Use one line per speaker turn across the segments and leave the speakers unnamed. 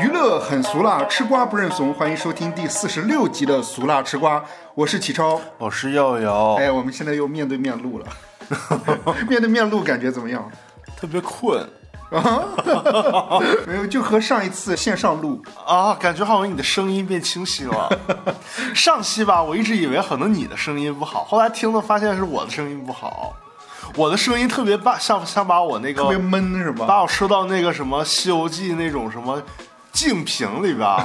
娱乐很俗辣，吃瓜不认怂。欢迎收听第四十六集的《俗辣吃瓜》，我是启超。
我是耀耀，
哎，我们现在又面对面录了， 面对面录感觉怎么样？
特别困
没有，就和上一次线上录，
啊，感觉好像你的声音变清 晰了。上期吧，我一直以为可能你的声音不好，后来听了发现是我的声音不好，我的声音特别把像像把我那
特别
个
闷是吧？
把我说到那个什么《西游记》那种什么竞评里边儿，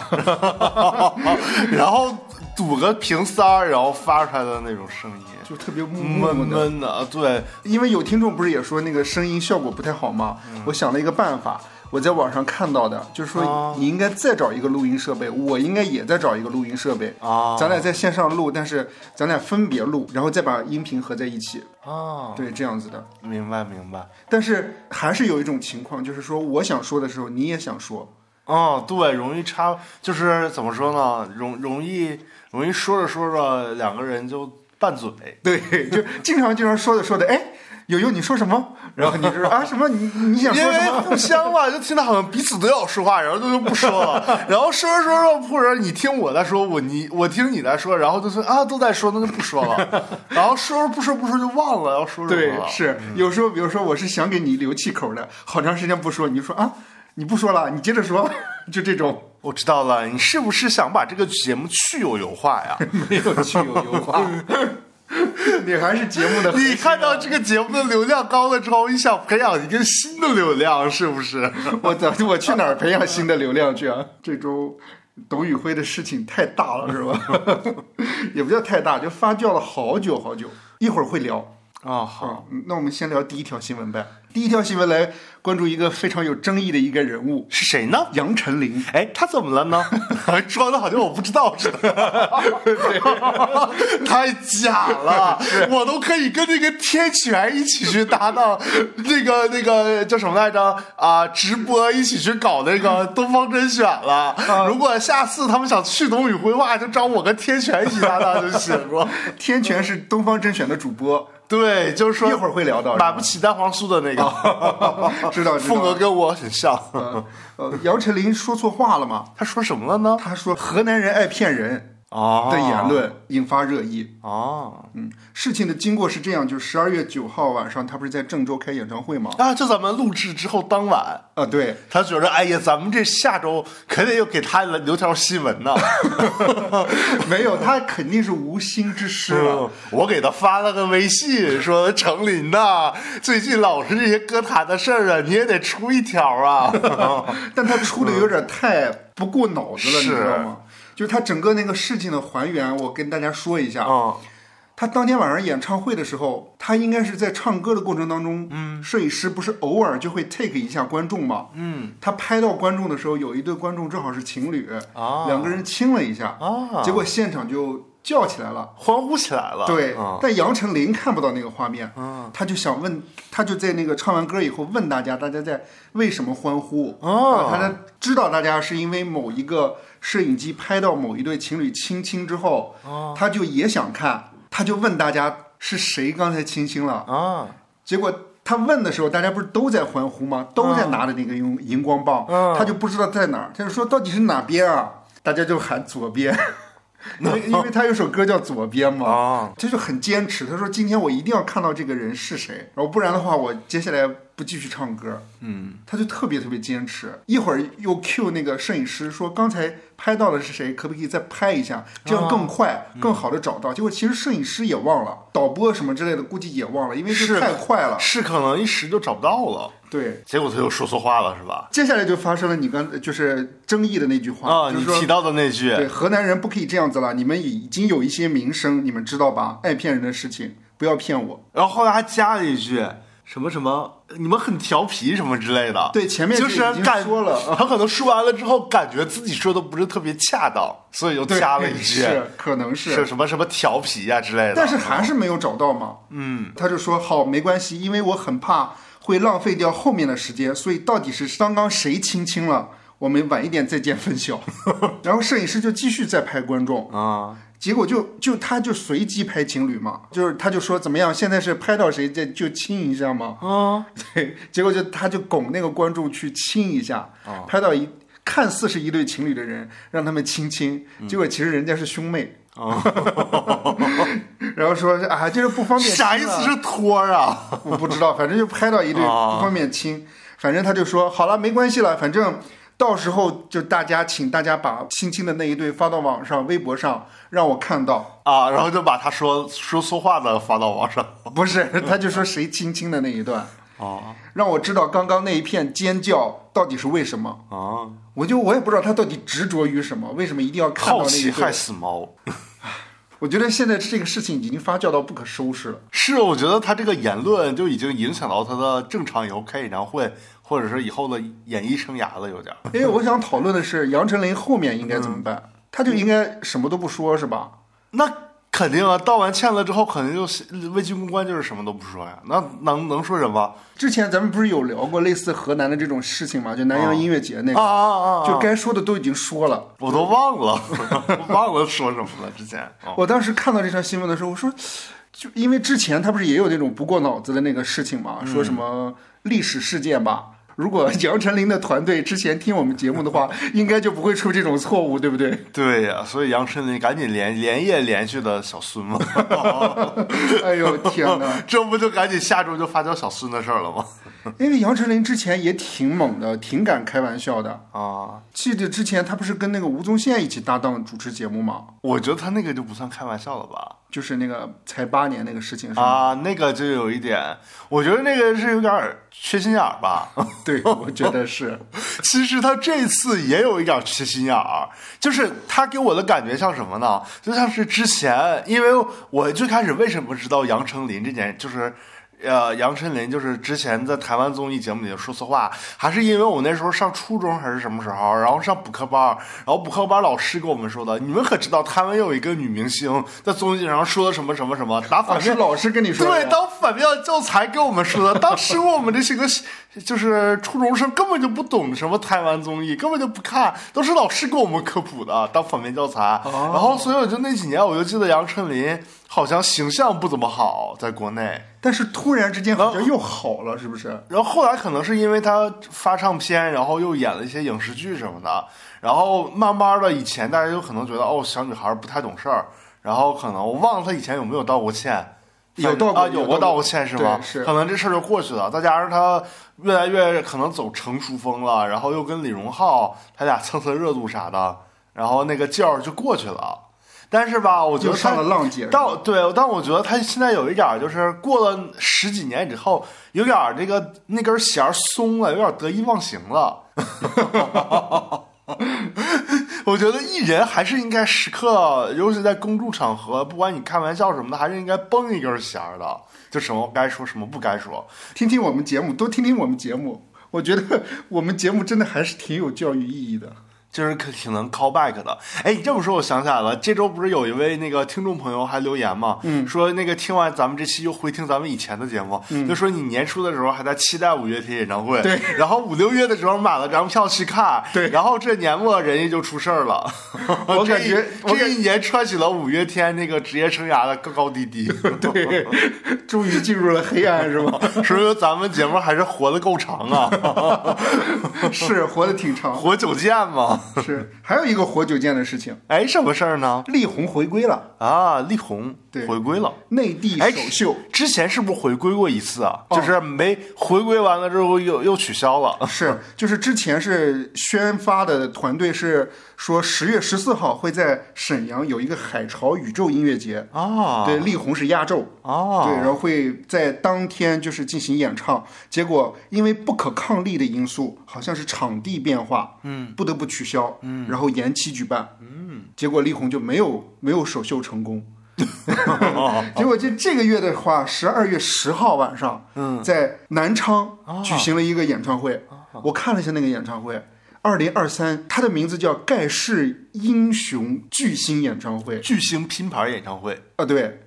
然后赌个平三儿，然后发出来的那种声音。
就特别木
闷
木的。
闷的，对，
因为有听众不是也说那个声音效果不太好吗？
嗯
我想了一个办法，我在网上看到的，就是说
哦
你应该再找一个录音设备，我应该也再找一个录音设备
哦
咱俩在线上录，但是咱俩分别录，然后再把音频合在一起，
啊，
对，这样子的。
明白明白，
但是还是有一种情况，就是说我想说的时候你也想说，
哦，对，容易插，就是怎么说呢，容容易容易说着说着，两个人就拌嘴。
对， 就经常经常说着说着，哎，友友你说什么？然后你就说啊什么你你想
因
说什
为
么？
互相吧，就听到好像彼此都要说话，然后就就不说了，然后说着说着，或者你听我在说，我你我听你在说，然后就是啊都在说，那就不说了，然后说着不说不说就忘了要说什么
对，
了。
是有时候，比如说我是想给你留气口的，好长时间不说，你就说啊，你不说了，你接着说， 就这种
我知道了，你是不是想把这个节目去有油化呀？
没有去有优化。 你还是节目的
你看到这个节目的流量高了之后，你想培养一个新的流量，是不是？
我怎我去哪儿培养新的流量去啊？这周董宇辉的事情太大了，是吧？ 也不叫太大，就发酵了好久好久。一会儿会聊
啊、好，
啊、嗯那我们先聊第一条新闻呗。第一条新闻来关注一个非常有争议的一个人物
是谁呢
——？杨丞琳。
哎，他怎么了呢？ 装的 好像我不知道似的，太假了！ 我都可以跟那个天权一起去搭档，那个那个叫什么来着？啊，直播一起去搞那个东方甄选了。如果下次他们想去董宇辉的话，就找我跟天权一起搭档就行 了。
天权是东方甄选的主播，
对，就是说
一会儿会聊到啊
买不起蛋黄酥的那个，
知道知道
风格跟我很像。
呃，呃杨丞琳说错话了吗？
他说什么了呢？
他说河南人爱骗人
哦
的言论引发热议。
哦
嗯，事情的经过是这样，就是十二月九号晚上，他不是在郑州开演唱会吗？
啊，就咱们录制之后当晚，
啊，对，
他觉得哎呀，咱们这下周可得又给他留条新闻 呢。
没有，他肯定是无心之失了。
我给他发了个微信，说程琳呐、最近老是这些歌坛的事儿啊，你也得出一条啊。
但他出的有点太不过脑子了，你
是
知道吗？就是他整个那个事情的还原，我跟大家说一下。
嗯，
他当天晚上演唱会的时候，他应该是在唱歌的过程当中，嗯，摄影师不是偶尔就会 take 一下观众吗？嗯，他拍到观众的时候，有一对观众正好是情侣，
啊
两个人亲了一下，
啊
结果现场就叫起来了。
欢呼起来了。
对，
嗯
但杨丞琳看不到那个画面，
啊
他就想问，他就在那个唱完歌以后问大家，大家在为什么欢呼？
哦
啊，他知道大家是因为某一个摄影机拍到某一对情侣亲亲之后，
哦
他就也想看，他就问大家是谁刚才亲亲了？
啊，
结果他问的时候，大家不是都在欢呼吗？都
啊
在拿着那个荧荧光棒，
嗯
他就不知道在哪儿，他就说到底是哪边啊？大家就喊左 边，因为因为他有首歌叫左边嘛。
啊，
他就很坚持，他说今天我一定要看到这个人是谁，然后不然的话，我接下来不继续唱歌。嗯，他就特别特别坚持。一会儿又 Q 那个摄影师说刚才拍到的是谁，可不可以再拍一下，这样更快、更好的找到。结果其实摄影师也忘了，导播什么之类的估计也忘了，因为这
是
太快了。
是可能一时就找不到了，
对，
结果他又说错话了，是吧？
接下来就发生了你刚就是争议的那句话，
啊，
就
你
是说
提到的那句，
对，河南人不可以这样子了，你们已经有一些名声，你们知道吧？爱骗人的事情，不要骗我。
然后后来还加了一句什么什么，你们很调皮什么之类的。
对前面就
就
已
是
经
感
说了，嗯
他可能说完了之后，感觉自己说的不是特别恰当，所以又
对
加了一句
是可能是，
是什么什么调皮呀、之类的。
但是还是没有找到嘛。嗯，他就说好，没关系，因为我很怕会浪费掉后面的时间，所以到底是刚刚谁亲亲了，我们晚一点再见分晓。然后摄影师就继续在拍观众，
啊，
结果就就他就随机拍情侣嘛，就是他就说怎么样，现在是拍到谁再就亲一下嘛。
啊哦
对，结果就他就拱那个观众去亲一下，拍到一。看似是一对情侣的人，让他们亲亲，
嗯
结果其实人家是兄妹。 然后说啊，就是不方便亲
哦啥
了。
意思是托啊？
我不知道，反正就拍到一对
啊
不方便亲，反正他就说好了，没关系了，反正到时候就大家请大家把亲亲的那一对发到网上、微博上，让我看到。
啊，然后就把他说说错话的发到网上。
不是， 他就说谁亲亲的那一段，
哦
让我知道刚刚那一片尖叫到底是为什么。
啊，
我就我也不知道他到底执着于什么，为什么一定要看到
好
那一
奇害
对？
死猫。
我觉得现在这个事情已经发酵到不可收拾了。
是，我觉得他这个言论就已经影响到他的正常以后开演唱会，或者是以后的演艺生涯了，有点儿。
因为我想讨论的是杨丞琳后面应该怎么办，
嗯
他就应该什么都不说，是吧？
那肯定啊，道完歉了之后，肯定就是危机公关，就是什么都不说呀。那能能说什么？
之前咱们不是有聊过类似河南的这种事情吗？就南阳音乐节那
啊
个，
啊啊！
就该说的都已经说了。
我都忘了，我忘了 说什么了。之前哦
我当时看到这条新闻的时候，我说，就因为之前他不是也有那种不过脑子的那个事情嘛，
嗯
说什么历史事件吧。如果杨丞琳的团队之前听我们节目的话， 应该就不会出这种错误，对不对？
对呀、所以杨丞琳赶紧连连夜连续的小孙嘛，
哎呦天哪！
这不就赶紧下周就发酵小孙的事儿了吗？
因为杨丞琳之前也挺猛的，挺敢开玩笑的。
啊，
记得之前她不是跟那个吴宗宪一起搭档主持节目吗？
我觉得他那个就不算开玩笑了吧？
就是那个才八年那个事情是吗？
啊，那个就有一点，我觉得那个是有点儿缺心眼儿吧。
对，我觉得是。
其实他这次也有一点缺心眼儿，就是他给我的感觉像什么呢？就像是之前，因为我最开始为什么知道杨丞琳这件，就是。呃，杨丞琳就是之前在台湾综艺节目里说错话，还是因为我那时候上初中还是什么时候，然后上补课班儿，然后补课班儿老师跟我们说的，你们可知道台湾有一个女明星在综艺上说什么什么什么，打
啊，
反
是
面
老师跟你说
对，
的。
当反面教材给我 们说的，当时我们这些个就是初中生根本就不懂什么台湾综艺，根本就不看，都是老师给我们科普的当反面教材。
哦
然后，所以我就那几年，我就记得杨丞琳好像形象不怎么好，在国内。
但是突然之间好
啊
像又好了，是不是？
然后后来可能是因为他发唱片，然后又演了一些影视剧什么的，然后慢慢的，以前大家就可能觉得哦，小女孩不太懂事儿，然后可能我忘了她以前有没有道过歉，
有道过
啊，有
有道过
道过歉是吗？
对是
可能这事儿就过去了。再加上她越来越可能走成熟风了，然后又跟李荣浩他俩蹭蹭热度啥的，然后那个劲儿就过去了。但是吧，我觉
又
得她
上了浪姐。
但我对，但我觉得他现在有一点儿，就是过了十几年之后，有点儿这个那根弦儿松了，有点儿得意忘形了。 我觉得艺人还是应该时刻，尤其在公众场合，不管你开玩笑什么的，还是应该绷一根弦儿的，就什么该说，什么不该说。
听听我们节目，多听听我们节目。我觉得我们节目真的还是挺有教育意义的。
就是可挺能 call back 的。哎，你这么说，我想起来了，这周不是有一位那个听众朋友还留言嘛，嗯，说那个听完咱们这期又回听咱们以前的节目，就说你年初的时候还在期待五月天演唱会，
嗯对，
然后五六月的时候买了张票去看，
对
然后这年末人家就出事儿了，
我感觉我
这一这一年串起了五月天那个职业生涯的高高 低低，
对，终于进入了黑暗，是吧？
所以说咱们节目还是活得够长啊，
是活得挺长。
活久见嘛。
是，还有一个活久见的事情，
哎，什么事儿呢？
力宏回归了，
啊，力宏
对
回归了。
内地
哎
首秀。
之前是不是回归过一次啊？就是没回归完了之后又又取消了。
是，就是之前是宣发的团队是说十月十四号会在沈阳有一个海潮宇宙音乐节，
啊
对，力宏是压轴，
啊，
对，然后会在当天就是进行演唱，结果因为不可抗力的因素，好像是场地变化，嗯，不得不取消，嗯，然后延期举办，嗯，结果力宏就没有没有首秀成功。 结果就这个月的话，十二月十号晚上，嗯，哦在南昌举行了一个演唱会。我看了一下那个演唱会，二零二三，它的名字叫盖世英雄巨星演唱会。
巨星拼盘演唱会
啊，对，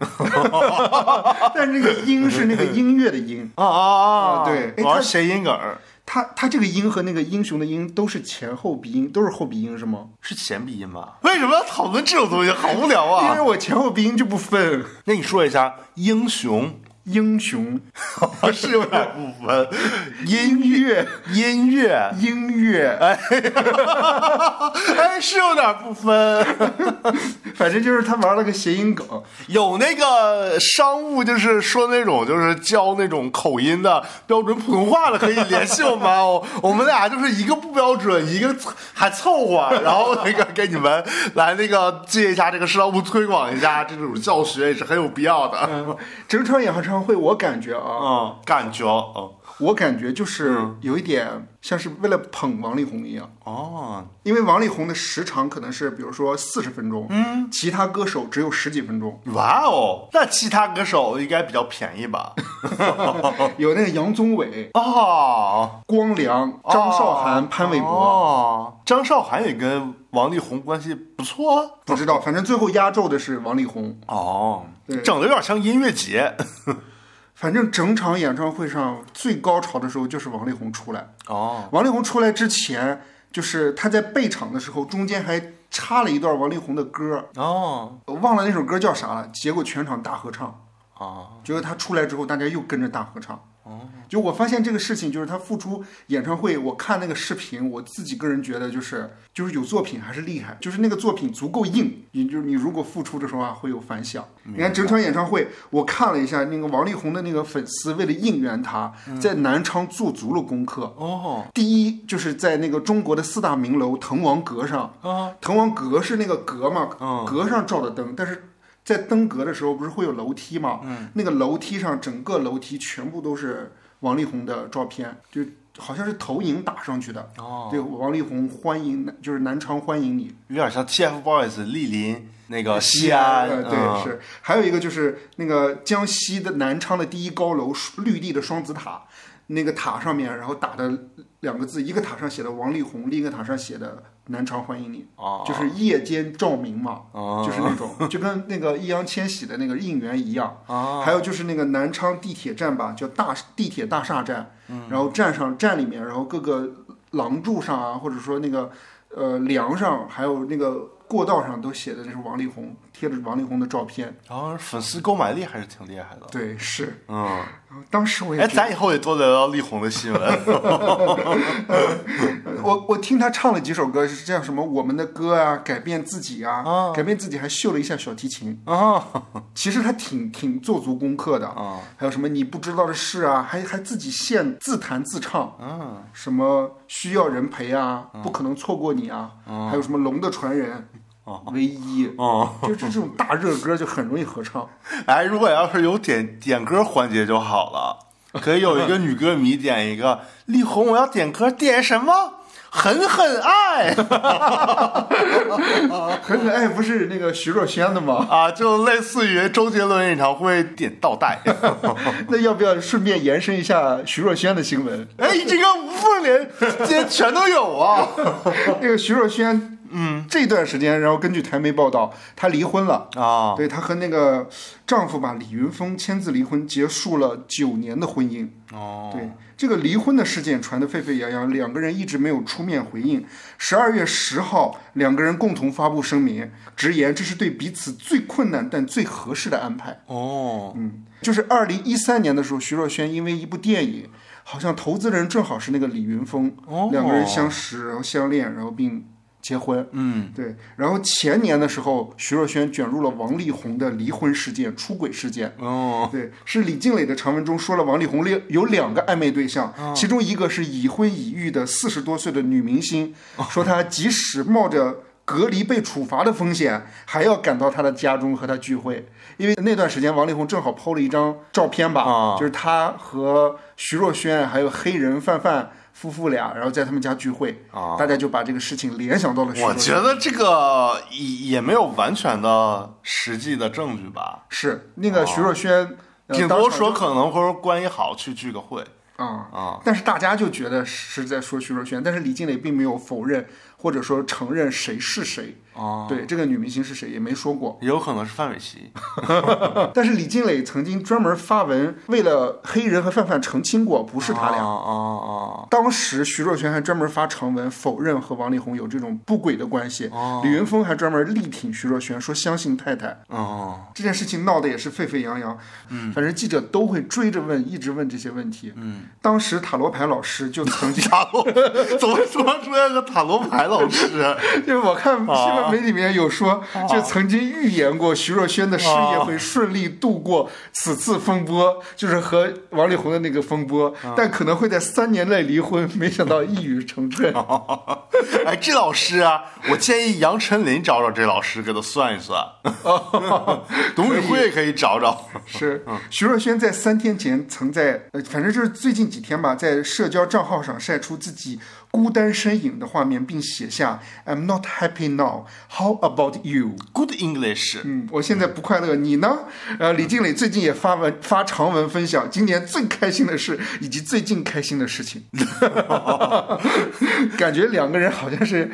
但是那个音是那个音乐的音，
啊啊
啊对哎
玩
他
谐音梗儿
它它这个音和那个英雄的音都是前后鼻音，都是后鼻音是吗？
是前鼻音吧？为什么要 讨论这种东西？好无聊
因为
啊！
我前后鼻音就不分，
那你说一下英雄
英雄
是有点不 分
音乐
音乐，
音乐，
哎，是有点不分。
反正就是他玩了个谐音梗，
有那个商务，就是说那种就是教那种口音的标准普通话的，可以联系我 们啊。我我们俩就是一个不标准，一个还凑合，然后那个给你们来那个借一下这个商务推广一下，这种教学也是很有必要的。
嗯整场演唱会我感觉啊，
嗯，感觉，嗯，
我感觉就是有一点像是为了捧王力宏一样，
哦，
因为王力宏的时长可能是比如说四十分钟，嗯，其他歌手只有十几分钟，
哇哦，那其他歌手应该比较便宜吧？
有那个杨宗纬、
哦，
光良、张韶涵、潘玮柏。
哦，张韶涵也跟王力宏关系不错啊。
不知道，反正最后压轴的是王力宏。
哦
对，
整的有点像音乐节。
反正整场演唱会上最高潮的时候就是王力宏出来。
哦，
王力宏出来之前，就是他在备场的时候，中间还插了一段王力宏的歌，
哦，
我忘了那首歌叫啥了。结果全场大合唱，
哦，
觉得他出来之后，大家又跟着大合唱。就我发现这个事情，就是他复出演唱会，我看那个视频，我自己个人觉得就是就是有作品还是厉害，就是那个作品足够硬，也就是你如果复出的时候啊会有反响。你看整场演唱会，我看了一下，那个王力宏的那个粉丝为了应援他，在南昌做足了功课。
哦，
第一就是在那个中国的四大名楼滕王阁上，
啊，
滕王阁是那个阁嘛，
嗯
阁上照的灯，但是在登阁的时候不是会有楼梯嘛？嗯，那个楼梯上整个楼梯全部都是王力宏的照片，就好像是投影打上去的。
哦，
对，王力宏欢迎，就是南昌欢迎你。
有点像 TFBOYS 莅临那个西
呃
安。嗯
对，是。还有一个就是那个江西的南昌的第一高楼绿地的双子塔，那个塔上面然后打的两个字，一个塔上写的王力宏，另一个塔上写的南昌欢迎你。
哦，
就是夜间照明嘛，
哦
就是那种，就跟那个易烊千玺的那个应援一样。
哦
还有就是那个南昌地铁站吧，叫大地铁大厦站，
嗯
然后站上站里面，然后各个廊柱上啊，或者说那个呃梁上，还有那个过道上都写的那是王力宏，贴着王力宏的照片。
然后哦粉丝购买力还是挺厉害的。
对，是，
嗯，
当时我也
哎，
觉得，
咱以后也多聊聊力宏的新 闻。
呃我我听他唱了几首歌，是这样什么我们的歌啊，改变自己啊，
哦
改变自己还秀了一下小提琴，
啊
其实他挺挺做足功课的。
啊
还有什么你不知道的事啊，还还自己现自弹自唱，
嗯，
什么需要人陪啊，不可能错过你啊，还有什么龙的传人，唯一，
哦，
就是这种大热歌就很容易合 唱。
哎，如果要是有点点歌环节就好了，可以有一个女歌迷点一个力宏，我要点歌，点什么？狠狠爱
很啊可哎爱，不是那个徐若瑄的 吗？
啊，就类似于周杰伦演唱会点倒带。
那要不要顺便延伸一下徐若瑄的新 闻？
哎，这个无缝连接全都有啊！
那个徐若瑄，嗯，这段时间，然后根据台媒报道，她离婚了。
啊，
对她和那个丈夫吧李云峰签字离婚，结束了九年的婚姻。
哦，
对这个离婚的事件传得沸沸扬扬，两个人一直没有出面回应。十二月十号，两个人共同发布声明，直言这是对彼此最困难但最合适的安排。
哦，
就是二零一三年的时候，徐若瑄因为一部电影，好像投资人正好是那个李云峰，
哦
两个人相识，然后相恋，然后并结婚。
嗯，
对，然后前年的时候，徐若瑄卷入了王力宏的离婚事件、出轨事件。
哦，
对，是李静蕾的长文中说了，王力宏两有两个暧昧对象，
啊
其中一个是已婚已育的四十多岁的女明星，
啊
说她即使冒着隔离被处罚的风险，还要赶到她的家中和她聚会，因为那段时间王力宏正好 PO 了一张照片吧，
啊
就是他和徐若瑄还有黑人范范夫妇俩，然后在他们家聚会，
啊
大家就把这个事情联想到了徐
我
若
觉
瑄。
得这个也也没有完全的实际的证据吧，
是那个徐若瑄，呃
啊顶
当
多
场
说可能会说关系好去聚个会
啊、
啊。
但是大家就觉得是在说徐若瑄，但是李静蕾并没有否认或者说承认谁是谁，
哦，
对，这个女明星是谁也没说过。
有可能是范玮琪。
但是李金磊曾经专门发文为了黑人和范范澄清过，不是他俩。
哦哦
当时徐若瑄还专门发长文否认和王力宏有这种不轨的关系，
哦
李云峰还专门力挺徐若瑄说相信太太。
哦哦，
这件事情闹得也是沸沸扬扬，啊嗯，反正记者都会追着问，一直问这些问题，嗯。当时塔罗牌老师就曾经，
塔罗怎么突然出现个塔罗牌老师？
就是我看新闻媒体里面有说，就曾经预言过徐若瑄的事业会顺利度过此次风波，就是和王力宏的那个风波，但可能会在三年内离婚，没想到一语成谶。
哎，这老师啊，我建议杨丞琳找找这老师，给他算一算。董宇辉也可以找找。
是，徐若瑄在三天前曾在，呃，反正就是最近几天吧，在社交账号上晒出自己孤单身影的画面，并写下 "I'm not happy now. How about you？"
Good English，
嗯，我现在不快乐，你呢？呃，李静蕾最近也发文发长文分享今年最开心的事以及最近开心的事情，感觉两个人好像是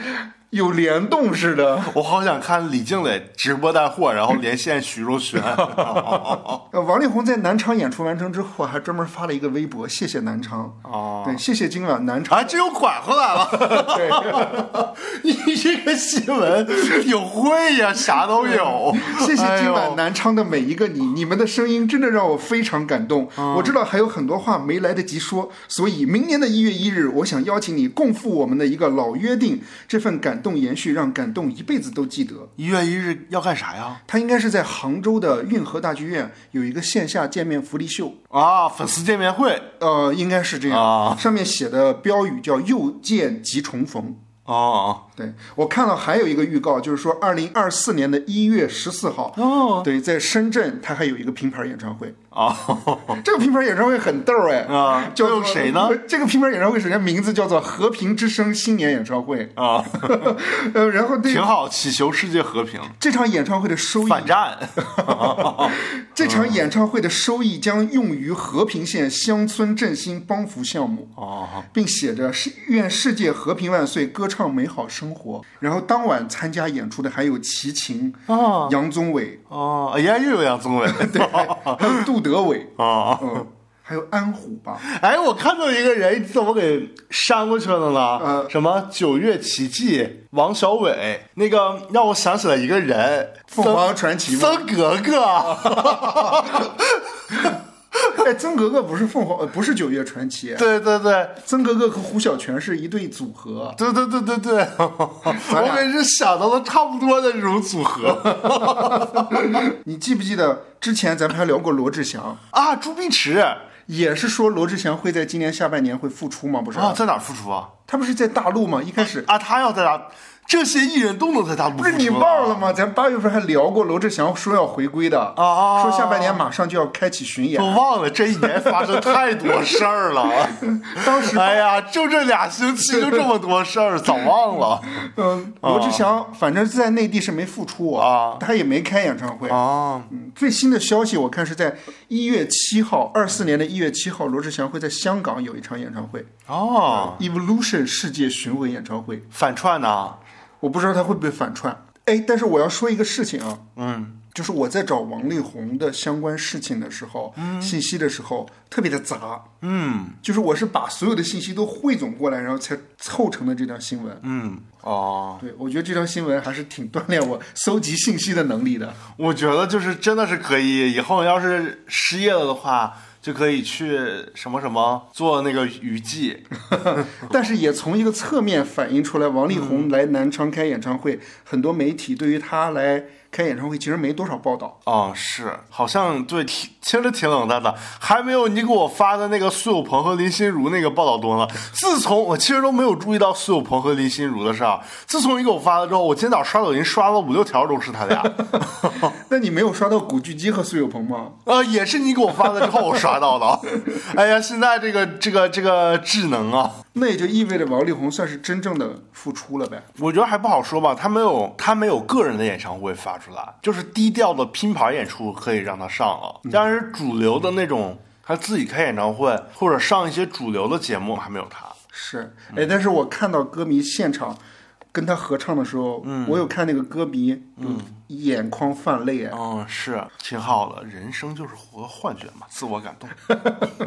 有联动似的。
我好想看李静蕾直播带货，然后连线徐若瑄。啊
呃，王力宏在南昌演出完成之后，还专门发了一个微博，谢谢南昌。
哦，
对，谢谢今晚南昌。
啊，这又拐回来了。你这个新闻有会呀、啥都有。
谢谢今
哎
晚
呦
南昌的每一个
哎
你，你们的声音真的让我非常感动。
啊
我知道还有很多话没来得及说，所以明年的一月一日，我想邀请你共赴我们的一个老约定。这份感动延续，让感动一辈子都记得。
一月一日要干啥呀？
他应该是在杭州的运河大剧院有一个线下见面福利秀，
啊，粉丝见面会。
呃，应该是这样。
啊
上面写的标语叫“又见即重逢”。
哦，
对我看到还有一个预告，就是说二零二四年的一月十四号，
哦，
对，在深圳他还有一个拼盘演唱会。
哦，
这个拼盘演唱会很逗哎，
啊
叫做
这有谁呢？
这个拼盘演唱会首先名字叫做“和平之声新年演唱会
啊，”，
呃，然后对
挺好，祈求世界和平，
这场演唱会的收益，
反战。
这场演唱会的收益将用于和平县乡村振兴帮扶项目。
哦，
并写着“是愿世界和平万岁，歌唱美好生活”。然后当晚参加演出的还有齐秦、
哦
杨宗纬、
哦，哎呀，又有杨宗纬。
对，还还有杜德伟，
哦，
嗯，还有安虎吧。
哎，我看到一个人，你怎么给删过去了呢？
嗯
什么九月奇迹，王小伟，那个让我想起了一个人，
凤
曾
凰传奇吗哦
曾格格，
哎，曾格格不是凤凰，呃，不是九月传奇。
对对对。
曾格格和胡小泉是一对组合。
对对对对对，我也是想到了差不多的这种组合
你记不记得之前咱们还聊过罗志祥，
啊！朱碧池啊，
也是说罗志祥会在今年下半年会复出吗？不是，
在哪儿复出啊？
他不是在大陆吗？一开始
啊，他要在哪？这些艺人都能在大陆复
不
出
是你忘了？吗？咱八月份还聊过罗志祥说要回归的，
啊啊啊
说下半年马上就要开启巡演。
我忘了，这一年发生太多事 儿了。
当时，
哎呀，就这俩星期就这么多事儿，早忘了。
嗯，罗志祥反正在内地是没复出
啊
他也没开演唱会。
啊，
嗯最新的消息我看是在一月七号，二四年的一月七号，罗志祥会在香港有一场演唱会
哦，
，Evolution 世界巡回演唱会。
反串呐、
我不知道他会不会反串。哎，但是我要说一个事情啊，
嗯，
就是我在找王力宏的相关事情的时候，信息的时候特别的杂，
嗯
就是我是把所有的信息都汇总过来，然后才凑成的这条新闻。
嗯，哦，
对，我觉得这条新闻还是挺锻炼我搜集信息的能力的。
我觉得就是真的是可以，以后要是失业了的话，就可以去什么什么做那个娱记。
但是也从一个侧面反映出来，王力宏来南昌开演唱会，很多媒体对于他来开演唱会其实没多少报道。
哦，是，好像对，挺听着挺冷淡的，还没有你给我发的那个苏有朋和林心如那个报道多呢。自从我其实都没有注意到苏有朋和林心如的事儿，自从你给我发了之后，我今天早上刷抖音刷了五六条都是他俩。
那你没有刷到古巨基和苏有朋吗？
呃，也是你给我发了之后我刷 到的。哎呀，现在这个这个这个智能啊，
那也就意味着王力宏算是真正的复出了呗。
我觉得还不好说吧。他没有他没有个人的演唱会发出来，就是低调的拼盘演出可以让他上了，
嗯
但是主流的那种他自己开演唱会或者上一些主流的节目还没有他。
是，哎，但是我看到歌迷现场跟他合唱的时候，我有看那个歌迷，嗯，眼眶泛泪哎。
嗯，是挺好的。人生就是活幻觉嘛，自我 感动。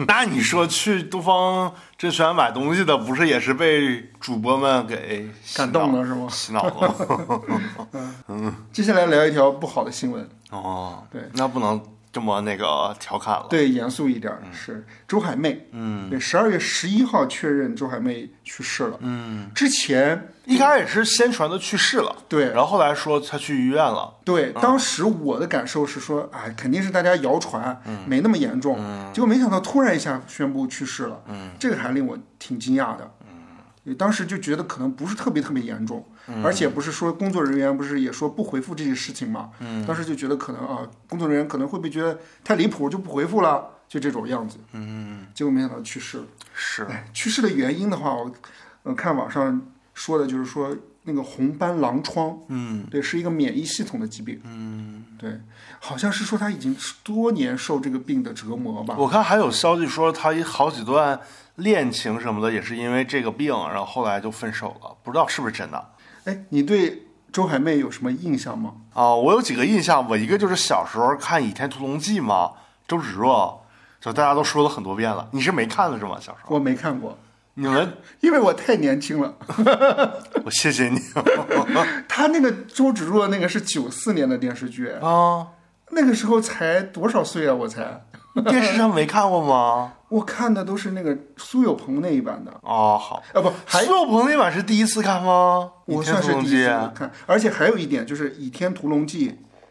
那你说去东方甄选买东西的，不是也是被主播们给洗
感
脑
动了是吗
洗脑了。
接下来聊一条不好的新闻，
哦，
对，
那不能这么那个调侃了。
对，严肃一点儿是周海媚，嗯，对，十二月十一号确认周海媚去世了，嗯，之前
一开始是先传的去世了，
对
然后后来说他去医院了，
对，当时我的感受是说，哎，肯定是大家谣传，没那么严重。结果没想到突然一下宣布去世了，这个还令我挺惊讶的。嗯，当时就觉得可能不是特别特别严重，而且不是说工作人员不是也说不回复这些事情嘛？嗯，当时就觉得可能啊，工作人员可能会不会觉得太离谱就不回复了，就这种样子。嗯，结果没想到去世了。
是
哎，去世的原因的话，我呃看网上说的就是说那个红斑狼疮，嗯，对，是一个免疫系统的疾病，嗯，对，好像是说他已经多年受这个病的折磨吧，
我看还有消息说他好几段恋情什么的也是因为这个病，然后后来就分手了，不知道是不是真的
哎，你对周海媚有什么印象吗？
啊、我有几个印象，我一个就是小时候看《倚天屠龙记》嘛，周芷若，就大家都说了很多遍了，你是没看了是吗？小时候
我没看过，
你们，
因为我太年轻了。
我谢谢你
他那个周芷若那个是九四年的电视剧，
啊，
哦那个时候才多少岁啊？我才，
电视上没看过吗？
我看的都是那个苏有朋那一版的，
哦，好，
啊不，还
苏有朋那版是第一次看吗？
我
倚天
算
屠
是
龙
第一
记啊
次看，而且还有一点就是《倚天屠龙记》，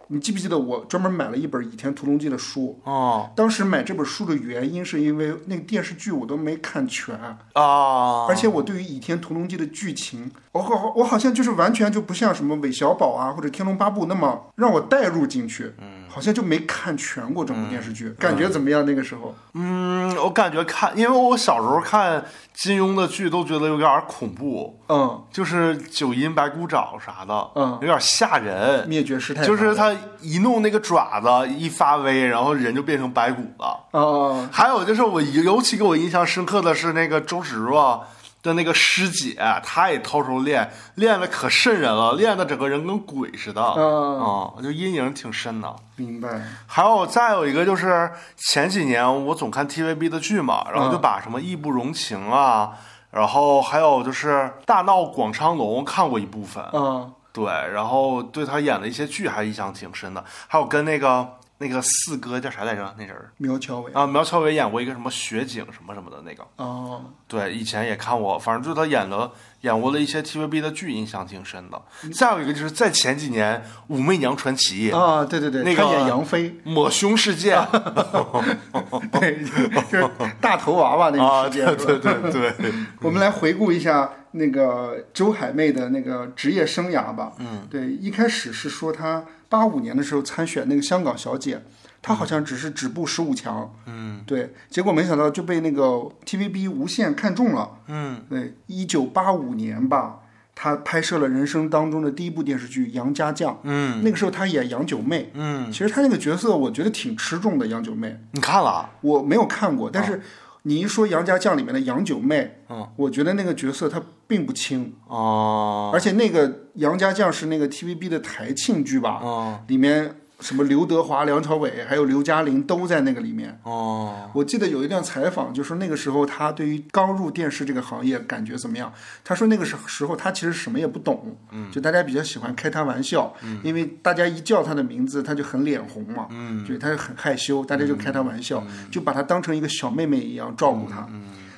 你记不记得我专门买了一本《倚天屠龙记》的书？
哦
当时买这本书的原因是因为那个电视剧我都没看全，
啊，
而且我对于《倚天屠龙记》的剧情，我好我好像就是完全就不像什么韦小宝啊或者《天龙八部》那么让我带入进去，
嗯
好像就没看全过整部电视剧，感觉怎么样？那个时候，
嗯，我感觉看，因为我小时候看金庸的剧都觉得有点儿恐怖，
嗯，
就是九阴白骨爪啥的，
嗯
有点吓人。
灭绝师太
就是他一弄那个爪子一发威，然后人就变成白骨了。
啊、哦
还有就是我尤其给我印象深刻的是那个周芷若的那个师姐，她也偷偷练，练的可瘆人了，练的整个人跟鬼似的。
嗯
嗯，就阴影挺深的。
明白，
还有再有一个就是前几年我总看 TVB 的剧嘛，
嗯
然后就把什么《义不容情》啊，然后还有就是《大闹广昌隆》看过一部分，
嗯，
对，然后对他演的一些剧还印象挺深的，还有跟那个那个四哥叫啥来着那人儿
苗侨伟，
啊，苗侨伟演过一个什么雪景什么什么的那个，
哦。
对，以前也看过，反正对他演的演过的一些 TVB 的剧印象挺深的。
嗯
再有一个就是在前几年《武媚娘传奇》
啊，对对对，
那个
他演杨飞，
抹胸事件
啊 对，就是大头娃娃那
啊，
个事
对
件、是吧
对对对，
我们来回顾一下那个周海媚的那个职业生涯吧。嗯，对，一开始是说她八五年的时候参选那个香港小姐，她好像只是止步十五强。嗯，对，结果没想到就被那个 TVB 无线看中了。嗯，对，一九八五年吧。她拍摄了人生当中的第一部电视剧《杨家将》，嗯，那个时候她演杨九妹，嗯，其实她那个角色我觉得挺吃重的，杨九妹，
你看了啊？
我没有看过，但是你一说《杨家将》里面的杨九妹，嗯，我觉得那个角色她并不轻，
哦
而且那个《杨家将》是那个 TVB 的台庆剧吧，里面什么刘德华、梁朝伟还有刘嘉玲都在那个里面。
哦，
我记得有一段采访，就说那个时候他对于刚入电视这个行业感觉怎么样？他说那个时时候他其实什么也不懂，就大家比较喜欢开他玩笑，因为大家一叫他的名字，他就很脸红嘛，对，他就很害羞，大家就开他玩笑，就把他当成一个小妹妹一样照顾他。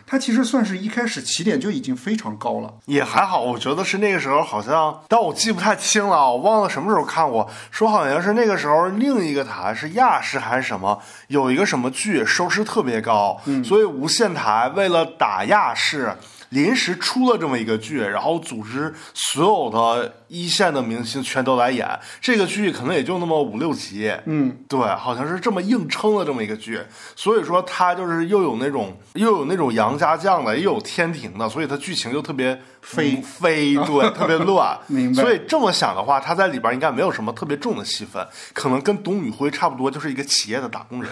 他其实算是一开始起点就已经非常高了，
也还好，我觉得是那个时候好像，但我记不太清了，我忘了什么时候看过，说好像是那个时候另一个台是亚视还是什么，有一个什么剧收视特别高，所以无线台为了打亚视。临时出了这么一个剧，然后组织所有的一线的明星全都来演这个剧，可能也就那么五六集，
嗯，
对，好像是这么硬撑的这么一个剧，所以说它就是又有那种又有那种杨家将的，又有天庭的，所以它剧情就特别
飞
嗯飞， 对，特别乱。
明白
所以这么想的话，他在里边应该没有什么特别重的戏份，可能跟董宇辉差不多，就是一个企业的打 工人。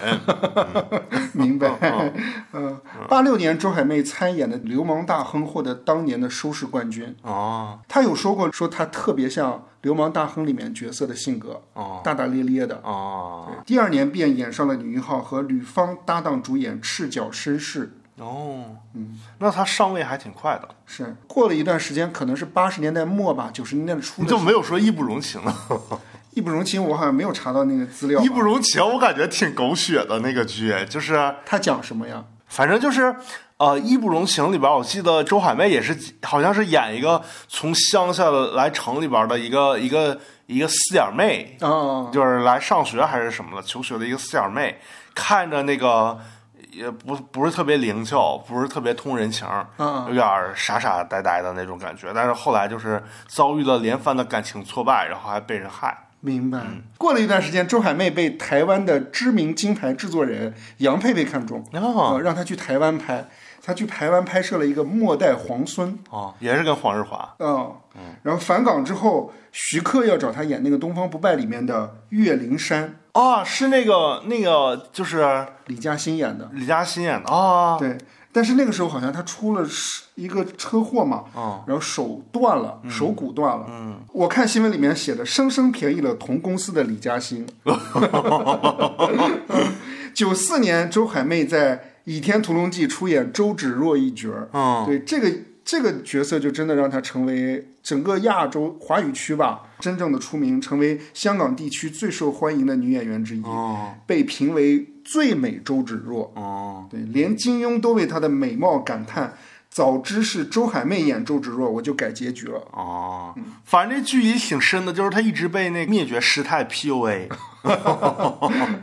明白？嗯，八六年周海媚参演的《流氓大大亨获得当年的收视冠军。
哦
他有说过，说他特别像《流氓大亨》里面角色的性格，
哦
大大咧咧的。
哦
第二年便演上了女一号，和吕方搭档主演《赤脚绅士》。
哦，嗯，那他上位还挺快的。
是过了一段时间，可能是八十年代末吧，九十年代初的
你怎
时
么
候。
没有说义不容情呢？
义不容情，我好像没有查到那个资料吧。
义不容情，我感觉挺狗血的那个剧，就是
他讲什么呀？
反正就是，呃，《义不容情》里边，我记得周海媚也是，好像是演一个从乡下来城里边的一个一个一个四眼妹，
啊、
就是来上学还是什么的，求学的一个四眼妹，看着那个也不不是特别灵巧，不是特别通人情，
嗯
有点儿傻傻呆呆的那种感觉。但是后来就是遭遇了连番的感情挫败，然后还被人害。
明白。过了一段时间，周海媚被台湾的知名金牌制作人杨佩佩看中，
哦
呃让她去台湾拍。她去台湾拍摄了一个《末代皇孙》
哦，也是跟黄日华。
啊、然后返港之后，徐克要找她演那个《东方不败》里面的岳灵珊，
啊，是那个那个，就是
李嘉欣演的。
李嘉欣演的啊，
对，但是那个时候好像她出了是一个车祸嘛，
哦
然后手断了，手骨断了。嗯，我看新闻里面写的，生生便宜了同公司的李嘉 欣。九四年，周海媚在《倚天屠龙记》出演周芷若一角儿。
嗯，
对这个这个角色，就真的让她成为整个亚洲华语区吧真正的出名，成为香港地区最受欢迎的女演员之一，
哦
被评为最美周芷若。
哦，
对，连金庸都为她的美貌感叹。早知是周海媚演周芷若，我就改结局了。
哦，反正这剧也挺深的，就是他一直被那个灭绝师太 PUA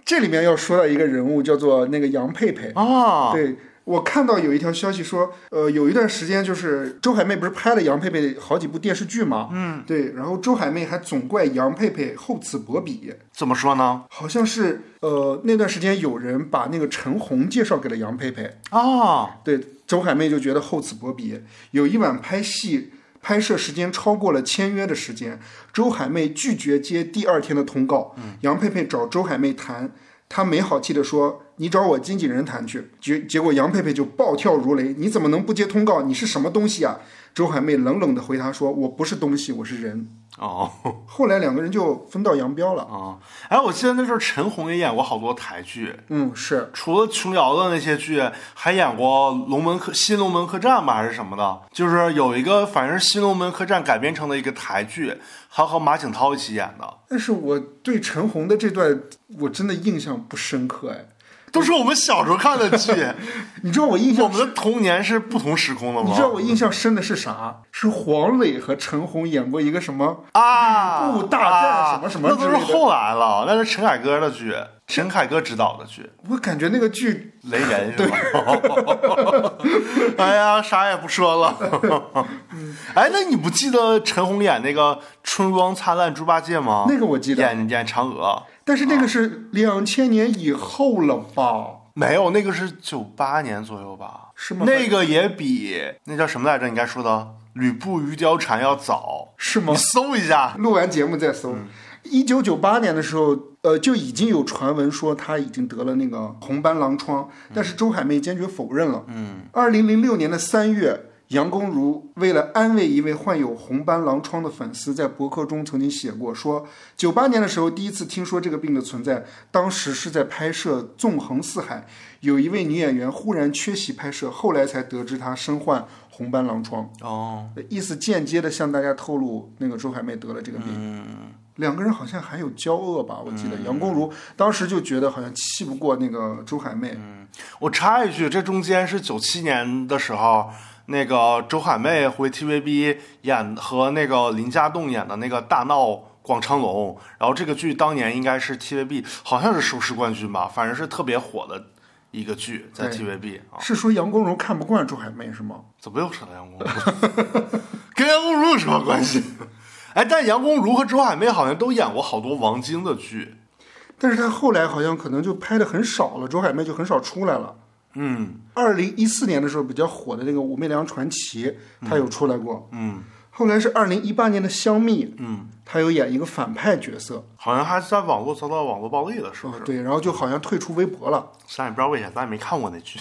这里面要说到一个人物，叫做那个杨佩佩。
啊，
对我看到有一条消息说，呃，有一段时间就是周海媚不是拍了杨佩佩好几部电视剧嘛，嗯，对，然后周海媚还总怪杨佩佩厚此薄彼，
怎么说呢？
好像是呃那段时间有人把那个陈红介绍给了杨佩佩，
啊，
对，周海媚就觉得厚此薄彼。有一晚拍戏，拍摄时间超过了签约的时间，周海媚拒绝接第二天的通告。杨佩佩找周海媚谈，她没好气地说：“你找我经纪人谈去。结”结果杨佩佩就暴跳如雷：“你怎么能不接通告？你是什么东西啊？”周海媚冷冷地回答说：“我不是东西，我是人。
哦”
后来两个人就分道扬镳了。
哦， 哎，我记得那时候陈红也演过好多台剧，
嗯，是
除了琼瑶的那些剧，还演过《龙门客》《新龙门客栈》吧，还是什么的，就是有一个反正《新龙门客栈》改编成的一个台剧，还和马景涛一起演的，
但是我对陈红的这段我真的印象不深刻哎，
都是我们小时候看的 剧。
你知道我印象
我们的童年是不同时空的吗？
你知道我印象深的是啥？是黄磊和陈红演过一个什么？
啊，
吕布大战
啊
什么什么
那都
之类的
是后来了，那是陈凯歌的剧，陈凯歌执导的剧，
我感觉那个剧，
雷人是吧？ 哎呀，啥也不说了。
嗯
哎，那你不记得陈红演那个《春光灿烂猪八戒》吗？
那个我记得
演演嫦娥。
但是那个是两千年以后了吧？
没有，那个是九八年左右吧？
是吗
那个也比那叫什么来着？你该说的《吕布与貂蝉》要早。
是吗
你？搜一下，
录完节目再搜。一九九八年的时候，呃，就已经有传闻说他已经得了那个红斑狼疮，但是周海媚坚决否认了。嗯，二零零六年的三月，杨恭如为了安慰一位患有红斑狼疮的粉丝，在博客中曾经写过说，九八年的时候第一次听说这个病的存在，当时是在拍摄《纵横四海》，有一位女演员忽然缺席拍摄，后来才得知她身患红斑狼疮。
哦，
意思间接的向大家透露，那个周海媚得了这个病。
嗯
两个人好像还有交恶吧？我记得、杨恭如当时就觉得好像气不过那个周海媚，
嗯我插一句，这中间是九七年的时候，那个周海媚回 TVB 演和那个林家栋演的那个《大闹广昌隆》，然后这个剧当年应该是 TVB 好像是收视冠军吧，反正是特别火的一个剧，在
对
TVB 啊，
是说杨恭如看不惯周海媚是吗？
怎么又扯到杨恭如？ 跟杨恭如有什么关系？哎，但杨恭如和周海媚好像都演过好多王晶的剧，
但是她后来好像可能就拍的很少了，周海媚就很少出来了。
嗯
二零一四年的时候比较火的那个《武媚娘传奇》，她有出来过。
嗯，
后来是二零一八年的《香蜜》，嗯，他有演一个反派角色，
好像还在网络遭到网络暴力了，是不
哦
是？
对，然后就好像退出微博了。
咱也不知道为啥，咱也没看过那剧。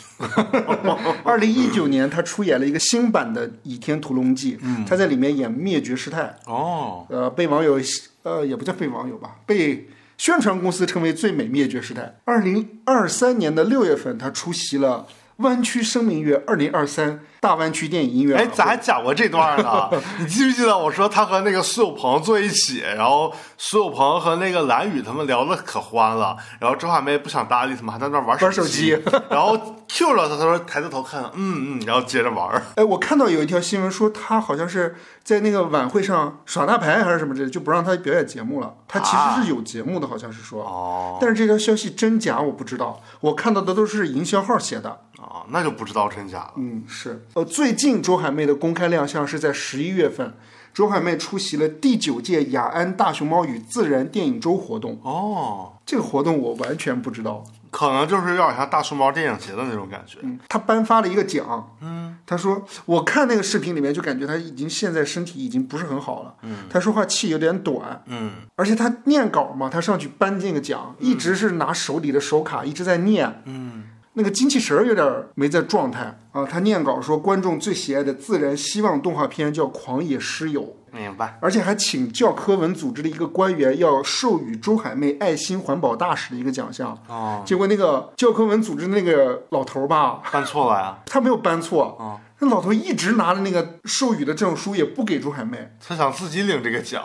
二零一九年，他出演了一个新版的《倚天屠龙记》，他在里面演灭绝师太，
哦，
呃，被网友呃也不叫被网友吧，被宣传公司称为最美灭绝师太。二零二三年的六月份，他出席了湾区声明月二零二三大湾区电影音乐
哎，
晚
咱
会。
还讲过这段 呢。你记不记得我说他和那个苏有朋坐一起，然后苏有朋和那个蓝宇他们聊的可欢了，然后周海媚不想搭理他们，还在那玩
玩
手
手
机，然后 Q 了他，他说抬着头看，嗯嗯，然后接着玩。
哎，我看到有一条新闻说他好像是在那个晚会上耍大牌还是什么之类，就不让他表演节目了。他其实是有节目的，好像是说。
哦
但是这条消息真假我不知道，我看到的都是营销号写的。
哦，那就不知道真假了。
嗯，是。呃，最近周海媚的公开亮相是在十一月份，周海媚出席了第九届雅安大熊猫与自然电影周活动。
哦，
这个活动我完全不知道。
可能就是有点像大熊猫电影节的那种感觉。
嗯，他颁发了一个奖。嗯，他说我看那个视频里面就感觉他已经现在身体已经不是很好了。嗯，他说话气有点短，
嗯，
而且他念稿嘛，他上去颁这个奖，一直是拿手里的手卡一直在念。嗯。那个精气神儿有点儿没在状态啊！他念稿说，观众最喜爱的自然希望动画片叫《狂野狮友》，
明白。
而且还请教科文组织的一个官员要授予周海媚爱心环保大使的一个奖项。
哦，
结果那个教科文组织那个老头儿吧，
犯错了呀，
他没有搬错啊。那老头一直拿着那个授予的证书，也不给朱海媚。
他想自己领这个奖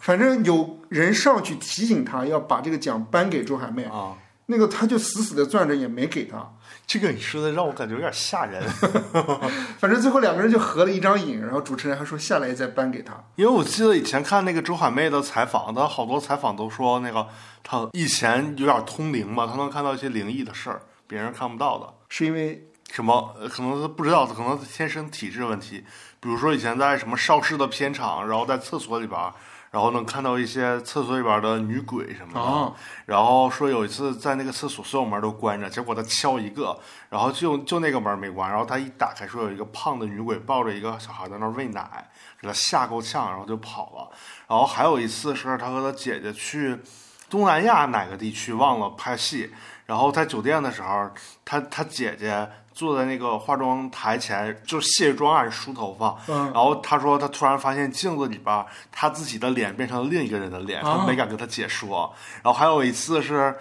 反正有人上去提醒他要把这个奖颁给朱海媚，
啊。
那个他就死死的攥着，也没给他。
这个你说的让我感觉有点吓人。
反正最后两个人就合了一张影，然后主持人还说下来再颁给他。
因为我记得以前看那个周海媚的采访，她好多采访都说那个她以前有点通灵嘛，她能看到一些灵异的事儿，别人看不到的。
是因为
什么呃可能她不知道，可能她天生体质问题。比如说以前在什么邵氏的片场，然后在厕所里边儿，然后能看到一些厕所里边儿的女鬼什么的。
啊，
然后说有一次在那个厕所所有门都关着，结果他敲一个，然后就就那个门没关，然后他一打开说有一个胖的女鬼抱着一个小孩在那儿喂奶，给他吓够呛，然后就跑了。然后还有一次是他和他姐姐去东南亚哪个地区忘了拍戏，然后在酒店的时候，他他姐姐。坐在那个化妆台前，就卸妆还是梳头发，
嗯
然后他说他突然发现镜子里边儿他自己的脸变成了另一个人的脸，他
啊
没敢跟他姐说。然后还有一次是，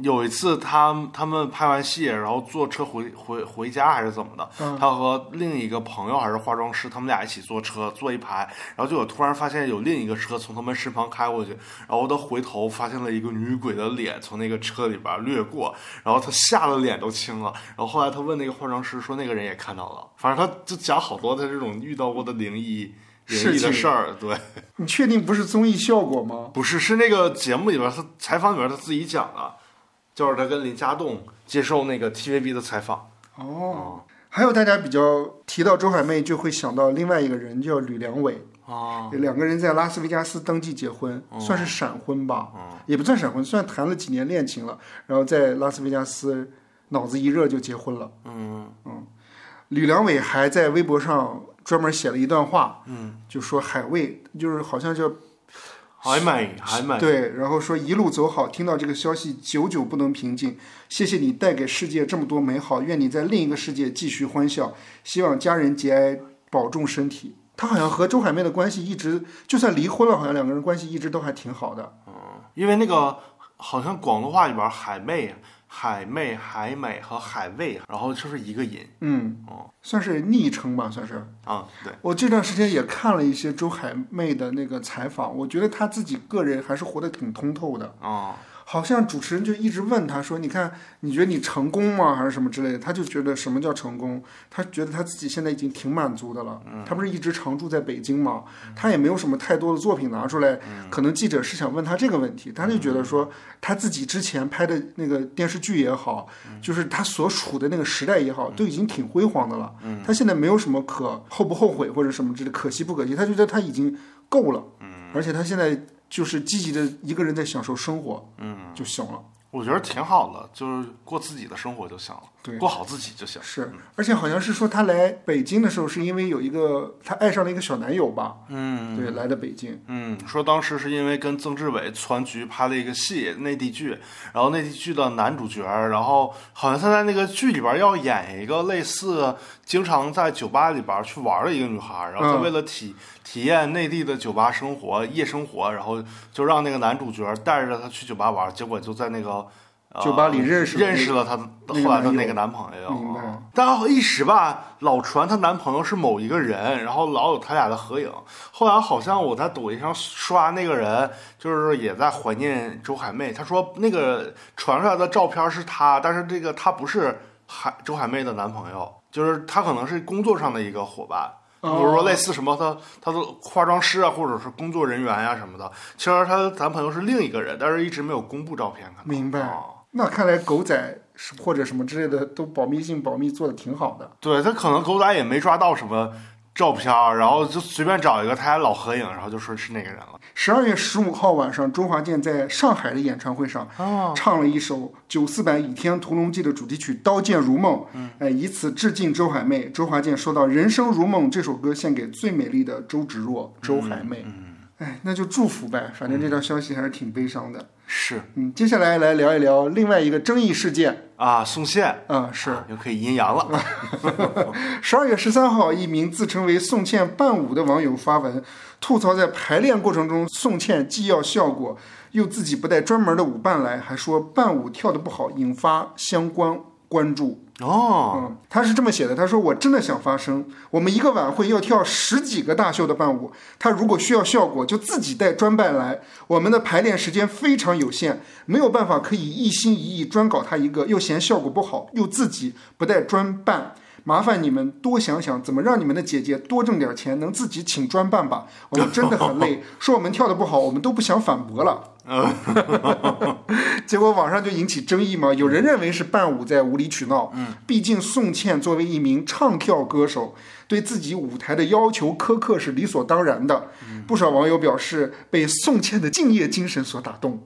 有一次他他们拍完戏，然后坐车回回回家还是怎么的，
嗯
他和另一个朋友还是化妆师，他们俩一起坐车坐一排，然后就有突然发现有另一个车从他们身旁开过去，然后他回头发现了一个女鬼的脸从那个车里边掠过，然后他吓得脸都青了。然后后来他问那个化妆师说那个人也看到了，反正他就讲好多他这种遇到过的灵异。灵异
事
的
情
事儿，对，
你确定不是综艺效果吗？
不是，是那个节目里边儿他采访里边儿他自己讲的，就是他跟林家栋接受那个 TVB 的采访。
哦，还有大家比较提到周海媚就会想到另外一个人叫吕良伟，
哦，
两个人在拉斯维加斯登记结婚，算是闪婚吧，也不算闪婚，算谈了几年恋情了，然后在拉斯维加斯脑子一热就结婚了。
嗯，
吕良伟还在微博上专门写了一段话，嗯，就说海味就是好像叫
还美还美，
对，然后说一路走好，听到这个消息久久不能平静，谢谢你带给世界这么多美好，愿你在另一个世界继续欢笑，希望家人节哀，保重身体。他好像和周海媚的关系一直，就算离婚了，好像两个人关系一直都还挺好的。
因为那个好像广东话里边儿海媚、啊海媚、海美和海味，然后就是一个音
嗯，算是昵称吧，算是。
啊、对，
我这段时间也看了一些周海媚的那个采访，我觉得她自己个人还是活得挺通透的。
啊、
好像主持人就一直问她说：“你看，你觉得你成功吗？还是什么之类的？”她就觉得什么叫成功，她觉得她自己现在已经挺满足的了。她不是一直常住在北京吗？她也没有什么太多的作品拿出来，可能记者是想问她这个问题，她就觉得说她自己之前拍的那个电视剧也好，就是她所处的那个时代也好，都已经挺辉煌的了。她现在没有什么可后不后悔或者什么之类，可惜不可惜，她觉得她已经够了。而且她现在就是积极的一个人在享受生活，嗯，就行了。
我觉得挺好的，就是过自己的生活就行了，
对
过好自己就行。
是，而且好像是说她来北京的时候，是因为有一个她爱上了一个小男友吧？
嗯
对，来的北京。
嗯，说当时是因为跟曾志伟、川剧拍了一个戏，内地剧，然后内地剧的男主角，然后好像他在那个剧里边要演一个类似经常在酒吧里边去玩的一个女孩，然后他
嗯
为了体、体验内地的酒吧生活、夜生活，然后就让那个男主角带着她去酒吧玩，结果就在那个。呃
酒吧里认识了
认识了她
那个
后来的
男
那
友
个男朋友，
明白
啊但一时吧，老传她男朋友是某一个人，然后老有他俩的合影。后来好像我在抖音上刷那个人，就是也在怀念周海媚。他说那个传出来的照片是他，但是这个他不是海周海媚的男朋友，就是他可能是工作上的一个伙伴。比如说类似什么他他的化妆师啊，或者是工作人员啊呀、什么的，其实她的男朋友是另一个人，但是一直没有公布照片。可能
明白
哦
那看来狗仔是或者什么之类的都保密性保密做的挺好的。
对他可能狗仔也没抓到什么照片儿，然后就随便找一个他俩老合影，然后就说是那个人了。
十二月十五号晚上，周华健在上海的演唱会上
哦，
唱了一首九四版《倚天屠龙记》的主题曲《刀剑如梦》，
嗯
哎，以此致敬周海媚。周华健说到：“人生如梦”这首歌献给最美丽的周芷若、周海媚。
嗯
哎，那就祝福呗，反正这条消息还是挺悲伤的。
是
嗯，接下来来聊一聊另外一个争议事件
啊，宋茜
啊，是
又可以阴阳了。
十二月十三号，一名自称为宋茜伴舞的网友发文吐槽，在排练过程中，宋茜既要效果，又自己不带专门的舞伴来，还说伴舞跳得不好，引发相关关注。
哦，
嗯，他是这么写的，他说：“我真的想发声，我们一个晚会要跳十几个大秀的伴舞，他如果需要效果，就自己带专伴来。我们的排练时间非常有限，没有办法可以一心一意专搞他一个，又嫌效果不好，又自己不带专伴。麻烦你们多想想怎么让你们的姐姐多挣点钱，能自己请专伴吧。我们真的很累，说我们跳得不好，我们都不想反驳了。”结果网上就引起争议嘛，有人认为是伴舞在无理取闹，嗯，毕竟宋茜作为一名唱跳歌手，对自己舞台的要求苛刻是理所当然的。
嗯
不少网友表示被宋茜的敬业精神所打 动，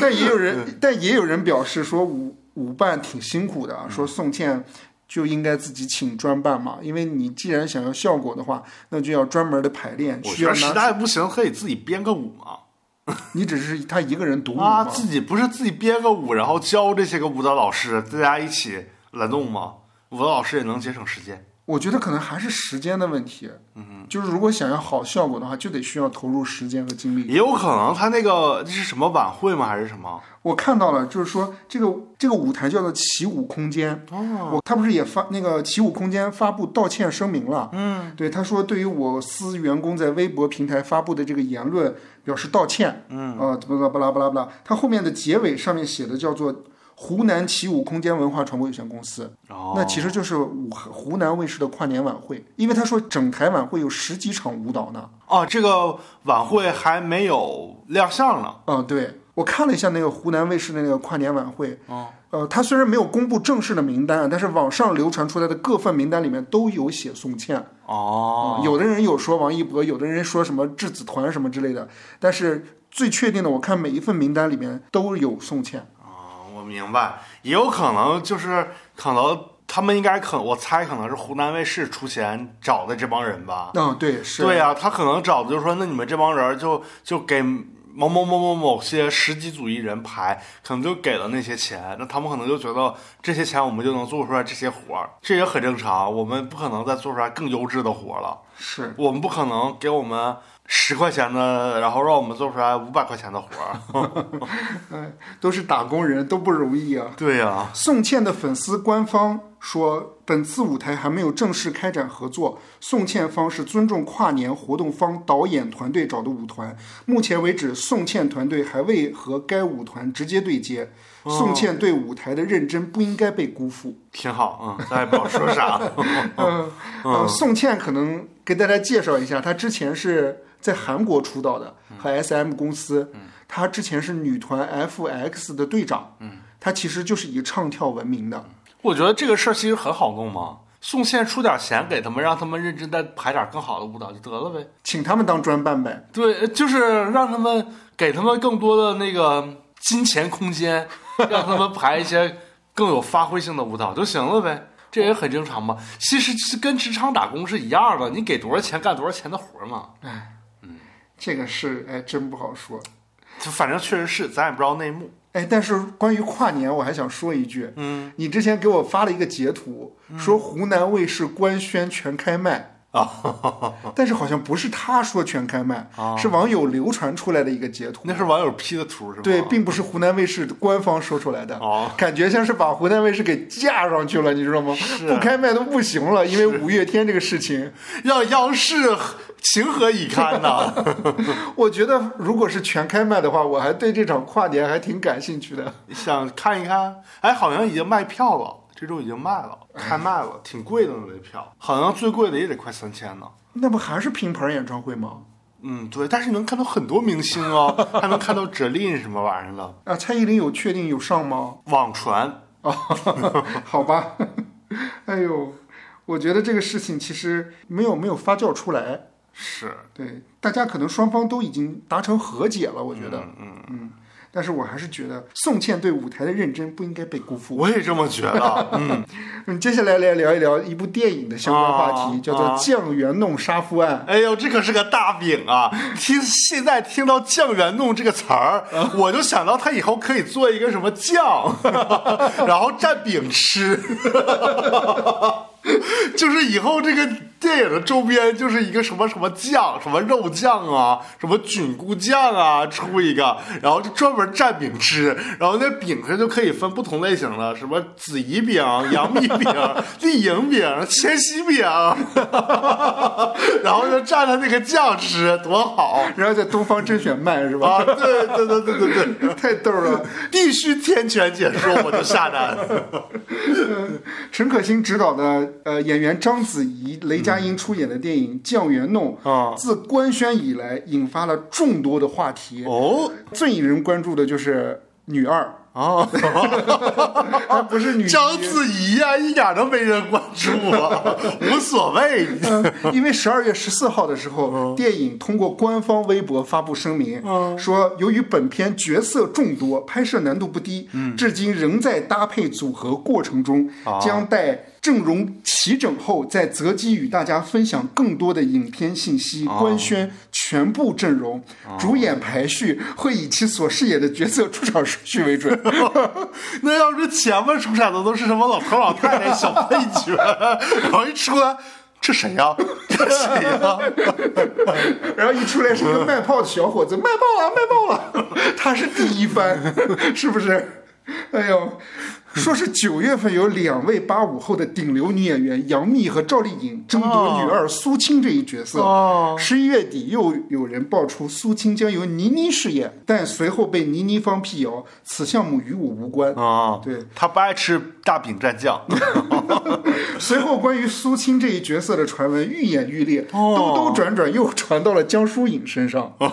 但也有人，但也有人表示说舞舞伴挺辛苦
嗯
的啊，说宋茜。就应该自己请专伴嘛，因为你既然想要效果的话，那就要专门的排练，
我
需
觉
要
得实
拿。
在不行可以自己编个舞嘛。
你只是他一个人独舞
啊，
嘛，
自己不是自己编个舞，然后教这些个舞蹈老师，大家一起来弄吗？舞蹈老师也能节省时间。
我觉得可能还是时间的问题。嗯，就是如果想要好效果的话，就得需要投入时间和精力。
也有可能他那个这是什么晚会吗？还是什么？
我看到了，就是说这个这个舞台叫做起舞空间。哦，我他不是也发那个起舞空间发布道歉声明了？嗯，对，他说对于我司员工在微博平台发布的这个言论表示道歉。嗯，啊、巴拉巴拉巴拉巴拉，他后面的结尾上面写的叫做。湖南起舞空间文化传播有限公司，
哦，
那其实就是武湖南卫视的跨年晚会，因为他说整台晚会有十几场舞蹈呢。
哦，这个晚会还没有亮相呢。
嗯，对我看了一下那个湖南卫视的那个跨年晚会，
哦
呃，他虽然没有公布正式的名单，啊但是网上流传出来的各份名单里面都有写宋茜。
哦，
嗯有的人有说王一博，有的人说什么质子团什么之类的，但是最确定的，我看每一份名单里面都有宋茜。
啊，我明白，也有可能就是可能他们应该可，我猜可能是湖南卫视出钱找的这帮人吧。
嗯，对，是，
啊对呀、他可能找的就是说，那你们这帮人就就给某某某某某些十几组艺人排，可能就给了那些钱，那他们可能就觉得这些钱我们就能做出来这些活儿，这也很正常。我们不可能再做出来更优质的活儿了，
是。
我们不可能给我们十块钱的，然后让我们做出来五百块钱的活儿。
都是打工人，都不容易啊。
对呀、
宋茜的粉丝官方说，本次舞台还没有正式开展合作，宋茜方是尊重跨年活动方导演团队找的舞团。目前为止，宋茜团队还未和该舞团直接对接。宋茜对舞台的认真不应该被辜负。
挺好，嗯，咱也不知道说啥。
嗯，呃宋茜可能给大家介绍一下，她之前是在韩国出道的，和 S.M 公司。她之前是女团 F.X 的队长。嗯，她其实就是以唱跳闻名的。
我觉得这个事儿其实很好弄嘛，宋茜出点钱给他们，让他们认真再排点更好的舞蹈就得了呗。呃
请他们当专办呗。
对，就是让他们给他们更多的那个
金钱空 间，让他们排一些更有发挥性的舞蹈就行了呗。这也很正常嘛，其实是跟职场打工是一样的，你给多少钱干多少钱的活儿嘛。
这个事哎真不好说。
就反正确实是，咱也不知道内幕。
哎，但是关于跨年，我还想说一句，嗯，你之前给我发了一个截图，说湖南卫视官宣全开卖啊，但是好像不是他说全开卖，是网友流传出来的一个截图
那，是网友 P 的图是吗？
对，并不是湖南卫视官方说出来的，
哦
感觉像是把湖南卫视给架上去了，你知道吗？不开卖都不行了，因为五月天这个事情，
让央视情何以堪 呐！
我觉得如果是全开卖的话，我还对这场跨年还挺感兴趣的。
想看一看，哎，好像已经卖票了，这周已经卖了，开卖了，挺贵的那个票，好像最贵的也得快三千呢。
那不还是拼盘演唱会吗？
嗯，对，但是能看到很多明星哦，还能看到哲林什么玩意儿的。
啊，蔡依林有确定有上吗？
网传
啊， 好吧， 哎呦，我觉得这个事情其实没有没有发酵出来，
是，
对，大家可能双方都已经达成和解了，我觉得，嗯嗯但是我还是觉得宋茜对舞台的认真不应该被辜负。
我也这么觉得。 嗯，
嗯，接下来来聊一聊一部电影的相关话题，
啊
叫做
啊
《酱园弄杀夫案》。
哎呦，这可是个大饼啊！听现在听到“酱园弄”这个词儿，我就想到他以后可以做一个什么酱，然后蘸饼吃。 就是以后这个电影的周边就是一个什么什么酱，什么肉酱啊，什么菌菇酱啊，出一个，然后就专门蘸饼吃，然后那饼它就可以分不同类型了，什么紫怡饼、杨幂饼、丽颖饼、千禧饼，然后就蘸着那个酱吃，多好
然后在东方甄选卖是吧？
啊！对对对对对对，
太逗了！
必须天权解说，我就下单。
陈可辛执导的呃演员章子怡、雷佳音出演的电影《酱园弄》
啊
自官宣以来引发了众多的话题。
哦
最引人关注的就是女二，
哦，
还不是女一
章子怡呀、一点都没人关注我，无所谓。
因为十二月十四号的时候，电影通过官方微博发布声明，说由于本片角色众多，拍摄难度不低，至今仍在搭配组合过程中，将待阵容齐整后再择机与大家分享更多的影片信息，官宣全部阵容，主演排序会以其所饰演的角色出场顺序为准。
那要是前面出场的都是什么老头老太太、小配角，然后一出来，这谁呀、这谁呀、
然后一出来是一个卖炮的小伙子，卖爆了，卖爆了， 他是第一番，是不是？哎呦，说是九月份有两位八五后的顶流女演员杨幂和赵丽颖争夺女二苏青这一角色
哦。
十一月底又有人爆出苏青将由倪妮饰演，但随后被倪妮方辟谣，此项目与我无关。
啊
对，
他不爱吃大饼蘸酱。
随后关于苏青这一角色的传闻愈演愈烈，
哦
兜兜转转又传到了江疏影身上。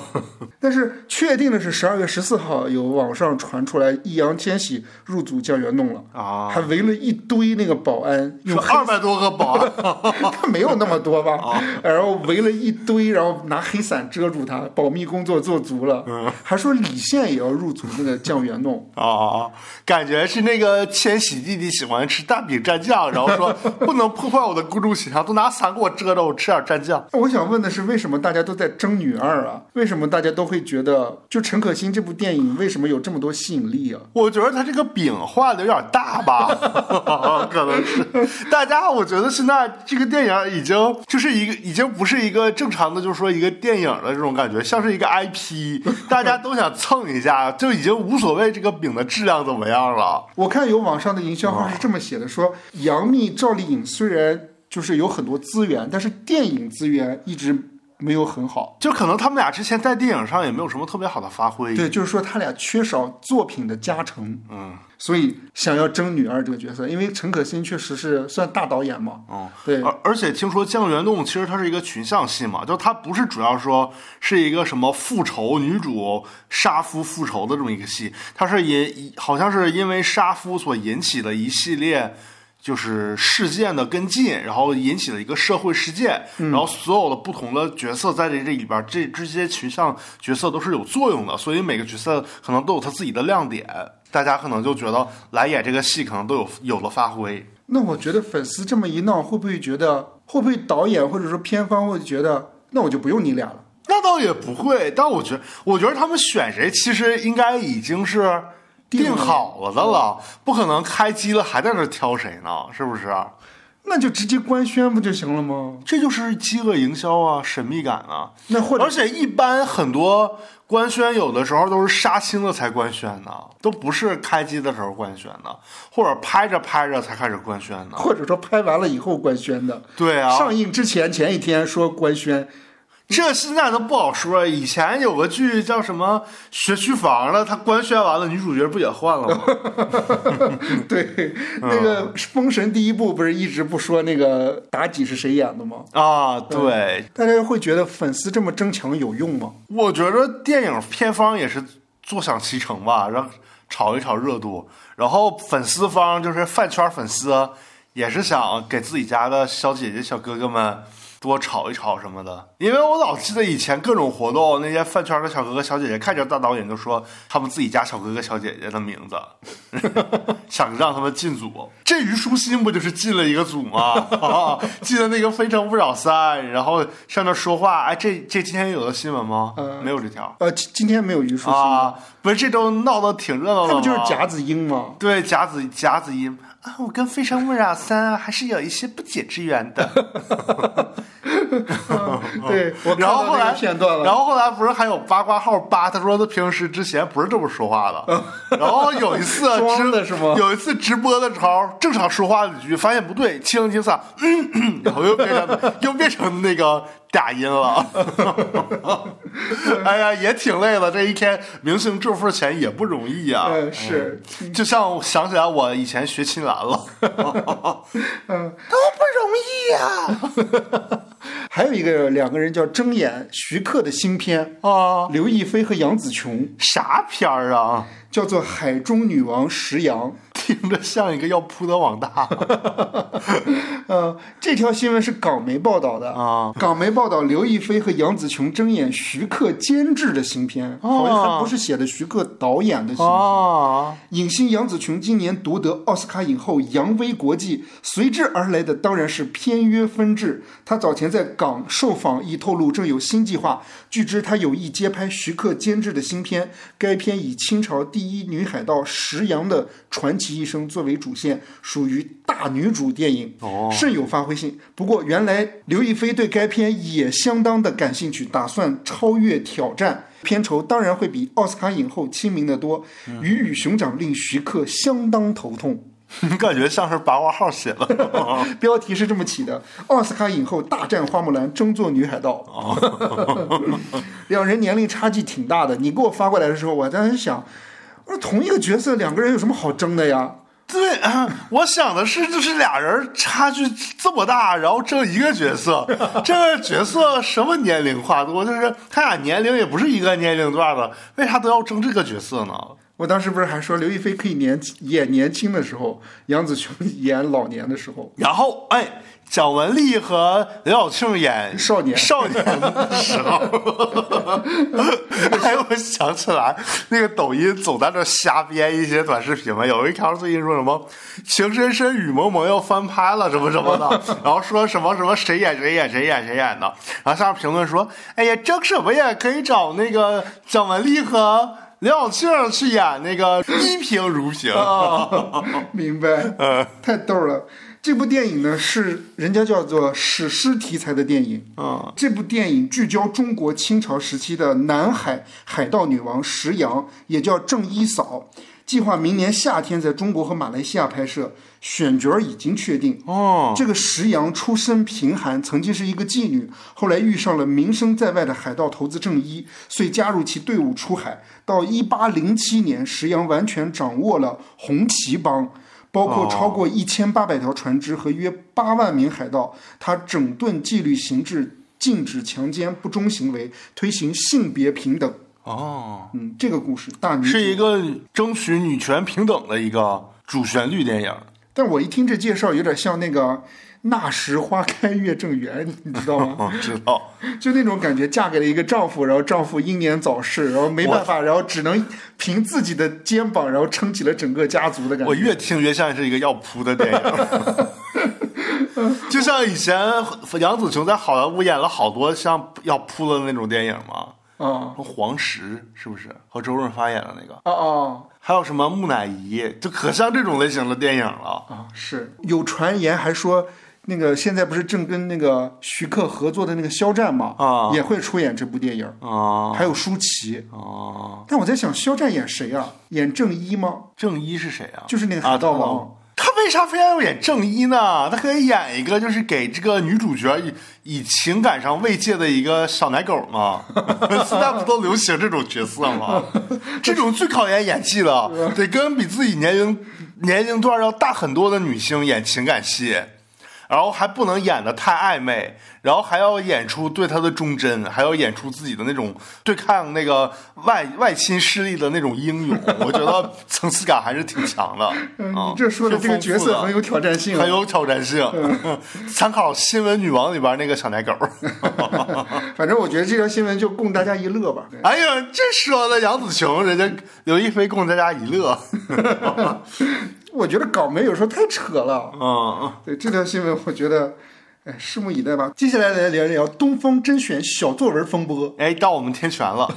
但是确定的是，十二月十四号有网上传出来易烊千玺入组酱园弄了
啊
还围了一堆那个保安，用
说二百啊多个保安，
他没有那么多吧？然后围了一堆，然后拿黑伞遮住他，保密工作做足了。
嗯
还说李现也要入组那个酱园弄。
啊，感觉是那个千玺弟弟喜欢吃大饼蘸酱，然后说不能破坏我的公众形象，都拿伞给我遮着，我吃点蘸酱。
我想问的是，为什么大家都在争女二啊？为什么大家都会觉得，就陈可辛这部电影为什么有这么多吸引力啊？
我觉得他这个饼画的有点大吧， 可能是。大家，我觉得现在这个电影已经就是一个，已经不是一个正常的，就是说一个电影的这种感觉，像是一个 IP，大家都想蹭一下，就已经无所谓这个饼的质量怎么样了。
我看有网上的营销号是这么写的，说杨幂、赵丽颖虽然就是有很多资源，但是电影资源一直没有很好。
就可能他们俩之前在电影上也没有什么特别好的发挥。
对，就是说他俩缺少作品的加成，
嗯，
所以想要争女二这个角色，因为陈可辛确实是算大导演嘛，
哦，
对，
而而且听说《酱园弄》其实它是一个群像戏嘛，就它不是主要说是一个什么复仇女主杀夫复仇的这么一个戏，它是因好像是因为杀夫所引起的一系列就是事件的跟进，然后引起了一个社会事件，然后所有的不同的角色在这这里边，这这些群像角色都是有作用的，所以每个角色可能都有他自己的亮点，大家可能就觉得来演这个戏可能都有有了发挥。
那我觉得粉丝这么一闹，会不会觉得，会不会导演或者说片方会觉得，那我就不用你俩了？
那倒也不会，但我觉得，我觉得他们选谁其实应该已经是定好了的了，
嗯
不可能开机了还在那挑谁呢？是不是？
那就直接官宣不就行了吗？
这就是饥饿营销啊，神秘感啊。
那或者
而且一般很多官宣有的时候都是杀青了才官宣的，都不是开机的时候官宣的，或者拍着拍着才开始官宣的。
或者说拍完了以后官宣的，
对啊，
上映之前前一天说官宣，
这现在都不好说。以前有个剧叫什么《学区房》了，它官宣完了，女主角不也换了吗？嗯
对，那个《封神》第一部不是一直不说那个妲己是谁演的吗？
啊，对，
大家会觉得粉丝这么争抢有用吗？
我觉得电影片方也是坐享其成吧，让炒一炒热度，然后粉丝方就是饭圈粉丝也是想给自己家的小姐姐小哥哥们。多炒一炒什么的，因为我老记得以前各种活动，那些饭圈的小哥哥小姐姐看见大导演就说他们自己家小哥哥小姐姐的名字，想让他们进组。这虞书欣不就是进了一个组吗？ 啊、进了那个《非诚勿扰三》，然后上那说话。哎，这这今天有的新闻吗？没有这条
呃，今今天没有虞书欣，
啊，不是这周闹得挺热闹的
他
吗？
不就是贾子英吗？
对贾子贾子英啊，我跟《非诚勿扰三》还是有一些不解之缘的。
对，我看
嗯然后
到
后
那
来
个片段了。
然后后来不是还有八卦号八？他说他平时之前不是这么说话的。 然后有一次
嗯 装的
直
是吗
有一次直播的时候，正常说话的一句，发现不对，清了清嗓，嗯嗯，然后又变成又变成那个嗲音了。 哎呀，也挺累的，这一天明星挣份钱也不容易啊。
嗯，是，
就像我想起来我以前学秦岚了，
嗯，
都不容
啊 还有一个两个人叫睁眼，徐克的新片，
易啊！啊，
刘亦菲和杨紫琼，
啥片儿啊？
叫做《海中女王石羊》。
听着像一个要扑的网大
呃，这条新闻是港媒报道的。
啊！
港媒报道，刘亦菲和杨紫琼睁眼徐克监制的新片，好像还不是写的徐克导演的新片。
啊，
影星杨紫琼今年夺得奥斯卡影后，扬威国际，随之而来的当然是片约分制。她早前在港受访亦透露正有新计划，据知她有意接拍徐克监制的新片，该片以清朝第一女海盗石洋的传奇一生作为主线，属于大女主电影，甚有发挥性。不过，原来刘亦菲对该片也相当的感兴趣，打算超越挑战。片酬当然会比奥斯卡影后亲民的多，鱼与熊掌令徐克相当头痛。
你感觉像是八卦号写 啊的
标题是这么起的：奥斯卡影后大战花木兰，争做女海盗。 两人年龄差距挺大的，你给我发过来的时候，我当时想，我说同一个角色，两个人有什么好争的呀？
对， 啊我想的是，就是俩人差距这么大，然后争一个角色， 这个角色什么年龄跨度？就是他俩年龄也不是一个年龄段的，为啥都要争这个角色呢？
我当时不是还说刘亦菲可以年轻演年轻的时候，杨紫琼演老年的时候，
然后，哎，蒋雯丽和刘晓庆演
少年
少年的时候， 哎，我想起来，那个抖音总在这瞎编一些短视频嘛，有一条最近说什么《情深深雨蒙蒙》要翻拍了什么什么 的，然后说什么什么谁演谁演谁演谁演的，然后下面评论说，哎呀，争什么呀？可以找那个蒋雯丽和刘晓庆去演那个一评如评。
哦明白？太逗了。这部电影呢是人家叫做史诗题材的电影，
嗯
这部电影聚焦中国清朝时期的南海海盗女王石洋，也叫郑一嫂。计划明年夏天在中国和马来西亚拍摄，选角已经确定。
哦，
这个石洋出身贫寒，曾经是一个妓女，后来遇上了名声在外的海盗头子郑一，遂加入其队伍出海。到一八零七年，石洋完全掌握了红旗帮。包括超过一千八百条船只和约八万名海盗，他整顿纪律行制，禁止强奸、不忠行为，推行性别平等。
哦。
嗯，这个故事大女主
是一个争取女权平等的一个主旋律电影。
但我一听这介绍，有点像那个“那时花开月正圆”，你知道吗？
我知道。
就那种感觉，嫁给了一个丈夫，然后丈夫英年早逝，然后没办法，然后只能凭自己的肩膀，然后撑起了整个家族的感
我
觉。
越听越像是一个要扑的电影， 就像以前杨紫琼在好莱坞演了好多像要扑的那种电影嘛，
啊
什么黄石是不是和周润发演的那个，
啊啊
还有什么木乃伊，就可像这种类型的电影了。
啊！是有传言还说，那个现在不是正跟那个徐克合作的那个肖战嘛，
啊
也会出演这部电影，
啊
还有舒淇。
啊，
但我在想，肖战演谁啊？演正一吗？
正一是谁啊？
就是那个
啊
海盗
盗
王
王。他为啥非要演正一呢？他可以演一个就是给这个女主角以以情感上慰藉的一个小奶狗嘛。 现在不都流行这种角色 吗？这种最考验演技了，得跟比自己年龄年龄段要大很多的女星演情感戏，然后还不能演的太暧昧，然后还要演出对她的忠贞，还要演出自己的那种对抗那个外外侵势力的那种 英勇。我觉得层次感还是挺强的。
嗯，
啊
你这说的这个角
挺丰富哎
色很有挑嗯战性啊
很。有挑战性，参考《新闻女王》里边那个小奶狗。
反正我觉得这条新闻就供大家一乐吧。
哎呀，这说的杨紫琼，人家刘亦菲供大家一乐。
我觉得搞媒有时候太扯了。
嗯，
对这条新闻，我觉得，哎，拭目以待吧。接下来来聊一聊东方甄选小作文风波。
哎，到我们天权了。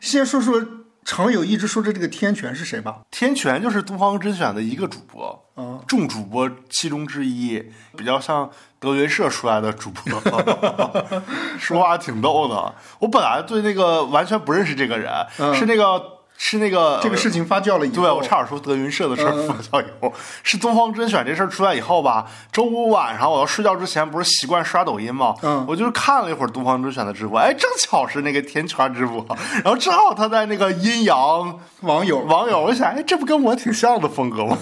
先说说常有一直说着这个天权是谁吧。
天权就是东方甄选的一个主播，
啊、
众主播其中之一，比较像德云社出来的 主播，说话挺逗的。我本来对那个完全不认识这个人，是那个是那个
嗯这个事情发酵了以后，嗯
对，我差点说德云社的事儿发酵以后，是东方甄选这事儿出来以后吧，周五晚上我要睡觉之前不是习惯刷抖音吗？
嗯
我就是看了一会儿东方甄选的直播，哎，正巧是那个天权直播，然后正好他在那个阴阳
网友。
网友，我想，哎，这不跟我挺像的风格吗？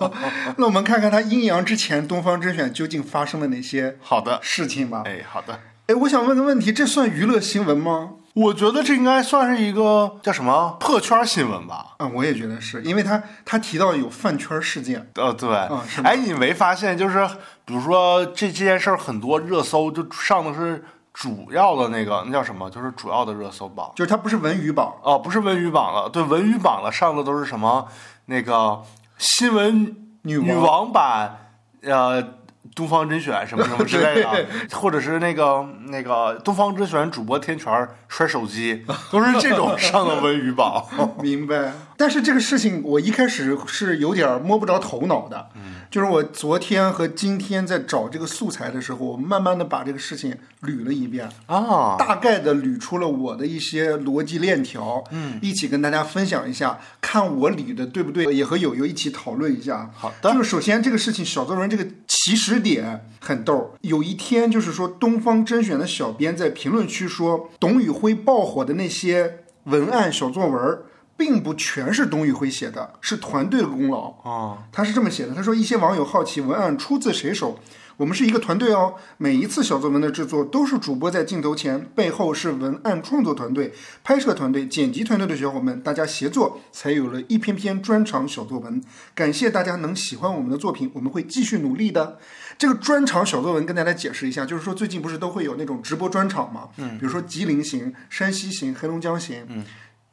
那我们看看他阴阳之前东方甄选究竟发生了哪些
好的，
事情吧。
哎，好的，
哎，我想问个问题，这算娱乐新闻吗？
我觉得这应该算是一个叫什么破圈新闻吧。
啊，我也觉得是，因为他他提到有饭圈事件，
呃，对，
嗯是吗
哎，你没发现就是，比如说这这件事儿，很多热搜就上的是主要的那个，那叫什么？就是主要的热搜榜
就是他不是文娱榜，
哦、不是文娱榜了，对，文娱榜了上的都是什么？那个新闻
女
女
王
王版，呃，东方甄选什么什么之 类的，或者是那个那个东方甄选主播天权儿摔手机，都是这种上的文娱 榜。
明白。但是这个事情我一开始是有点摸不着头脑的，就是我昨天和今天在找这个素材的时候，我慢慢的把这个事情捋了一遍，
啊，
大概的捋出了我的一些逻辑链条，嗯，一起跟大家分享一下，看我捋的对不对，也和友友一起讨论一下。
好的
就是首先这个事情，小作文这个起始点很逗儿。有一天，就是说东方甄选的小编在评论区说，董宇辉爆火的那些文案小作文儿。并不全是董宇辉写的，是团队的功劳。
啊，
他是这么写的：他说，一些网友好奇文案出自谁手，我们是一个团队哦，每一次小作文的制作都是主播在镜头前，背后是文案创作团队、拍摄团队、剪辑团队的小伙伴，大家协作，才有了一篇篇专场小作文。感谢大家能喜欢我们的作品，我们会继续努力的。这个专场小作文跟大家解释一下，就是说最近不是都会有那种直播专场嘛，嗯，比如说吉林行、山西行、黑龙江行，嗯，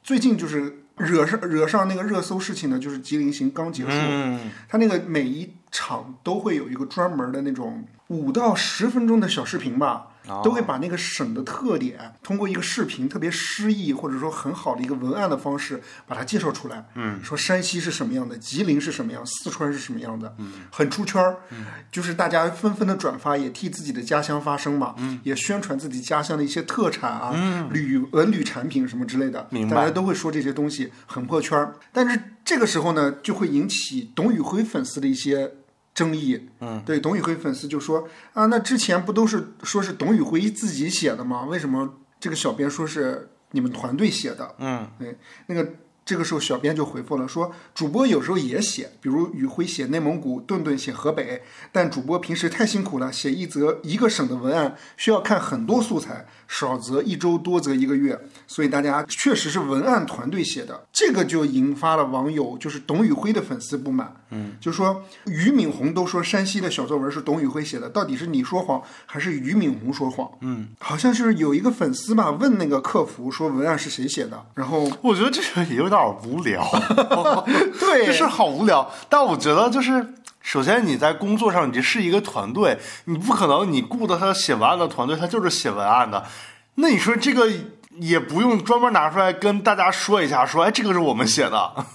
最近就是惹上惹上那个热搜事情的，就是吉林行刚结束，
嗯，
他那个每一场都会有一个专门的那种五到十分钟的小视频吧，都会把那个省的特点通过一个视频特别诗意或者说很好的一个文案的方式把它介绍出来。嗯，说山西是什么样的，吉林是什么样，四川是什么样的，嗯，很出圈儿。嗯，就是大家纷纷的转发，也替自己的家乡发声嘛，嗯，也宣传自己家乡的一些特产啊，嗯，旅文旅产品什么之类的，
明白
大家都会说这些东西很破圈儿。但是这个时候呢，就会引起董宇辉粉丝的一些争议。嗯，对，董宇辉粉丝就说啊，那之前不都是说是董宇辉自己写的吗？为什么这个小编说是你们团队写的？哎
嗯，
对，那个。这个时候，小编就回复了说，主播有时候也写，比如宇辉写内蒙古，顿顿写河北，但主播平时太辛苦了，写一则一个省的文案需要看很多素材，少则一周，多则一个月，所以大家确实是文案团队写的，这个就引发了网友就是董宇辉的粉丝不满，嗯，就说俞敏洪都说山西的小作文是董宇辉写的，到底是你说谎还是俞敏洪说谎？嗯，好像是有一个粉丝吧问那个客服说文案是谁写的，然后
我觉得这个也有点无 聊，
对
这事儿好无聊。但我觉得就是，首先你在工作上，你这是一个团队，你不可能你雇的他写文案的团队，他就是写文案的。那你说这个也不用专门拿出来跟大家说一下，说哎，这个是我们写的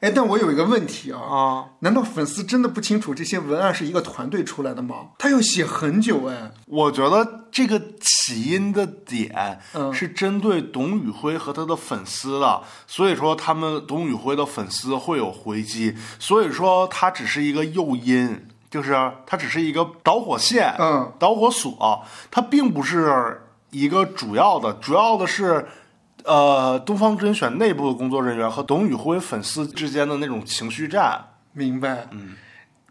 哎，但我有一个问题啊，
啊。
难道粉丝真的不清楚这些文案是一个团队出来的吗？他要写很久哎，
我觉得这个起因的点
嗯
是针对董宇辉和他的粉丝的，所以说他们董宇辉的粉丝会有回击，所以说他只是一个诱因，就是他只是一个导火线，
嗯，
导火索，它并不是一个主要的，主要的是。呃，东方甄选内部的工作人员和董宇辉粉丝之间的那种情绪战，
明白。嗯。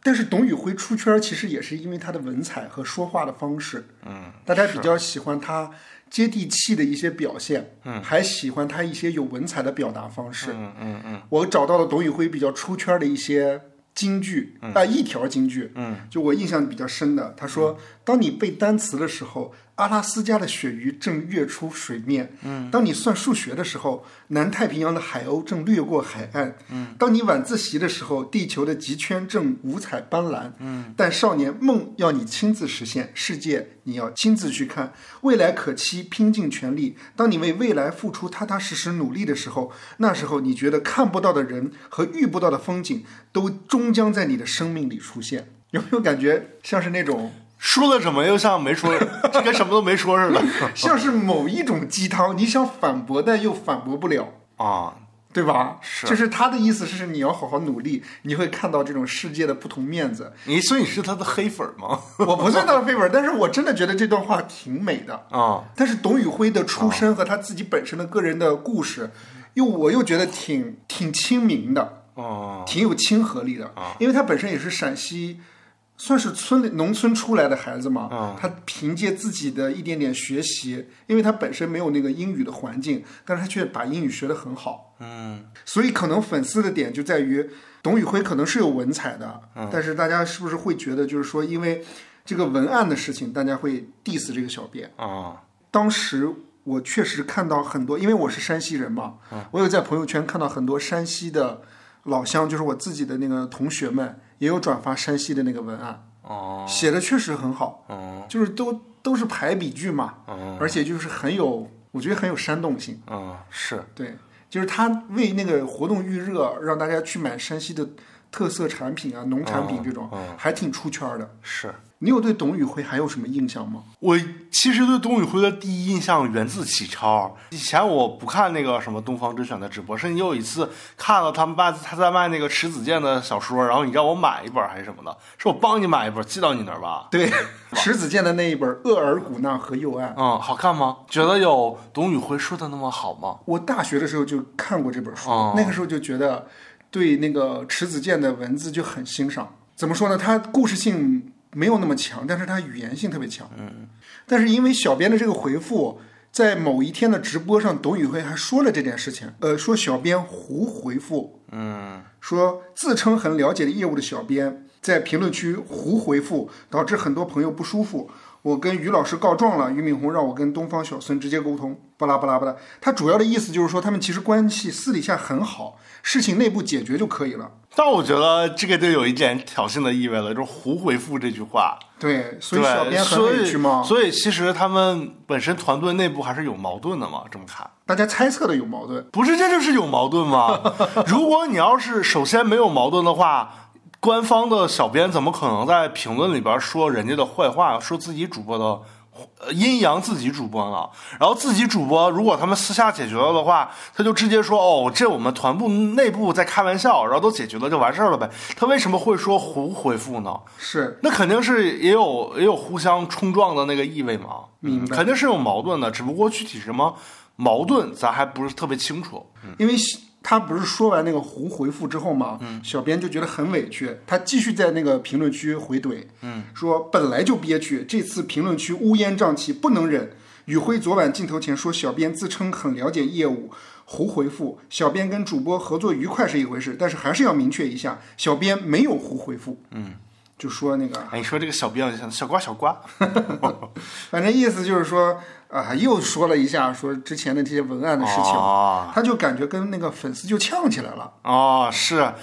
但是董宇辉出圈其实也是因为他的文采和说话的方式，嗯，大家比较喜欢他接地气的一些表现，嗯，还喜欢他一些有文采的表达方式，嗯嗯嗯。我找到了董宇辉比较出圈的一些金句，啊、一条金句，嗯，就我印象比较深的，他说：“当你背单词的时候，阿拉斯加的鳕鱼正跃出水面；嗯，当你算数学的时候，南太平洋的海鸥正掠过海岸；嗯，当你晚自习的时候，地球的极圈正五彩斑斓。嗯，但少年梦要你亲自实现，世界你要亲自去看，未来可期，拼尽全力。当你为未来付出踏踏实实努力的时候，那时候你觉得看不到的人和遇不到的风景，都终将在你的生命里出现。有没有感觉像是那种？
说了什么又像 没说，就跟什么都没说似的
像是某一种鸡汤，你想反驳但又反驳不了，
啊。
对吧？
是
就是他的意思是你要好好努力，你会看到这种世界的不同面子。
你所以你是他的黑粉 吗？
我不算他的绯闻，但是我真的觉得这段话挺美的。
啊，
但是董宇辉的出身和他自己本身的个人的故事，又我又觉得挺挺亲民的，
哦，
挺有亲和力的，因为他本身也是陕西。算是村里农村出来的孩子嘛，他凭借自己的一点点学习，因为他本身没有那个英语的环境，但是他却把英语学得很好，
嗯，
所以可能粉丝的点就在于董宇辉可能是有文采的，但是大家是不是会觉得就是说，因为这个文案的事情，大家会 diss 这个小编？
啊，
当时我确实看到很多，因为我是山西人嘛，我有在朋友圈看到很多山西的老乡，就是我自己的那个同学们，也有转发山西的那个文案，
哦，
写的确实很好，
哦，
就是都都是排比句嘛，
哦，
而且就是很有，我觉得很有煽动性，
嗯，是，
对，就是他为那个活动预热，让大家去买山西的特色产品啊、农产品这种，还挺出圈的。
是。
你有对董宇辉还有什么印象吗？
我其实对董宇辉的第一印象源自启超。以前我不看那个什么东方甄选的直播，甚至有一次看了他们卖他在卖那个迟子建的小说，然后你让我买一本还是什么的，是我帮你买一本寄到你那儿吧？
对，迟子建的那一本《额尔古纳河右岸》，
嗯，好看吗？觉得有董宇辉说的那么好吗？
我大学的时候就看过这本书，
哦
那个时候就觉得对那个迟子建的文字就很欣赏。怎么说呢？他故事性没有那么强，但是他语言性特别强。嗯，但是因为小编的这个回复，在某一天的直播上，董宇辉还说了这件事情。呃，说小编胡回复，嗯，说自称很了解业务的小编在评论区胡回复，导致很多朋友不舒服。我跟于老师告状了，俞敏洪让我跟东方小孙直接沟通，巴拉巴拉巴拉。他主要的意思就是说，他们其实关系私底下很好，事情内部解决就可以了。
但我觉得这个就有一点挑衅的意味了，就是胡回复这句话。
对，所
对，
以小编很委屈嘛，
所以？所以其实他们本身团队内部还是有矛盾的嘛，这么看。
大家猜测的有矛盾。
不是，这就是有矛 盾吗？如果你要是首先没有矛盾的话，官方的小编怎么可能在评论里边说人家的坏话，说自己主播的呃阴阳自己主播呢？然后自己主播如果他们私下解决了的话，他就直接说哦，这我们团部内部在开玩笑，然后都解决了就完事儿了呗。他为什么会说胡回复呢？
是，
那肯定是也有也有互相冲撞的那个意味嘛，
明白
肯定是有矛盾的，只不过具体什么矛盾咱还不是特别清楚。
因为他不是说完那个胡回复之后嘛，小编就觉得很委屈，他继续在那个评论区回怼，嗯，说本来就憋屈，这次评论区乌烟瘴气，不能忍。宇辉昨晚镜头前说，小编自称很了解业务。胡回复，小编跟主播合作愉快是一回事，但是还是要明确一下，小编没有胡回复。嗯，就说那个
哎，你说这个小编我就想小瓜小瓜，
反正意思就是说，啊、又说了一下说之前的这些文案的事情，
哦
他就感觉跟那个粉丝就呛起来了。
哦，是，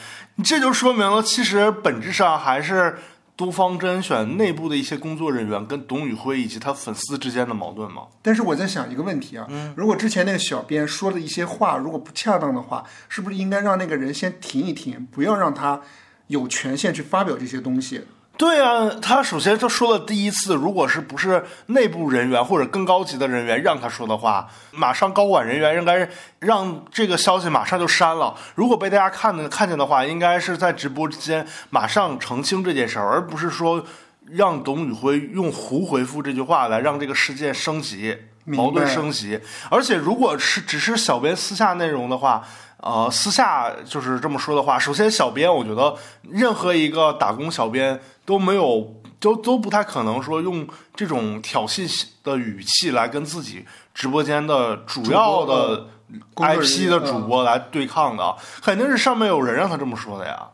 这就说明了，其实本质上还是都方甄选内部的一些工作人员跟董宇辉以及他粉丝之间的矛盾嘛。
但是我在想一个问题啊，
嗯
如果之前那个小编说的一些话如果不恰当的话，是不是应该让那个人先停一停，不要让他有权限去发表这些东西？
对啊，他首先就说了第一次，如果是不是内部人员或者更高级的人员让他说的话，马上高管人员应该让这个消息马上就删了。如果被大家看的看见的话，应该是在直播之间马上澄清这件事儿，而不是说让董宇辉用“胡回复”这句话来让这个事件升级，
明白
矛盾升级。而且如果是只是小编私下内容的话，呃，私下就是这么说的话，首先小编我觉得任何一个打工小编都没有。都都不太可能说用这种挑衅的语气来跟自己直播间的主要的
工作人员
IP 的主播来对抗的，肯定是上面有人让他这么说的呀。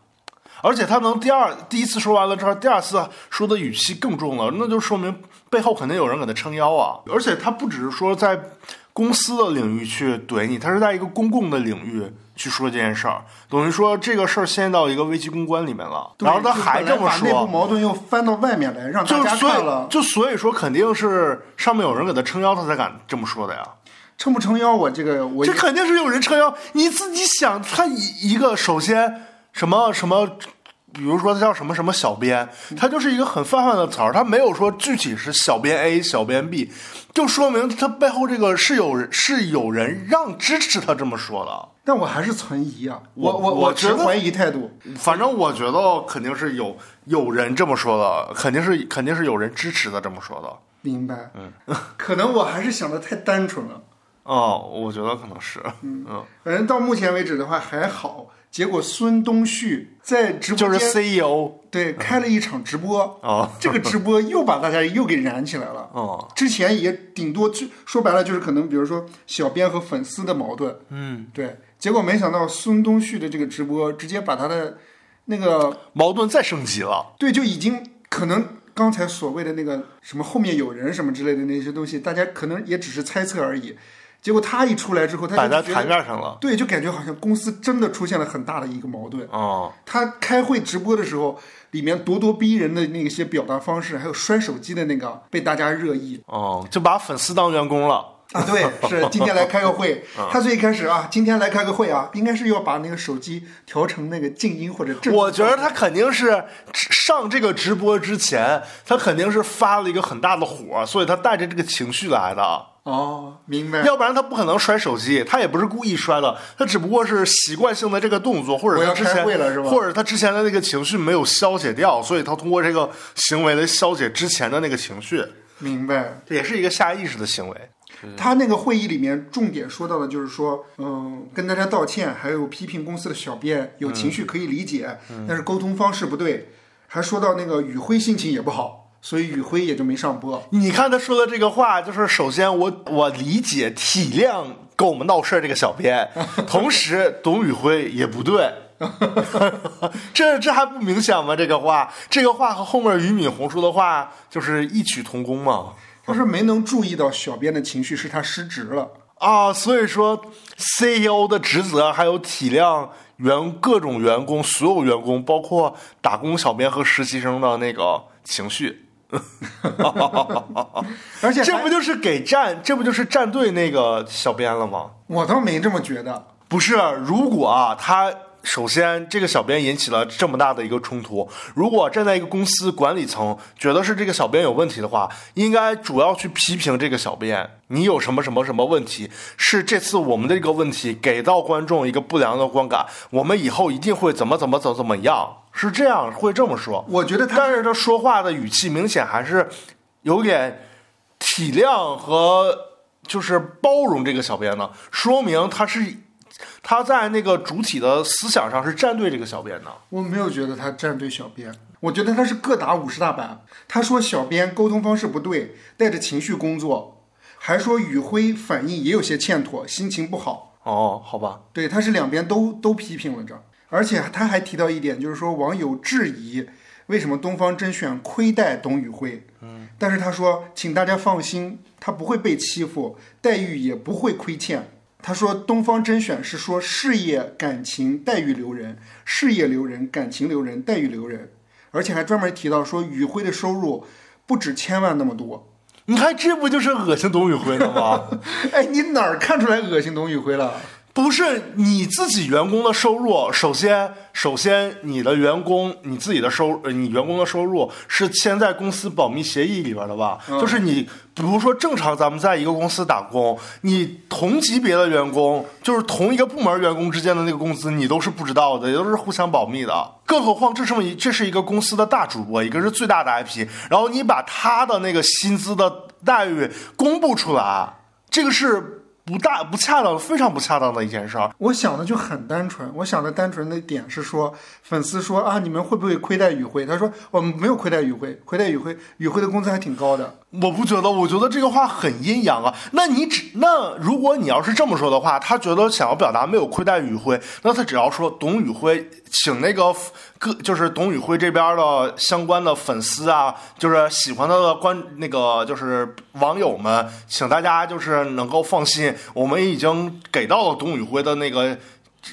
而且他能第二第一次说完了之后，第二次说的语气更重了，那就说明背后肯定有人给他撑腰啊。而且他不只是说在公司的领域去怼你，他是在一个公共的领域去说这件事儿，等于说这个事儿陷到一个危机公关里面了。
对
然后他还这么
就本来把内部
说，
矛盾又翻到外面来，让大
就
家
所
看
以
了。
就所以说肯定是上面有人给他撑腰，他才敢这么说的呀。
撑不撑腰，我这个我
这肯定是有人撑腰。你自己想，他一一个首先什么什么，比如说他叫什么什么小编，他就是一个很泛泛的词儿，他没有说具体是小编 A、小编 B，就说明他背后这个是有人是有人让支持他这么说的。
但我还是存疑啊，
我
我
我觉
持
得
怀疑态度。
反正我觉得肯定是有有人这么说的，肯定是肯定是有人支持他这么说的。
明白，嗯， 可能我还是想的太单纯了。
哦，我觉得可能是，嗯，
反正到目前为止的话还好，结果孙东旭在直播
就
间
是 E 嗯 CEO
对开了一场直播，
哦
这个直播又把大家又给燃起来了。
哦，
之前也顶多就说白了就是可能比如说小编和粉丝的矛盾，嗯，对。结果没想到孙东旭的这个直播直接把他的那个
矛盾再升级了。
对就已经可能。刚才所谓的那个什么后面有人什么之类的那些东西，大家可能也只是猜测而已。结果他一出来之后，他
摆
就
在
觉得
台面上了。
对，就感觉好像公司真的出现了很大的一个矛盾。
哦，
他开会直播的时候，里面咄咄逼人的那些表达方式，还有摔手机的那个，被大家热议
哦，就把粉丝当员工了。
啊。 对，是今天来开个会，他最一开始啊，今天来开个会啊，应该是要把那个手机调成那个静音或者正。
我觉得他肯定是上这个直播之前，他肯定是发了一个很大的火，所以他带着这个情绪来的。啊
哦，明白。
要不然他不可能摔手机，他也不是故意摔的，他只不过是习惯性的这个动作，或者
我要
他之前
开会了是吧
或者他之前的那个情绪没有消解掉，所以他通过这个行为来消解之前的那个情绪，
明白。
这也是一个下意识的行为。
他那个会议里面重点说到的就是说，嗯，跟大家道歉，还有批评公司的小编有情绪可以理解，但是沟通方式不对，还说到那个宇辉心情也不好，所以宇辉也就没上播。
你看他说的这个话，就是首先我我理解体谅跟我们闹事儿这个小编，同时董宇辉也不对， 这这还不明显吗？这个话，这个话和后面俞敏洪说的话就是异曲同工嘛。
他说没能注意到小编的情绪是他失职了。
啊，所以说 CEO 的职责还有体谅员各种员工，所有员工，包括打工小编和实习生的那个情绪。
而且
这
还
不就是给战，这不就是战队那个小编了吗？
我倒没这么觉得。
不是，如果啊，他首先这个小编引起了这么大的一个冲突，如果站在一个公司管理层觉得是这个小编有问题的话，应该主要去批评这个小编，你有什么什么什么问题？是这次我们的这个问题给到观众一个不良的观感，我们以后一定会怎么怎么怎么怎么样，是这样会这么说。
我觉得他
但是他说话的语气明显还是有点体谅和就是包容这个小编呢，说明他是他在那个主体的思想上是站队这个小编的。
我没有觉得他站对小编，我觉得他是各打五十大板。他说小编沟通方式不对，带着情绪工作，还说宇辉反应也有些欠妥，心情不好。
哦，好吧，
对，他是两边都都批评了这，而且他还提到一点，就是说网友质疑为什么东方甄选亏待董宇辉。嗯，但是他说，请大家放心，他不会被欺负，待遇也不会亏欠。他说，东方甄选是说事业、感情、待遇留人，事业留人，感情留人，待遇留人，而且还专门提到说宇辉的收入不止千万那么多。
你看这不就是恶心董宇辉了吗？
哎，你哪儿看出来恶心董宇辉了？
不是你自己员工的收入，首先，首先你的员工你自己的收，呃你员工的收入是签在公司保密协议里边的吧？就是你，比如说正常咱们在一个公司打工，你同级别的员工，就是同一个部门员工之间的那个工资，你都是不知道的，也都是互相保密的。更何况这是么一这是一个公司的大主播，一个是最大的 IP，然后你把他的那个薪资的待遇公布出来，这个是。不大不恰当，非常不恰当的一件事儿。
我想的就很单纯，我想的单纯的点是说，粉丝说啊，你们会不会亏待宇辉？他说我们没有亏待宇辉，亏待宇辉，宇辉的工资还挺高的。
我不觉得，我觉得这个话很阴阳啊。那你只那如果你要是这么说的话，他觉得想要表达没有亏待宇辉，那他只要说董宇辉，请那个各就是董宇辉这边的相关的粉丝啊，就是喜欢他的观那个就是网友们，请大家就是能够放心，我们已经给到了董宇辉的那个。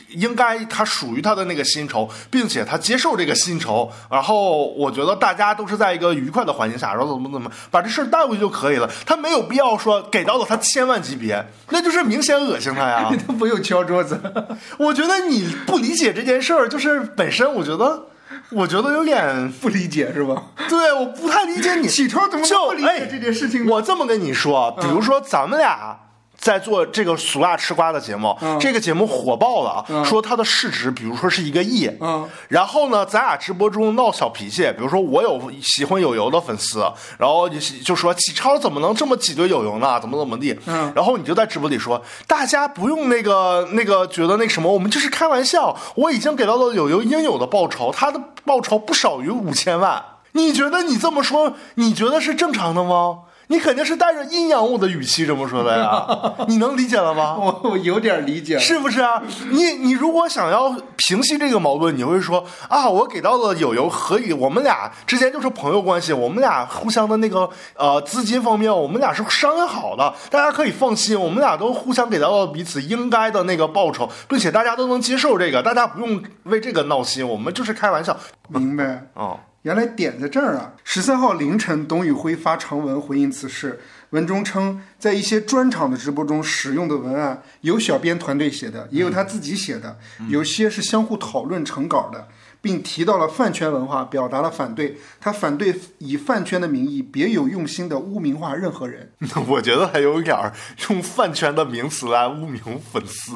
应该他属于他的那个薪酬，并且他接受这个薪酬，然后我觉得大家都是在一个愉快的环境下，然后怎么怎么把这事儿带回去就可以了。他没有必要说给到了他千万级别，那就是明显恶心他呀
你。都不用敲桌子，
我觉得你不理解这件事儿，就是本身我觉得，我觉得有点
不理解是吧？
对，我不太理解你
起初怎么
就哎
能不理解这件事情呢？嗯
我这么跟你说，比如说咱们俩。在做这个俗辣吃瓜的节目，
嗯
这个节目火爆了，说它的市值，比如说是一个亿，
嗯
然后呢，咱俩直播中闹小脾气，比如说我有喜欢有油的粉丝，然后就就说启超怎么能这么挤兑有油呢？怎么怎么地？
嗯
然后你就在直播里说，大家不用那个那个觉得那什么，我们就是开玩笑，我已经给到了有油应有的报酬，他的报酬不少于五千万。你觉得你这么说，你觉得是正常的吗？你肯定是带着阴阳我的语气这么说的呀，你能理解了吗？
我我有点理解了，
是不是啊？你你如果想要平息这个矛盾，你会说啊，我给到了友友何以我们俩之间就是朋友关系，我们俩互相的那个呃资金方面，我们俩是商量好的，大家可以放心，我们俩都互相给到了彼此应该的那个报酬，并且大家都能接受这个，大家不用为这个闹心，我们就是开玩笑
明白。
哦。
原来点在这儿啊！十三号凌晨，董宇辉发长文回应此事，文中称，在一些专场的直播中使用的文案，有小编团队写的，也有他自己写的，有些是相互讨论成稿的，并提到了饭圈文化，表达了反对。他反对以饭圈的名义别有用心的污名化任何人。
我觉得还有点儿用饭圈的名词来污名粉丝。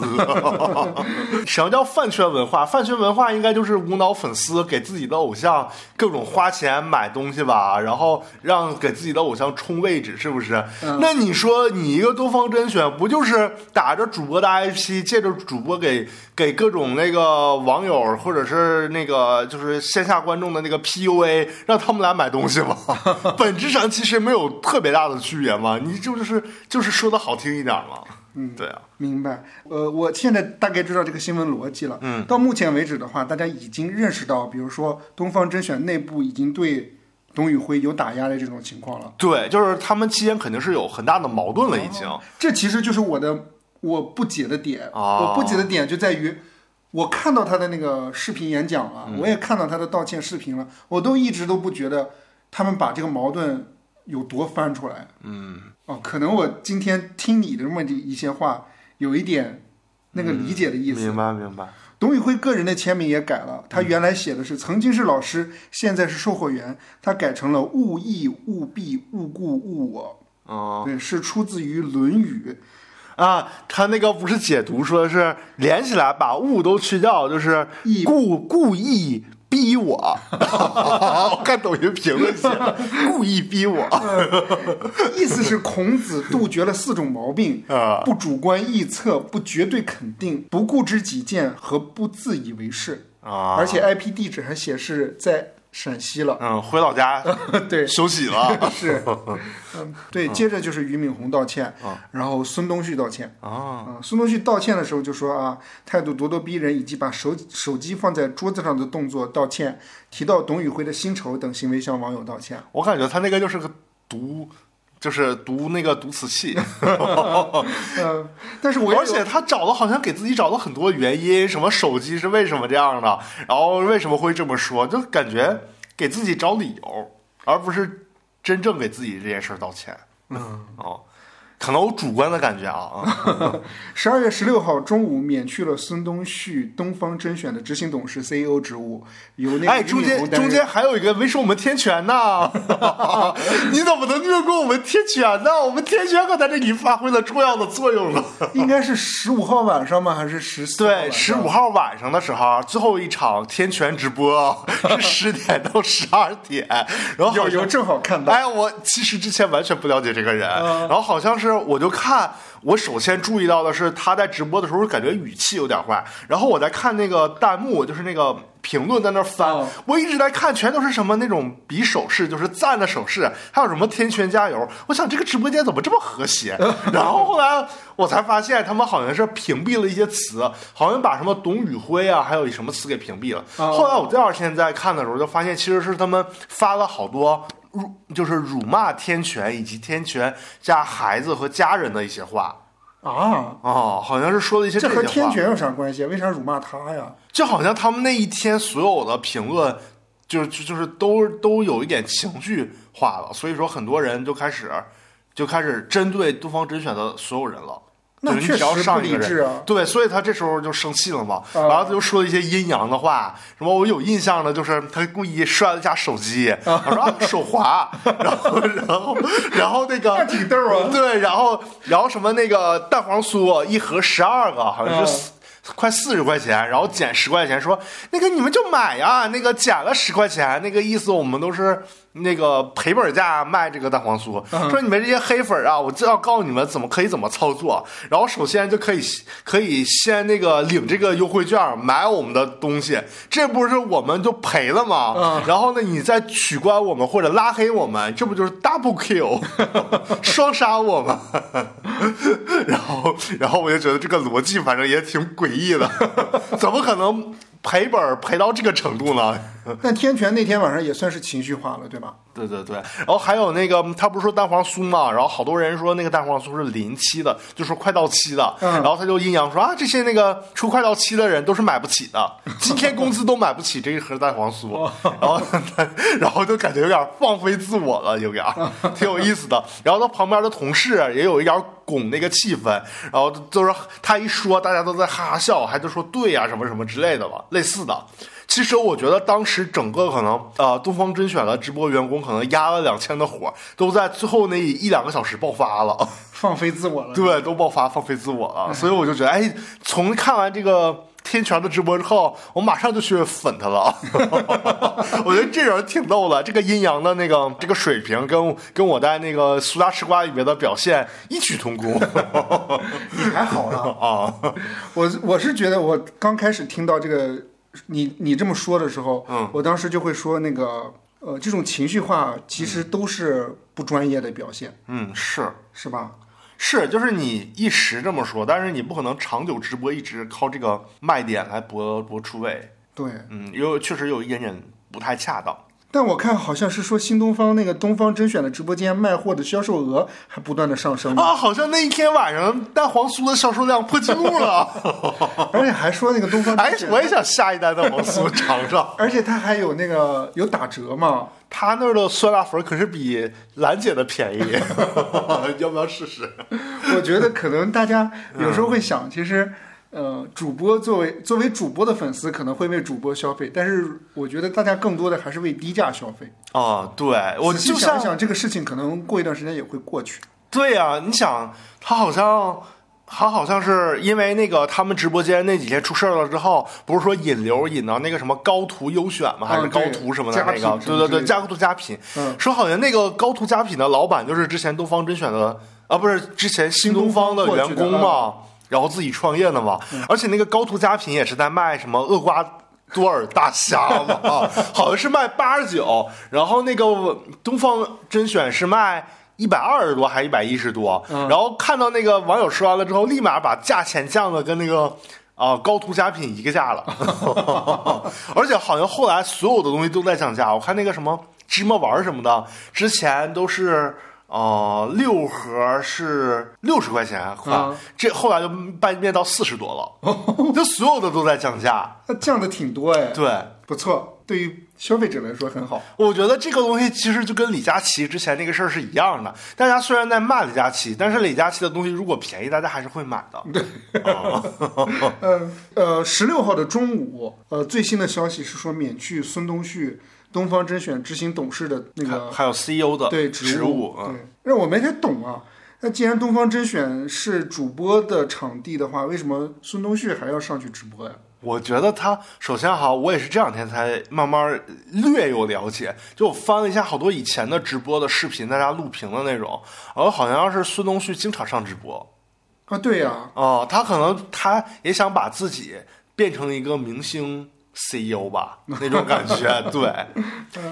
什么叫饭圈文化？饭圈文化应该就是无脑粉丝给自己的偶像各种花钱买东西吧，然后让给自己的偶像充位置，是不是？那你说你一个东方甄选，不就是打着主播的 IP，借着主播给给各种那个网友或者是那个就是线下观众的那个 PUA，让他们来买东 西吗？本质上其实没有特别大的区别嘛，你这不就是就是说的好听一点嘛。嗯，对啊，
明白，呃，我现在大概知道这个新闻逻辑了。嗯，到目前为止的话，大家已经认识到，比如说东方甄选内部已经对董宇辉有打压的这种情况了。
对，就是他们期间肯定是有很大的矛盾了，已经。
这其实就是我的我不解的点。
哦
我不解的点就在于，我看到他的那个视频演讲了，我也看到他的道歉视频了，我都一直都不觉得他们把这个矛盾有多翻出来。嗯，哦，可能我今天听你的这么一些话，有一点那个理解的意思。
明白，明白。
董宇辉个人的签名也改了，他原来写的是曾经是老师，现在是售货员，他改成了勿意、勿避、勿顾、勿我。
嗯
对，是出自于《论语》。
啊，他那个不是解读说是连起来把物都去掉，就是
意
故故意
逼我， 我看抖音评论写的，故意逼我。
嗯意思是孔子杜绝了四种毛病
啊
不主观臆测，不绝对肯定，不固执己见和不自以为是
啊
而且 IP 地址还显示在陕西 了。
嗯，回 老家
对，
休息了
是，嗯，对。接着就是俞敏洪道歉，然后孙东旭道歉。
啊，
啊、孙东旭道歉的时候就说啊，态度咄咄逼人，以及把手手机放在桌子上的动作道歉，提到董宇辉的薪酬等行为向网友道歉。
我感觉他那个就是个读，就是读那个读词器，
呃，但是我也
而
有
且他找了好像给自己找了很多原因，什么手机是为什么这样的，然后为什么会这么说，就感觉给自己找理由，而不是真正给自己这件事儿道歉。嗯， 哦，可能我主观的感觉啊，嗯
十二月十六号中午免去了孙东旭东方甄选的执行董事 CEO 职务，由那个
哎，
俞
中
敏洪
间
担
中
任
间还有一个没说我们天 权呢，你怎么能略过我们天权呢？我们天权可在这里发挥了重要的作用呢。
应该是十五号晚上吗？还是十四？
对，十五。号晚上的时候，最后一场天权 直播是十点到十二点，然后好
有
像
有正好看到，嗯
哎，我其实之前完全不了解这个人，然后好像是我就看，我首先注意到的是他在直播的时候感觉语气有点坏，然后我在看那个弹幕，就是那个评论在那翻，
哦
我一直在看，全都是什么那种比手势，就是赞的手势，还有什么天权加油，我想这个直播间怎么这么和谐？ 然后后来我才发现他们好像是屏蔽了一些词，好像把什么董宇辉啊，还有什么词给屏蔽了。
哦
后来我第二天在看的时候，就发现其实是他们发了好多辱，就是辱骂天权以及天权加孩子和家人的一些话
啊，
哦，好像是说了一些
这
些
和
话
天权有啥关系？为啥辱骂他呀？
就好像他们那一天所有的评论，就就就是都都有一点情绪化了，所以说很多人就开始就开始针对东方甄选的所有人了。
那
就是你
确
只要
实不
上一
理
个人
智啊。
对，所以他这时候就生气了嘛，
啊
然后他就说了一些阴阳的话，什么我有印象的，就是他故意摔了一下手机，我说啊手滑， 然后然后然后那个
那挺逗啊
对，然后然后什么那个蛋黄酥一盒十二个，好像是四。快四十块钱，然后减十块钱，说那个你们就买呀，那个减了十块钱，那个意思我们都是那个赔本价卖这个蛋黄酥，说你们这些黑粉啊，我就要告诉你们怎么可以怎么操作，然后首先就可以可以先那个领这个优惠券买我们的东西，这不是我们就赔了吗？
嗯
然后呢，你再取关我们或者拉黑我们，这不就是 double kill，双杀我们？ 然后，然后我就觉得这个逻辑反正也挺诡异的， 怎么可能赔本儿赔到这个程度呢？
那天权那天晚上也算是情绪化了，对吧？
对对对，然后还有那个，他不是说蛋黄酥嘛，然后好多人说那个蛋黄酥是临期的，就说快到期的，
嗯
然后他就阴阳说啊，这些那个出快到期的人都是买不起的，今天工资都买不起这一盒蛋黄酥，然后 然后就感觉有点放飞自我了，有点儿挺有意思的。然后他旁边的同事也有一点拱那个气氛，然后就是他一说，大家都在哈哈笑，还都说对呀、什么什么之类的吧，类似的。其实我觉得当时整个可能呃东方甄选的直播员工可能压了两千的火，都在最后那一两个小时爆发了，
放飞自我了。
对，都爆发放飞自我了。所以我就觉得，哎，从看完这个天权的直播之后，我马上就去粉他了。 我觉得这人挺逗的，这个阴阳的那个这个水平跟跟我在那个苏大吃瓜里面的表现异曲同工
你还好啦。
啊。
我我是觉得，我刚开始听到这个你你这么说的时候，嗯，我当时就会说那个呃，这种情绪化其实都是不专业的表现，
嗯，是。
是吧？
是，就是你一时这么说，但是你不可能长久直播一直靠这个卖点来博博出位。
对，
嗯，有确实有一点点不太恰当。
但我看好像是说新东方那个东方甄选的直播间卖货的销售额还不断的上升，
啊，好像那一天晚上蛋黄酥的销售量破纪录了。
而且还说那个东方
哎
甄，选，
我也想下一单蛋黄酥尝尝。
而且它还有那个有打折嘛，
他那儿的酸辣粉可是比兰姐的便宜， 要不要试试？
我觉得可能大家
嗯
有时候会想，其实，呃，主播作为作为主播的粉丝，可能会为主播消费，但是我觉得大家更多的还是为低价消费。
啊，对我
仔细
就
想
像啊
一想这个事情，可能过一段时间也会过去。
对呀、你想他好像他好像是因为那个他们直播间那几天出事儿了之后，不是说引流引到那个什么高途优选吗？还是
嗯
高
对
途什么的
家
那
品
个？
什
对
么
对
之
对，
类的
家途佳品。
嗯
说好像那个高途佳品的老板就是之前东方甄选的啊，不是之前新东方的
新
员工
东
嘛，然后自己创业的嘛。而且那个高途佳品也是在卖什么厄瓜。多尔大虾嘛，啊好像是卖八十九，然后那个东方甄选是卖一百二十多还是一百一十多，然后看到那个网友说完了之后，立马把价钱降的跟那个啊、高途佳品一个价了， 而且好像后来所有的东西都在降价，我看那个什么芝麻丸什么的，之前都是。呃，六盒是六十块钱，快、
嗯
这后来就半变到四十多了，就所有的都在降价。
它降的挺多哎，
对，
不错，对于消费者来说很好。
我觉得这个东西其实就跟李佳琦之前那个事儿是一样的。大家虽然在骂李佳琦，但是李佳琦的东西如果便宜，大家还是会买的。
呃呃，十六号的中午，呃，最新的消息是说免去孙东旭东方甄选执行董事的那个
还有 CEO 的
对
职
职
务，嗯
对，让我没太懂啊。那既然东方甄选是主播的场地的话，为什么孙东旭还要上去直播呀？
我觉得他首先哈，我也是这两天才慢慢略有了解，就我翻了一下好多以前的直播的视频，大家录屏的那种，然后好像是孙东旭经常上直播
啊，对呀、
啊、他可能他也想把自己变成一个明星 CEO 吧，那种感觉，对，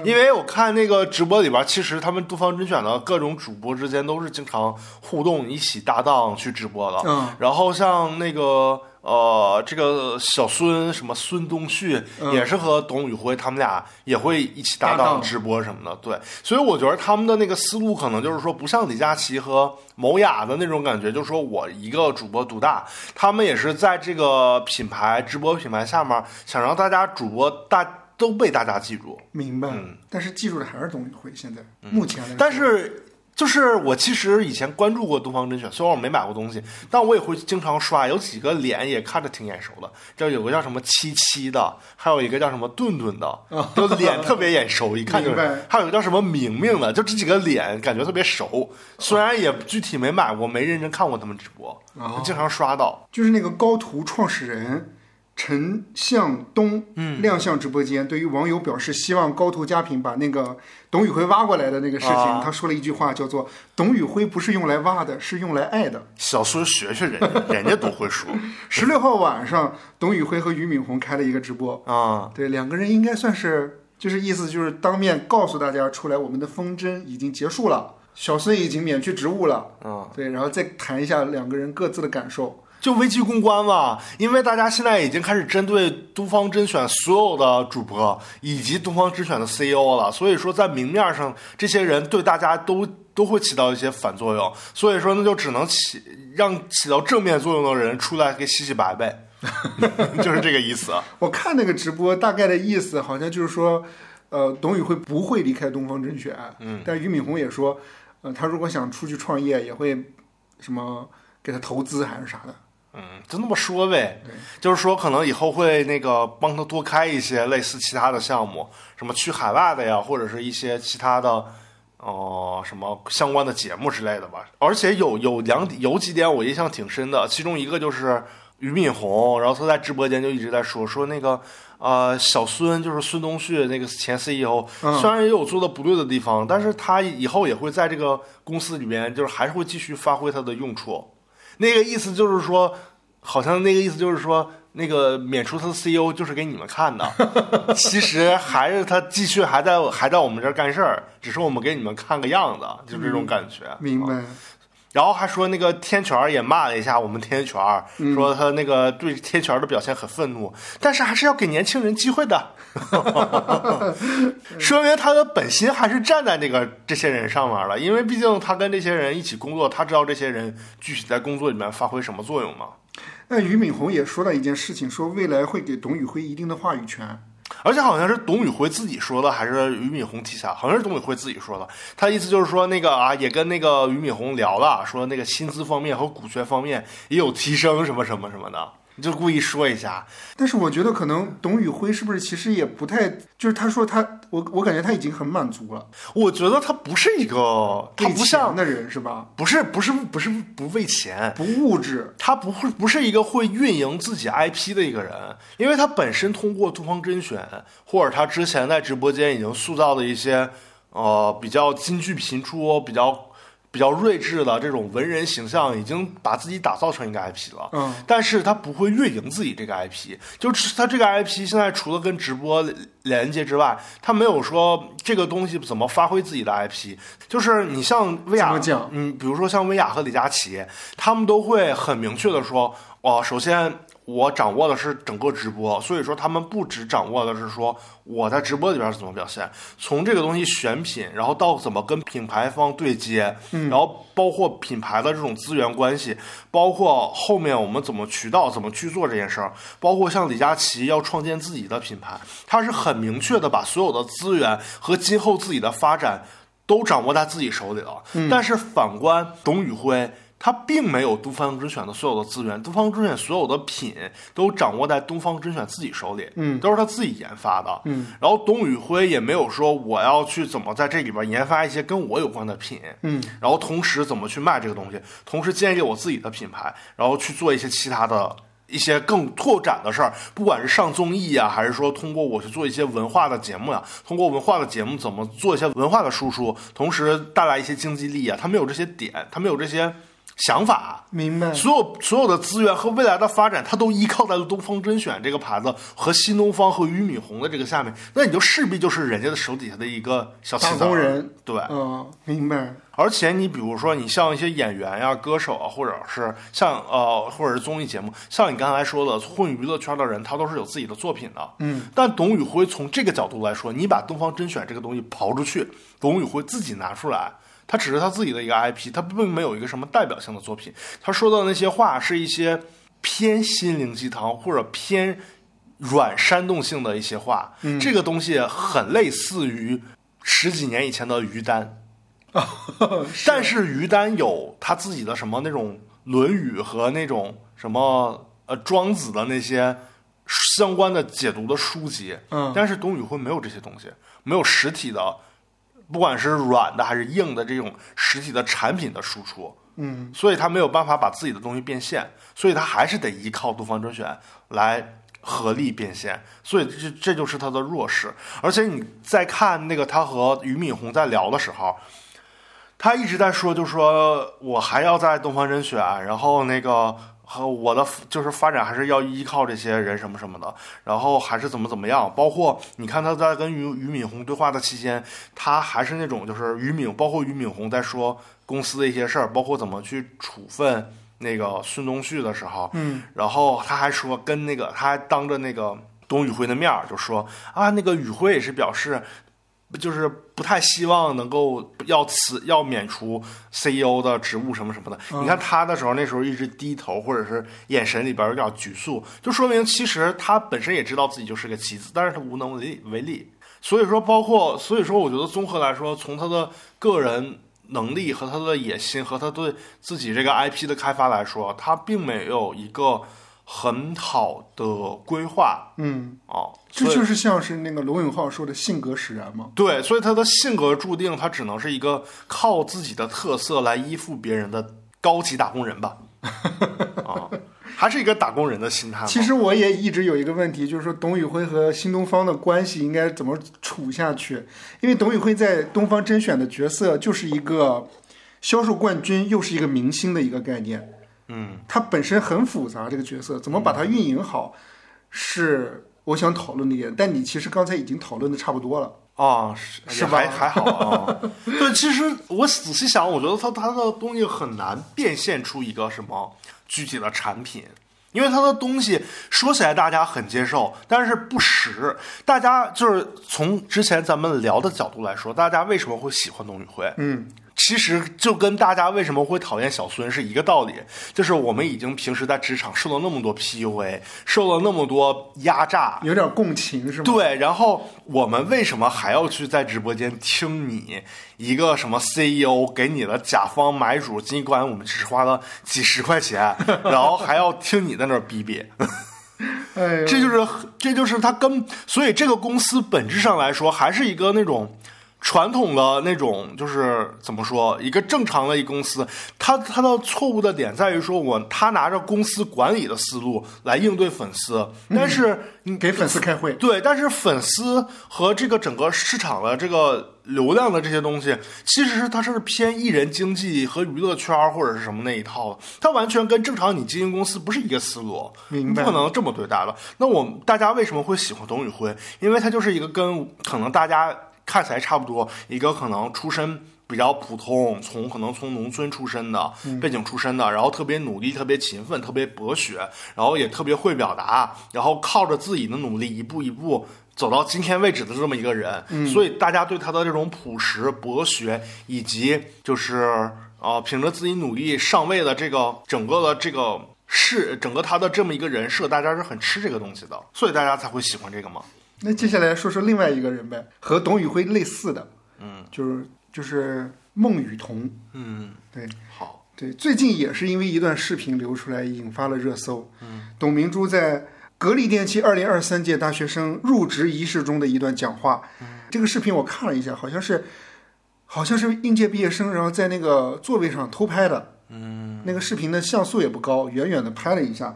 因为我看那个直播里边，其实他们东方甄选的各种主播之间都是经常互动，一起搭档去直播的，
嗯，
然后像那个呃，这个小孙什么孙东旭、也是和董宇辉他们俩也会一起搭
搭
档
档
直播什么的，对，所以我觉得他们的那个思路可能就是说，不像李佳琦和某雅的那种感觉，就是说我一个主播独大，他们也是在这个品牌直播品牌下面，想让大家主播大都被大家记住，
明白。但是记住的还是董宇辉，现在、目前来说
嗯但是。就是我其实以前关注过东方甄选，虽然我没买过东西，但我也会经常刷，有几个脸也看着挺眼熟的，这有个叫什么七七的，还有一个叫什么顿顿的，都脸特别眼熟，一 看就是
哦明白。
还有一个叫什么明明的，就这几个脸感觉特别熟，虽然也具体没买过，没认真看过他们直播，
哦
经常刷到。
就是那个高途创始人陈向东
嗯
亮相直播间，对于网友表示希望高途佳品把那个董宇辉挖过来的那个事情，
啊
他说了一句话，叫做“董宇辉不是用来挖的，是用来爱的
小孙学学人家，人家多 会说”。
十六号晚上，董宇辉和俞敏洪开了一个直播，
啊、
对两个人应该算是，就是意思就是当面告诉大家出来，我们的风筝已经结束了，小孙已经免去职务了，
啊，
对，然后再谈一下两个人各自的感受。
就危机公关嘛，因为大家现在已经开始针对东方甄选所有的主播以及东方甄选的 CEO 了，所以说在明面上，这些人对大家都都会起到一些反作用，所以说那就只能起让起到正面作用的人出来给洗洗白呗， 就是这个意思。
我看那个直播，大概的意思好像就是说，呃，董宇辉不会离开东方甄选，嗯，但俞敏洪也说，呃，他如果想出去创业，也会什么给他投资还是啥的，
嗯，就那么说呗，就是说可能以后会那个帮他多开一些类似其他的项目，什么去海外的呀，或者是一些其他的，呃，什么相关的节目之类的吧。而且有有两有几点我印象挺深的，其中一个就是俞敏洪，然后他在直播间就一直在说说那个。呃，小孙就是孙东旭那个前 CEO，、
嗯
虽然也有做的不对的地方，但是他以后也会在这个公司里边，就是还是会继续发挥他的用处。那个意思就是说，好像那个意思就是说，那个免除他的 CEO 就是给你们 看的，其实还是他继续还在还在我们这儿干事儿，只是我们给你们看个样子，就这种感觉。
明白？
啊然后还说那个天权儿也骂了一下我们天权儿，说他那个对天权儿的表现很愤怒，但是还是要给年轻人机会的，说明他的本心还是站在那个这些人上面了，因为毕竟他跟这些人一起工作，他知道这些人具体在工作里面发挥什么作用嘛。
那俞敏洪也说到一件事情，说未来会给董宇辉一定的话语权，
而且好像是董宇辉自己说的，还是俞敏洪提下，好像是董宇辉自己说的。他意思就是说，那个啊，也跟那个俞敏洪聊了，说那个薪资方面和股权方面也有提升，什么什么什么的。你就故意说一下。
但是我觉得可能董宇辉是不是其实也不太，就是他说他，我我感觉他已经很满足了，
我觉得他不是一个，
给
他不
钱
像，
的人是吧？
不是不是不是不为钱，
不物质，
他不会不是一个会运营自己 IP 的一个人，因为他本身通过东方甄选，或者他之前在直播间已经塑造的一些呃比较金句频出、比较比较睿智的这种文人形象，已经把自己打造成一个 IP 了。
嗯，
但是他不会运营自己这个 IP，就是他这个 IP 现在除了跟直播连接之外，他没有说这个东西怎么发挥自己的 IP。就是你像
怎
薇娅
么讲，
嗯，比如说像薇娅和李佳琦，他们都会很明确的说，哦，首先我掌握的是整个直播，所以说他们不只掌握的是说我在直播里边是怎么表现，从这个东西选品，然后到怎么跟品牌方对接，然后包括品牌的这种资源关系，包括后面我们怎么渠道怎么去做这件事儿，包括像李佳琦要创建自己的品牌，他是很明确的把所有的资源和今后自己的发展都掌握在自己手里了。但是反观董宇辉，他并没有东方甄选的所有的资源，东方甄选所有的品都掌握在东方甄选自己手里，嗯，都是他自己研发的，嗯。然后董宇辉也没有说我要去怎么在这里边研发一些跟我有关的品，嗯，然后同时怎么去卖这个东西，同时建立我自己的品牌，然后去做一些其他的一些更拓展的事儿，不管是上综艺啊，还是说通过我去做一些文化的节目啊，通过文化的节目怎么做一些文化的输出，同时带来一些经济利益啊，他没有这些点，他没有这些想法。啊
明白？
所有所有的资源和未来的发展，它都依靠在了东方甄选这个牌子和新东方和俞敏洪的这个下面，那你就势必就是人家的手底下的一个小棋子
打
儿
工人，
对，
嗯，明 白。
而且你比如说，你像一些演员呀、歌手啊，或者是像呃，或者是综艺节目，像你刚才说的，混娱乐圈的人，他都是有自己的作品的。嗯。但董宇辉从这个角度来说，你把东方甄选这个东西刨出去，董宇辉自己拿出来，他只是他自己的一个 IP，他并没有一个什么代表性的作品。他说的那些话是一些偏心灵鸡汤或者偏软煽动性的一些话，这个东西很类似于十几年以前的于丹。但是于丹有他自己的什么那种《论语》和那种什么呃庄子的那些相关的解读的书籍，
嗯
但是董宇辉没有这些东西，没有实体的，不管是软的还是硬的这种实体的产品的输出，
嗯，
所以他没有办法把自己的东西变现，所以他还是得依靠东方甄选来合力变现，所以这这就是他的弱势。而且你在看那个他和俞敏洪在聊的时候，他一直在说，就说我还要在东方甄选，然后那个和我的就是发展还是要依靠这些人什么什么的，然后还是怎么怎么样，包括你看他在跟俞俞敏洪对话的期间，他还是那种就是俞敏，包括俞敏洪在说公司的一些事儿，包括怎么去处分那个孙东旭的时候，
嗯，
然后他还说跟那个他还当着那个董宇辉的面儿就说啊，那个宇辉也是表示。就是不太希望能够要辞要免除 CEO 的职务什么什么的。
嗯
你看他的时候，那时候一直低头，或者是眼神里边有点局促，就说明其实他本身也知道自己就是个棋子，但是他无能为力为力。所以说，包括所以说，我觉得综合来说，从他的个人能力和他的野心和他对自己这个 IP 的开发来说，他并没有一个很好的规划
嗯，
啊。
这
所以
就是像是那个罗永浩说的性格使然嘛。
对，所以他的性格注定他只能是一个靠自己的特色来依附别人的高级打工 人吧，啊，还是一个打工人的心态吧。
其实我也一直有一个问题，就是说董宇辉和新东方的关系应该怎么处下去？因为董宇辉在东方甄选的角色就是一个销售冠军，又是一个明星的一个概念。
嗯，
他本身很复杂，这个角色怎么把它运营好，是我想讨论的一点。但你其实刚才已经讨论的差不多了。
啊，是
是
是
吧
还还好啊。 对，其实我仔细想，我觉得他他的东西很难变现出一个什么具体的产品。因为他的东西说起来大家很接受，但是不实。大家就是从之前咱们聊的角度来说，大家为什么会喜欢董宇辉？
嗯，
其实就跟大家为什么会讨厌小孙是一个道理，就是我们已经平时在职场受了那么多 PUA，受了那么多压榨，
有点共情是吗？
对，然后我们为什么还要去在直播间听你一个什么 CEO 给你的甲方买主，尽管我们只花了几十块钱，然后还要听你在那儿逼逼，
哎呦，
这就是这就是他跟，所以这个公司本质上来说还是一个那种。传统的那种就是怎么说，一个正常的一公司，他他的错误的点在于说我他拿着公司管理的思路来应对粉丝，但是你
给粉丝开会，
对，但是粉丝和这个整个市场的这个流量的这些东西，其实是它是偏艺人经济和娱乐圈儿或者是什么那一套的，它完全跟正常你经营公司不是一个思路，
明白
你不可能这么对待了。那我们大家为什么会喜欢董宇辉？因为他就是一个跟可能大家看起来差不多，一个可能出身。比较普通，从可能从农村出身的
嗯
背景出身的，然后特别努力、特别勤奋、特别博学，然后也特别会表达，然后靠着自己的努力一步一步走到今天位置的这么一个人，
嗯
所以大家对他的这种朴实、博学以及就是呃凭着自己努力上位的这个整个的这个是整个他的这么一个人设，大家是很吃这个东西的，所以大家才会喜欢这个嘛。
那接下来说说另外一个人呗，和董宇辉类似的，嗯，就是就是孟雨桐，
嗯，
对
好，
对，最近也是因为一段视频流出来，引发了热搜。嗯，董明珠在格力电器2023届大学生入职仪式中的一段讲话，这个视频我看了一下，好像是好像是应届毕业生，然后在那个座位上偷拍的。嗯，那个视频的像素也不高，远远的拍了一下。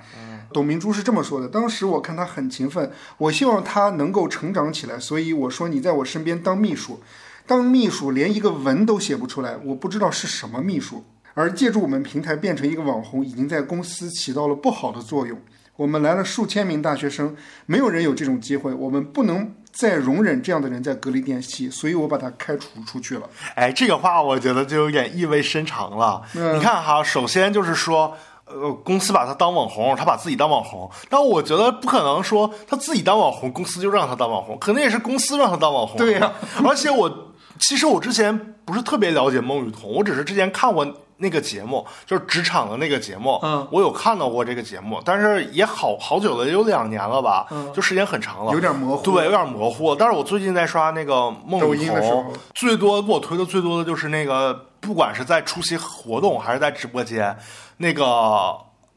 董明珠是这么说的：当时我看她很勤奋，我希望她能够成长起来，所以我说你在我身边当秘书。当秘书连一个文都写不出来，我不知道是什么秘书。而借助我们平台变成一个网红，已经在公司起到了不好的作用。我们来了数千名大学生，没有人有这种机会，我们不能再容忍这样的人在格力电器，所以我把他开除出去了。
哎，这个话我觉得就有点意味深长了。
嗯
你看哈，首先就是说。呃，公司把他当网红，他把自己当网红，但我觉得不可能说他自己当网红，公司就让他当网红，可能也是公司让他当网红。
对呀、
而且我其实我之前不是特别了解孟雨桐，我只是之前看过那个节目，就是职场的那个节目，
嗯，
我有看到过这个节目，但是也好好久了，也有两年了吧，就时间很长了，
嗯有点模糊
对，有点模糊。但是我最近在刷那个孟
抖
雨
音的时候
桐，最多给我推的最多的就是那个，不管是在出席活动还是在直播间，那个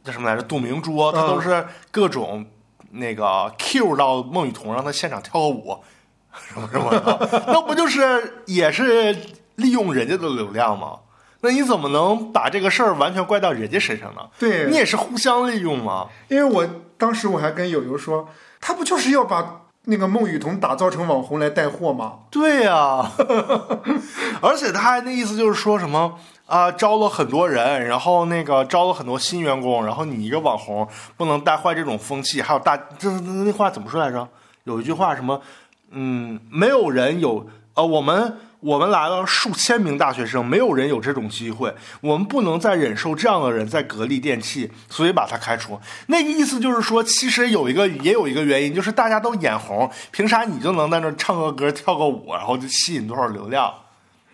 叫什么来着，杜明
嗯
珠，她都是各种那个 Q 到孟雨桐，让她现场跳个舞，什么什么的， 那不就是也是利用人家的流量吗？那你怎么能把这个事儿完全怪到人家身上呢？
对
你也是互相利用嘛。
因为我当时我还跟友友说，他不就是要把那个孟雨桐打造成网红来带货吗？
对呀、 而且他还那意思就是说什么啊、招了很多人，然后那个招了很多新员工，然后你一个网红不能带坏这种风气，还有大这那那话怎么说来着？有一句话什么，嗯，没有人有呃，我们我们来了数千名大学生，没有人有这种机会，我们不能再忍受这样的人在格力电器，所以把他开除。那个意思就是说，其实有一个也有一个原因，就是大家都眼红，凭啥你就能在那儿唱个歌、跳个舞，然后就吸引多少流量，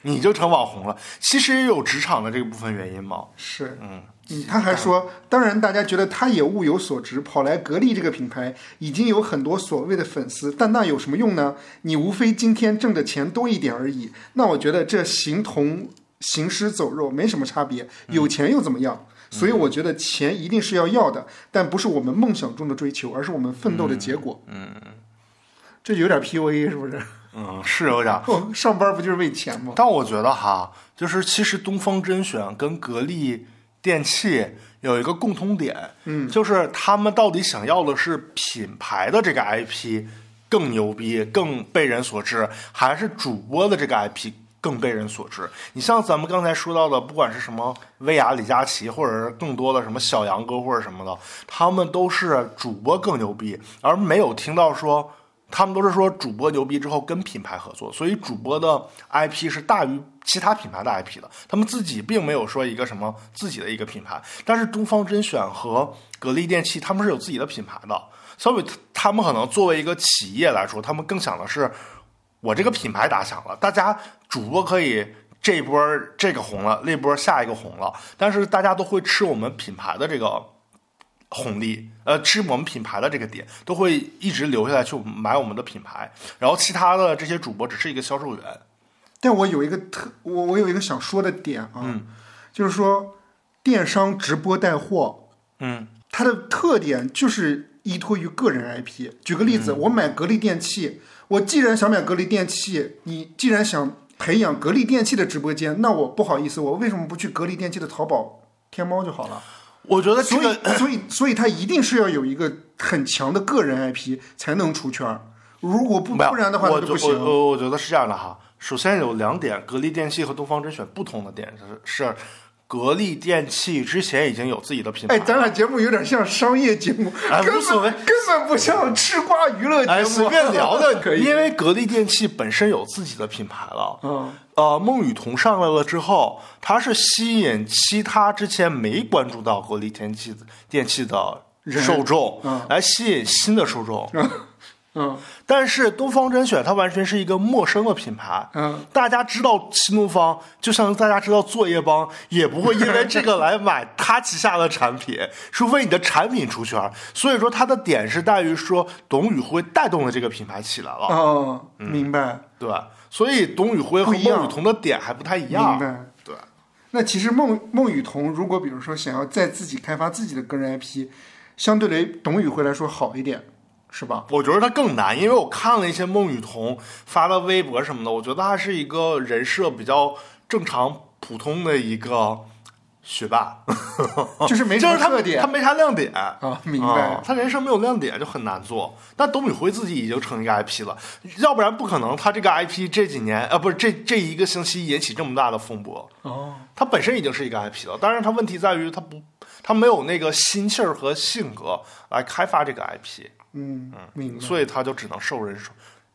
你就成网红了？其实也有职场的这个部分原因嘛。
是，嗯，他还说，当然大家觉得他也物有所值，跑来格力这个品牌已经有很多所谓的粉丝，但那有什么用呢？你无非今天挣的钱多一点而已。那我觉得这形同行尸走肉，没什么差别，有钱又怎么样？所以我觉得钱一定是要要的，但不是我们梦想中的追求，而是我们奋斗的结果。嗯，这有点 PUA 是不 是？
嗯，是有点。
我上班不就是为钱吗？
但我觉得哈，就是其实东方甄选跟格力电器有一个共通点，嗯，就是他们到底想要的是品牌的这个 IP 更牛逼、更被人所知，还是主播的这个 IP 更被人所知？你像咱们刚才说到的，不管是什么薇娅、李佳琦，或者是更多的什么小杨哥或者什么的，他们都是主播更牛逼，而没有听到说。他们都是说主播牛逼之后跟品牌合作，所以主播的 IP 是大于其他品牌的 IP 的。他们自己并没有说一个什么自己的一个品牌，但是东方甄选和格力电器他们是有自己的品牌的，所以他们可能作为一个企业来说，他们更想的是我这个品牌打响了，大家主播可以这波儿这个红了，那波儿下一个红了，但是大家都会吃我们品牌的这个红利，呃，吃我们品牌的这个点，都会一直留下来去买我们的品牌。然后其他的这些主播只是一个销售员，
但我有一个特，我我有一个想说的点啊，
嗯
就是说电商直播带货，
嗯，
它的特点就是依托于个人 IP。举个例
嗯
子，我买格力电器，我既然想买格力电器，你既然想培养格力电器的直播间，那我不好意思，我为什么不去格力电器的淘宝、天猫就好了？
我觉得呃这
所
个
以，所以，所以它一定是要有一个很强的个人 IP 才能出圈儿。如果不
没有
不然的话，
我
它
觉
就
我呃
不行。
我我觉得是这样的哈。首先有两点，格力电器和东方甄选不同的点是是，格力电器之前已经有自己的品牌
哎，
了，
咱俩节目有点像商业节目，
哎
根
无所谓
本根本不像吃瓜娱乐节目，
哎随便聊 的
可以。
因为格力电器本身有自己的品牌了，
嗯，
呃，孟雨桐上来了之后，她是吸引其他之前没关注到格力电器电器的受众，
嗯
来吸引新的受众。
嗯
但是东方甄选它完全是一个陌生的品牌，
嗯，
大家知道新东方，就像大家知道作业帮，也不会因为这个来买它旗下的产品，除非你的产品出圈儿。所以说它的点是在于说董宇辉带动了这个品牌起来了，
哦，
嗯
明白
对吧？所以董宇辉和
不一样
孟雨桐的点还不太一
明
样，
白。
对。
那其实孟孟雨桐如果比如说想要再自己开发自己的个人 IP，相对于董宇辉来说好一点，是吧？
我觉得他更难，因为我看了一些孟雨桐发的微博什么的，我觉得他是一个人设比较正常、普通的一个学霸，
就是没什
哦就
么
是他
特
他
点哦
没啥亮点。
啊，明白
啊。他人设没有亮点就很难做。但董宇辉自己已经成一个 IP 了，要不然不可能他这个 IP 这几年啊，不是这这一个星期引起这么大的风波。
哦，
他本身已经是一个 IP 了，当然他问题在于他不，他没有那个心气儿和性格来开发这个 IP。
嗯，明白。
所以他就只能受人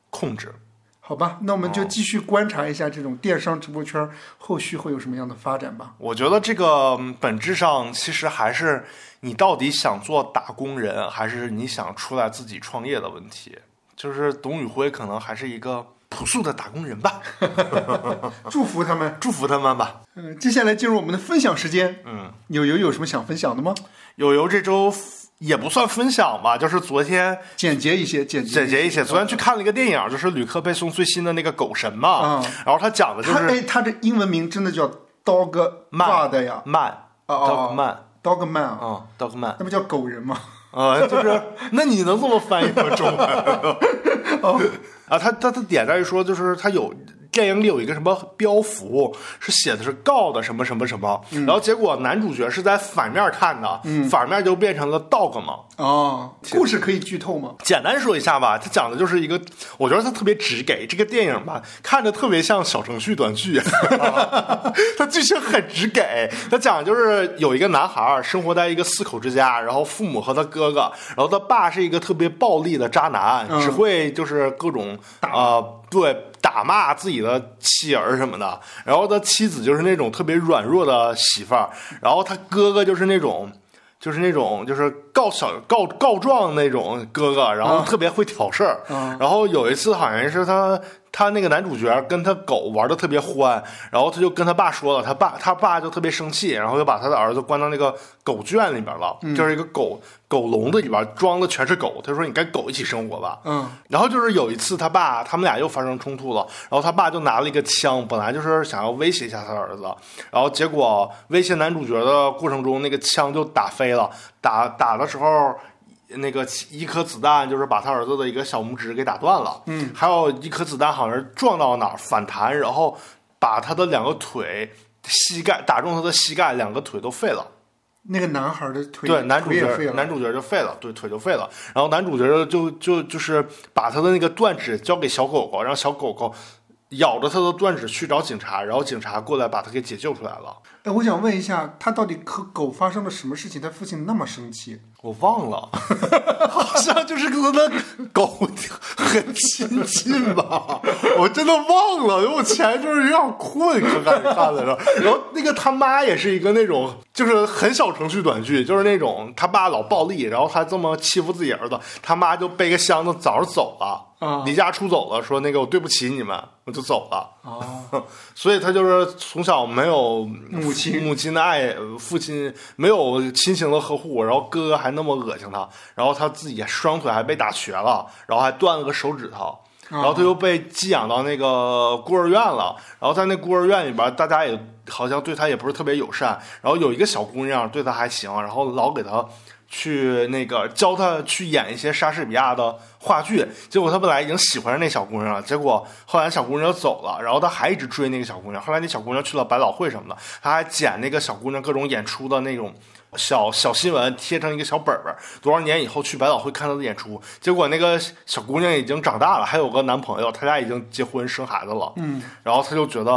控制。
好吧，那我们就
哦
继续观察一下这种电商直播圈后续会有什么样的发展吧。
我觉得这个嗯本质上其实还是你到底想做打工人，还是你想出来自己创业的问题。就是董宇辉可能还是一个朴素的打工人吧， 嗯
祝福他们。
祝福他们吧。
嗯、接下来进入我们的分享时间。
嗯，
友友有什么想分享的吗？
友友这周也不算分享吧，就是昨天
简洁一些，简洁
姐姐一起，昨天去看了一个电影，就是吕克贝松最新的那个《狗神》嘛，
嗯
然后他讲的就
他
是
哎，他这英文名真的叫 Dog
慢
God 呀
慢
哦哦
dog man
，Dog Man 啊，
啊 dog man
那不叫狗人吗？
啊，就是 那你能这么翻译吗？ 中文？
哦，
啊，他他的点在于说，就是他有电影里有一个什么标符是写的是告的什么什么什么，然后结果男主角是在反面看的，反面就变成了 dog 嘛。
哦，故事可以剧透吗？
简单说一下吧，他讲的就是一个，我觉得他特别直给这个电影吧，看着特别像小程序短剧， 他剧情很直给。他讲的就是有一个男孩儿生活在一个四口之家，然后父母和他哥哥，然后他爸是一个特别暴力的渣男，
嗯
只会就是各种呃对打骂自己的妻儿什么的，然后他妻子就是那种特别软弱的媳妇儿，然后他哥哥就是那种。就是那种就是告小告告状那种哥哥，然后特别会挑事儿。
啊
然后有一次好像是他他那个男主角跟他狗玩的特别欢，然后他就跟他爸说了，他爸他爸就特别生气，然后就把他的儿子关到那个狗圈里边了，就是一个狗狗笼子里边装的全是狗。他说你跟狗一起生活吧。
嗯，
然后就是有一次，他爸他们俩又发生冲突了，然后他爸就拿了一个枪，本来就是想要威胁一下他儿子，然后结果威胁男主角的过程中，那个枪就打飞了，打打的时候。那个一颗子弹就是把他儿子的一个小拇指给打断了，嗯，还有一颗子弹好像是撞到哪儿反弹，然后把他的两个腿、膝盖打中他的膝盖，两个腿都废了。
那个男孩的腿
对，男主
腿也废
角
了，
男主角就废了，对，腿就废了。然后男主角就就就是把他的那个断指交给小狗狗，让小狗狗咬着他的断指去找警察，然后警察过来把他给解救出来了。
哎，我想问一下，他到底和狗发生了什么事情？他父亲那么生气？
我忘了， 好像就是跟他的狗很亲近吧，我真的忘了，因为我前一阵儿有点困，刚开始看的时候，然后那个他妈也是一个那种，就是很小程序短剧，就是那种他爸老暴力，然后他这么欺负自己儿子，他妈就背个箱子早上走了，
啊
离家出走了，说那个我对不起你们，我就走了。
哦，
所以他就是从小没有
母亲
母亲的爱，呃父亲没有亲情的呵护，然后哥哥还那么恶心他，然后他自己双腿还被打瘸了，然后还断了个手指头。然后他又被寄养到那个孤儿院了，然后在那孤儿院里边，大家也好像对他也不是特别友善。然后有一个小姑娘对他还行，然后老给他去那个教他去演一些莎士比亚的话剧。结果他本来已经喜欢上那小姑娘了，结果后来小姑娘走了，然后他还一直追那个小姑娘。后来那小姑娘去了百老汇什么的，他还剪那个小姑娘各种演出的那种小小新闻贴成一个小本本儿，多少年以后去百老汇看她的演出，结果那个小姑娘已经长大了，还有个男朋友，他俩已经结婚生孩子了，嗯，然后他就觉得。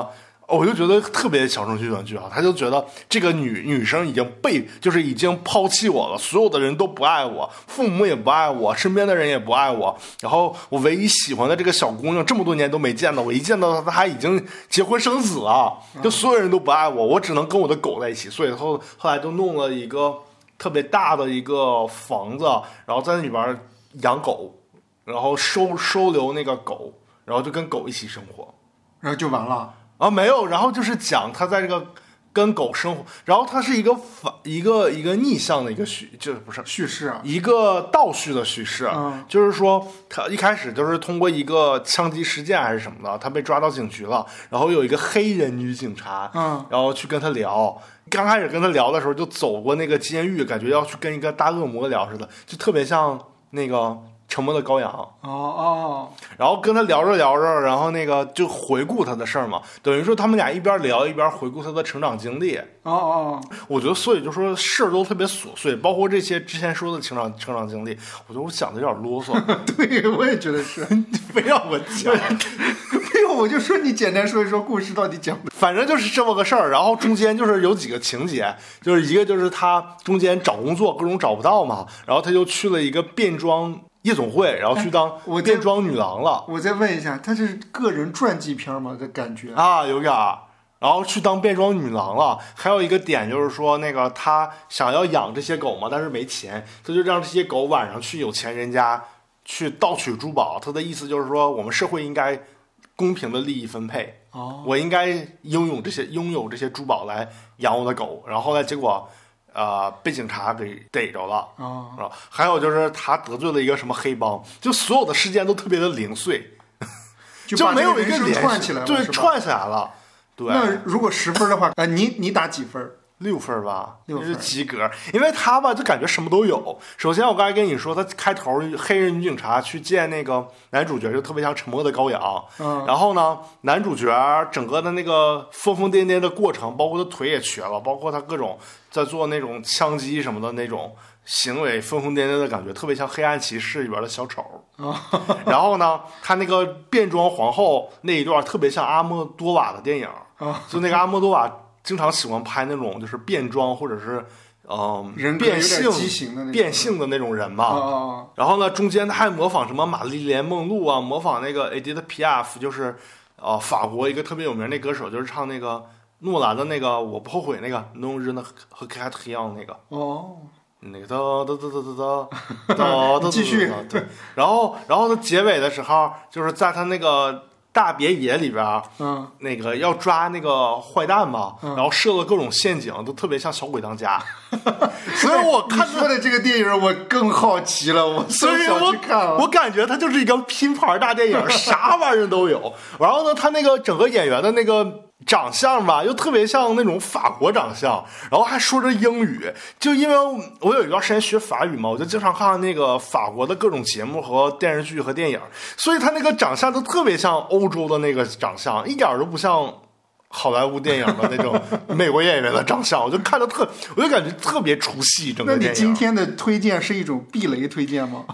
哦我就觉得特别小程序短剧啊，他就觉得这个女女生已经被就是已经抛弃我了，所有的人都不爱我，父母也不爱我，身边的人也不爱我，然后我唯一喜欢的这个小姑娘这么多年都没见到，我一见到她，她已经结婚生子了，就所有人都不爱我，我只能跟我的狗在一起，所以后后来就弄了一个特别大的一个房子，然后在那里边养狗，然后收收留那个狗，然后就跟狗一起生活
然后就完了。
啊，没有，然后就是讲他在这个跟狗生活，然后它是一个反一个一个逆向的一个叙，就是不是
叙事啊，
一个倒叙的叙事，
嗯
就是说他一开始就是通过一个枪击事件还是什么的，他被抓到警局了，然后有一个黑人女警察，
嗯
然后去跟他聊。刚开始跟他聊的时候，就走过那个监狱，感觉要去跟一个大恶魔聊似的，就特别像那个《沉默的羔羊》。
哦哦，
然后跟他聊着聊着，然后那个就回顾他的事儿嘛，等于说他们俩一边聊一边回顾他的成长经历。
哦哦，
我觉得，所以就说事儿都特别琐碎，包括这些之前说的成长成长经历，我觉得我讲的有点啰嗦，
对，我也觉得是。
非让我讲。
没有，我就说你简单说一说故事到底讲的。
反正就是这么个事儿，然后中间就是有几个情节，就是一个就是他中间找工作各种找不到嘛，然后他就去了一个变装夜总会，然后去当
我这
变装女郎了。
我再问一下，它是个人传记片吗？这感觉
啊，有点儿。然后去当变装女郎了，还有一个点就是说，那个他想要养这些狗嘛，但是没钱，他就让这些狗晚上去有钱人家去盗取珠宝。他的意思就是说，我们社会应该公平的利益分配，
哦，
我应该拥有这些拥有这些珠宝来养我的狗。然后后来结果，呃，被警察给逮着了。
哦，
啊，还有就是他得罪了一个什么黑帮，就所有的事件都特别的零碎，
就
就
把
没
这
有一
人
个
生
联系
串起来了，
对，
是吧。
串起来了。对，
那如果十分的话，呃，你你打几分？
六分儿吧，
六分
就是及格。因为他吧，就感觉什么都有。首先，我刚才跟你说，他开头黑人女警察去见那个男主角，就特别像《沉默的羔羊》。
嗯
然后呢，男主角整个的那个疯疯癫癫的过程，包括他腿也瘸了，包括他各种在做那种枪击什么的那种行为，疯疯癫癫的感觉，特别像《黑暗骑士》里边的小丑。
哦
然后呢，他那个变装皇后那一段特别像阿莫多瓦的电影，
啊
就那个阿莫多瓦经常喜欢拍那种就是变装或者是嗯、
人格有
变
点
性
畸形的那种
变啊性的那种人嘛。
哦哦
然后呢，中间他还模仿什么玛丽莲梦露啊，模仿那个 Edith Piaf，就是呃法国一个特别有名的歌手，就是唱那个诺兰的那个我不后悔那个 Non je ne regrette rien 那个。
哦哦，
那个哒哒哒哒哒哒哒 哒，
继续
对，然后然后他结尾的时候，就是在他那个大别野里边儿，
嗯，
那个要抓那个坏蛋嘛，
嗯
然后设了各种陷阱，都特别像小鬼当家， 所以我看
你
着
说。的这个电影我更好奇了，我
所以
我
我
去看了
我感觉他就是一个拼盘大电 影，啥玩意儿都有。然后呢，他那个整个演员的那个长相吧，又特别像那种法国长相，然后还说着英语。就因为我有一段时间学法语嘛，我就经常看那个法国的各种节目和电视剧和电影，所以他那个长相都特别像欧洲的那个长相，一点儿都不像。好莱坞电影的那种美国演员的长相，我就看着特，我就感觉特别出戏。整个
那
电影。啊
你今天的推荐是一种避雷推荐 吗？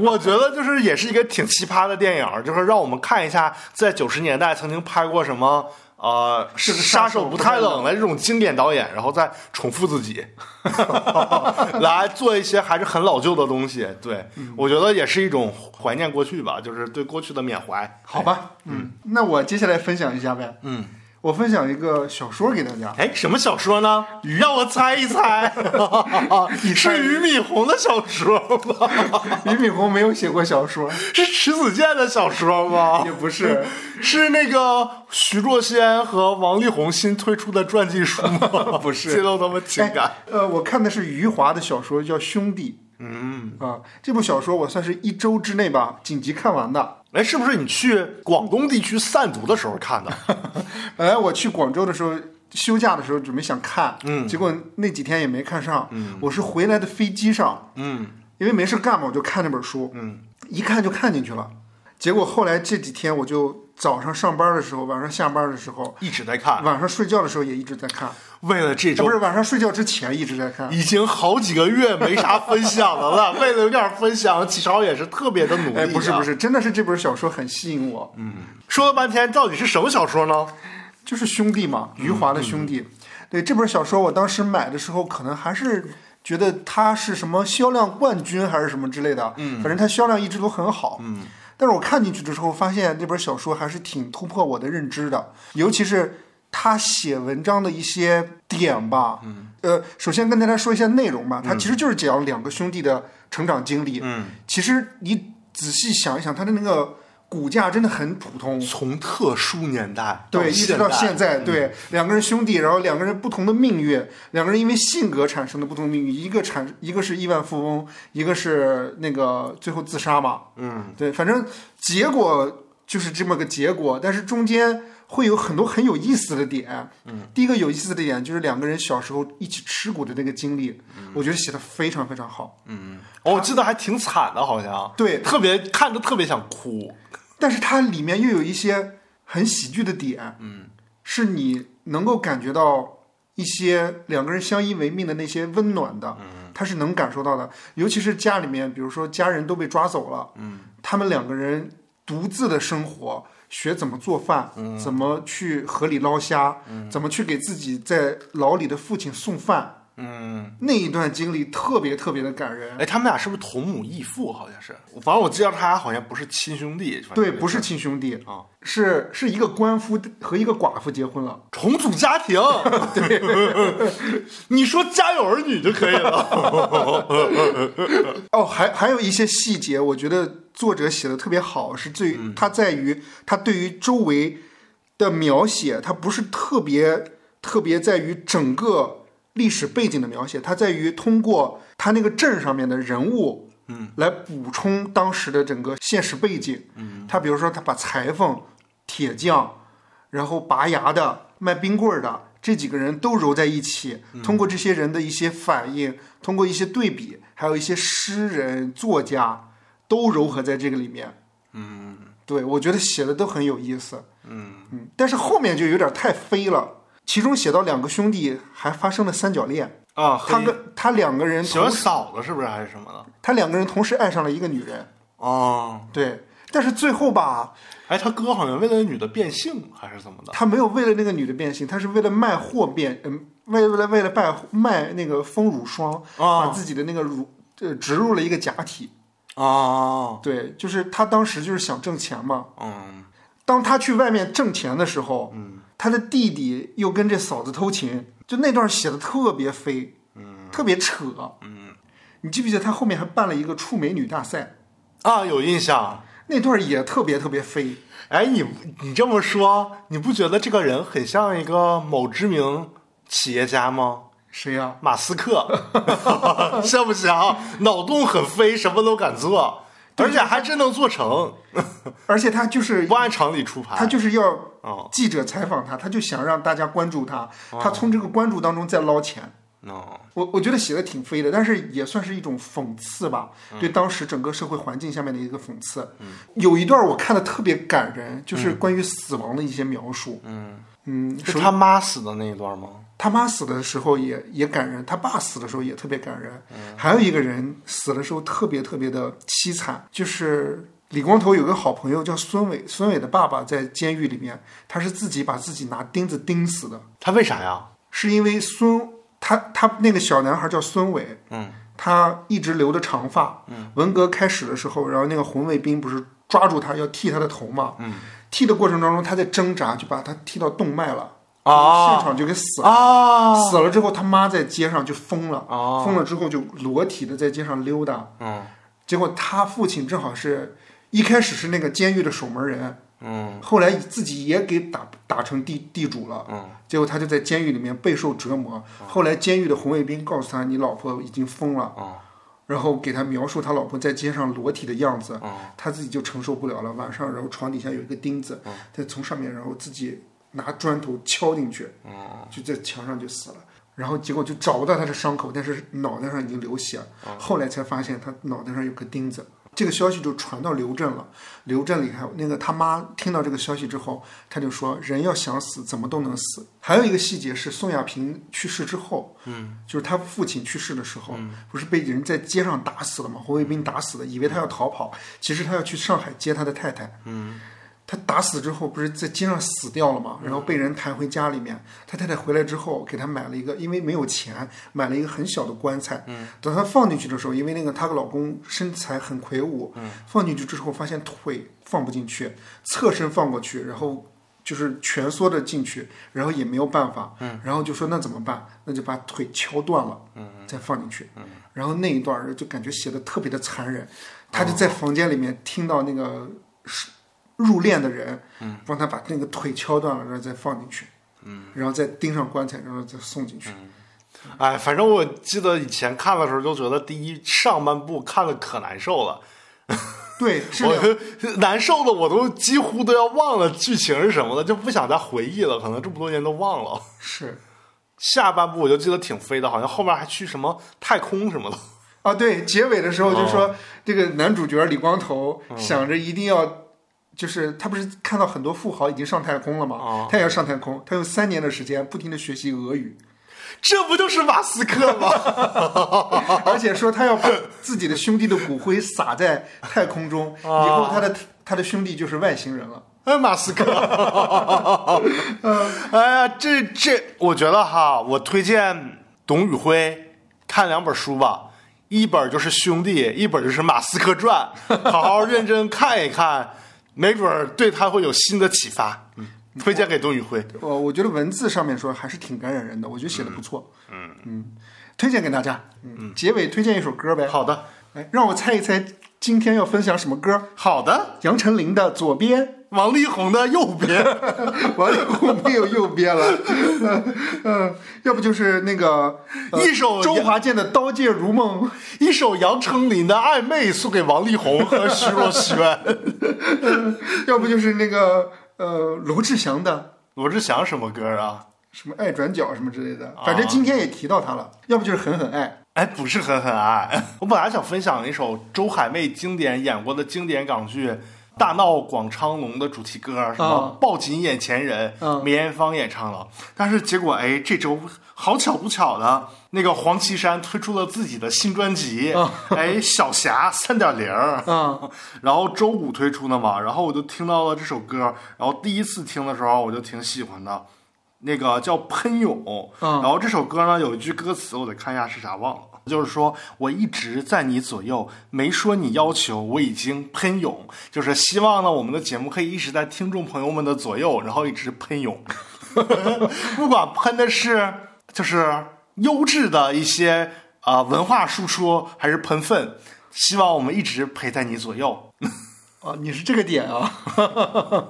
我觉得就是也是一个挺奇葩的电影儿，就是让我们看一下在九十年代曾经拍过什么呃《
是
杀手不太冷》
杀手不太
的这种经典导演，然后再重复自己， 来做一些还是很老旧的东西。对，我觉得也是一种怀念过去吧，就是对过去的缅怀。
好吧，嗯，那我接下来分享一下呗。
嗯，
我分享一个小说给大 家，
哎，什么小说呢？让我猜一猜， 是俞敏洪的小说吗？
俞敏洪没有写过小说，
是迟子建的小说吗
也？不是，
是那个徐若瑄和王力宏新推出的传记书 吗？
不是
揭露他们情感。
哎呃，我看的是余华的小说，叫《兄弟》。嗯啊，这部小说我算是一周之内吧紧急看完的。
哎，是不是你去广东地区散毒的时候看 的？
本来我去广州的时候休假的时候准备想看，嗯，结果那几天也没看上。嗯，我是回来的飞机上，嗯，因为没事干嘛，我就看那本书，嗯，一看就看进去了。结果后来这几天我就早上上班的时候，晚上下班的时候，
一直在看。
晚上睡觉的时候也一直在看，啊、
为了这周
不是晚上睡觉之前一直在看。
已经好几个月没啥分享的了，为了有点分享，启超也是特别的努力、啊
哎，不是不，是，真的是这本小说很吸引我，嗯，
说了半天到底是什么小说呢？
就是兄弟嘛，余华的兄弟。对这本小说，我当时买的时候可能还是觉得它是什么销量冠军还是什么之类的，嗯，反正它销量一直都很好，嗯。但是我看进去的时候，发现这本小说还是挺突破我的认知的，尤其是他写文章的一些点吧，嗯，呃，首先跟大家说一下内容吧，它其实就是讲两个兄弟的成长经历，嗯，其实你仔细想一想，它的那个骨架真的很普通，
从特殊年代
对，一嗯直到
现
现在，对、两个人兄弟，然后两个人不同的命运，两个人因为性格产生的不同命运，一个产一个是亿万富翁，一个是那个最后自杀嘛，嗯，对，反正结果就是这么个结果，但是中间会有很多很有意思的点，嗯，第一个有意思的点就是两个人小时候一起吃苦的那个经历，我觉得写的非常非常好，
哦我记得还挺惨的，好像
对
特别看着特别想哭。
但是它里面又有一些很喜剧的点，嗯，是你能够感觉到一些两个人相依为命的那些温暖的，嗯，他是能感受到的。尤其是家里面，比如说家人都被抓走了，嗯，他们两个人独自的生活，学怎么做饭，嗯、怎么去河里捞虾，嗯、怎么去给自己在牢里的父亲送饭，嗯，那一段经历特别特别的感人。
哎，他们俩是不是同母异父？好像是，反正我记得他俩好像不是亲兄弟。反正
对，
就
不是亲兄弟
啊，
是是一个官夫和一个寡妇结婚了。
重组家 庭。你说家有儿女就可以了。
哦，还还有一些细节，我觉得作者写的特别好，是最他在于他对于周围的描写，他不是特别特别在于整个历史背景的描写，他在于通过他那个镇上面的人物。嗯，来补充当时的整个现实背景。嗯，他比如说，他把裁缝、铁匠，然后拔牙的、卖冰棍儿的这几个人都揉在一起，通过这些人的一些反应，通过一些对比，还有一些诗人、作家都糅合在这个里面。嗯，对，我觉得写的都很有意思。嗯嗯，但是后面就有点太飞了。其中写到两个兄弟还发生了三角恋，
啊，
他
黑
跟他两个人
喜欢
同
嫂子是不是还是什么的？
他两个人同时爱上了一个女人，
哦，
对。但是最后吧，
哎，他哥好像为了那女的变性还是怎么的？
他没有为了那个女的变性，他是为了卖货变，嗯、为为了为了卖卖那个丰乳霜，把
啊
自己的那个乳呃植入了一个假体。
啊，
对，就是他当时就是想挣钱嘛。
嗯，
当他去外面挣钱的时候，他的弟弟又跟这嫂子偷情，就那段写的特别飞，特别扯，你记不记得他后面还办了一个处美女大赛，
啊，有印象。
那段也特别特别飞，
哎，你你这么说，你不觉得这个人很像一个某知名企业家吗？
谁呀、
马斯克， 像不像？脑洞很飞，什么都敢做，而且还真能做成，
而且他就是
不按常理出牌。
他就是要
啊哦
记者采访他，他就想让大家关注他，他从这个关注当中再捞钱。
哦
我我觉得写的挺飞的，但是也算是一种讽刺吧，
嗯
对当时整个社会环境下面的一个讽刺。有一段我看的特别感人，就是关于死亡的一些描述。嗯
是嗯他妈死的那一段吗？
他妈死的时候也也感人，他爸死的时候也特别感人。还有一个人死的时候特别特别的凄惨，就是李光头有个好朋友叫孙伟，孙伟的爸爸在监狱里面，他是自己把自己拿钉子钉死的。
他为啥呀？
是因为孙他他那个小男孩叫孙伟，嗯，他一直留着长发，嗯，文革开始的时候，然后那个红卫兵不是抓住他要剃他的头嘛，嗯，踢的过程当中，他在挣扎，就把他踢到动脉了，
啊
现场就给死了。
啊，
死了之后，他妈在街上就疯了，
哦
疯了之后就裸体的在街上溜达。
嗯
结果他父亲正好是一开始是那个监狱的守门人，
嗯
后来自己也给打打成地地主了。
嗯，
结果他就在监狱里面备受折磨。后来监狱的红卫兵告诉他：“你老婆已经疯了。
哦”
然后给他描述他老婆在街上裸体的样子
哦，
他自己就承受不了了。晚上，然后床底下有一个钉子，
嗯
他从上面然后自己拿砖头敲进去，就在墙上就死了。然后结果就找不到他的伤口，但是脑袋上已经流血了。后来才发现他脑袋上有颗钉子。这个消息就传到刘震了。刘震里还有那个他妈听到这个消息之后，他就说：“人要想死，怎么都能死。”还有一个细节是宋亚平去世之后，嗯，就是他父亲去世的时候，不是被人在街上打死了吗？红卫兵打死的，以为他要逃跑，其实他要去上海接他的太太。他打死之后不是在街上死掉了嘛，然后被人抬回家里面。他太太回来之后，给他买了一个，因为没有钱，买了一个很小的棺材。等他放进去的时候，因为那个她的老公身材很魁梧，放进去之后发现腿放不进去，侧身放过去，然后就是蜷缩着进去，然后也没有办法，然后就说那怎么办？那就把腿敲断了，再放进去。然后那一段儿就感觉写的特别的残忍，他就在房间里面听到那个入殓的人，
嗯
帮他把那个腿敲断了，然后再放进去，然后再钉上棺材，然后再送进去。
哎，反正我记得以前看的时候就觉得第一上半部看的可难受了，
对，是
我
的，
就难受的我都几乎都要忘了剧情是什么了，就不想再回忆了，可能这么多年都忘了。
是
下半部我就记得挺飞的，好像后面还去什么太空什么的。
啊，对，结尾的时候就说、
哦
这个男主角李光头想着一定要。就是他不是看到很多富豪已经上太空了吗？
哦
他也要上太空，他用三年的时间不停的学习俄语，
这不就是马斯克吗？哦
而且说他要 把自己的兄弟的骨灰撒在太空中，以
哦
后他的他的兄弟就是外星人了。
哎，马斯克！ 哎呀，这这，我觉得哈，我推荐董宇辉看两本书吧，一本就是《兄弟》，一本就是《马斯克传》，好好认真看一看，没准儿对他会有新的启发。嗯，推荐给董宇辉。
我呃我觉得文字上面说还是挺感染人的，我觉得写的不错。嗯推荐给大家。嗯，结尾推荐一首歌呗。，
好的，
来让我猜一猜今天要分享什么歌？
好的。
杨丞琳的《左边》
王力宏的右边，
完了，我没有右边了。 嗯、呃要不就是那个、呃
一首
周华健的《刀剑如梦》。
一首杨丞琳的《暧昧》送给王力宏和徐若瑄。
要不就是那个呃罗志祥的
罗志祥什么歌啊？
什么爱转角什么之类的，反正今天也提到他了。要不就是狠狠爱，
哎，不是狠狠爱。我本来想分享一首周海媚经典演过的经典港剧《大闹广昌隆》的主题歌，什么
嗯
“抱紧眼前人”，
嗯
梅艳芳演唱了。但是结果，哎，这周好巧不巧的，那个黄绮珊推出了自己的新专辑，哎，《小霞三点零》。
嗯，
然后周五推出的嘛，然后我就听到了这首歌，然后第一次听的时候我就挺喜欢的，那个叫《喷涌》，
嗯
然后这首歌呢有一句歌词，我得看一下是啥忘了。就是说，我一直在你左右，没说你要求，我已经喷涌。就是希望呢，我们的节目可以一直在听众朋友们的左右，然后一直喷涌。 不管喷的是就是优质的一些啊、呃文化输出，还是喷粪，希望我们一直陪在你左右。
啊，你是这个点啊，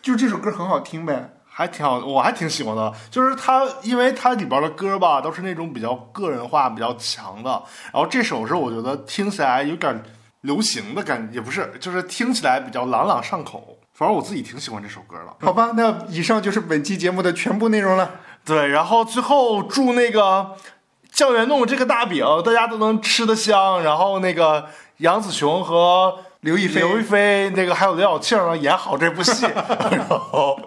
就这首歌很好听呗。
还挺好，我还挺喜欢的。就是它，因为它里边的歌吧，都是那种比较个人化、比较强的。然后这首是我觉得听起来有点流行的感觉，也不是，就是听起来比较朗朗上口。反正我自己挺喜欢这首歌的。
好吧，那以上就是本期节目的全部内容了。
对，然后最后祝那个酱园弄这个大饼大家都能吃得香。然后那个杨紫琼和
刘亦菲
刘亦菲那个还有刘晓庆能演好这 部戏，然后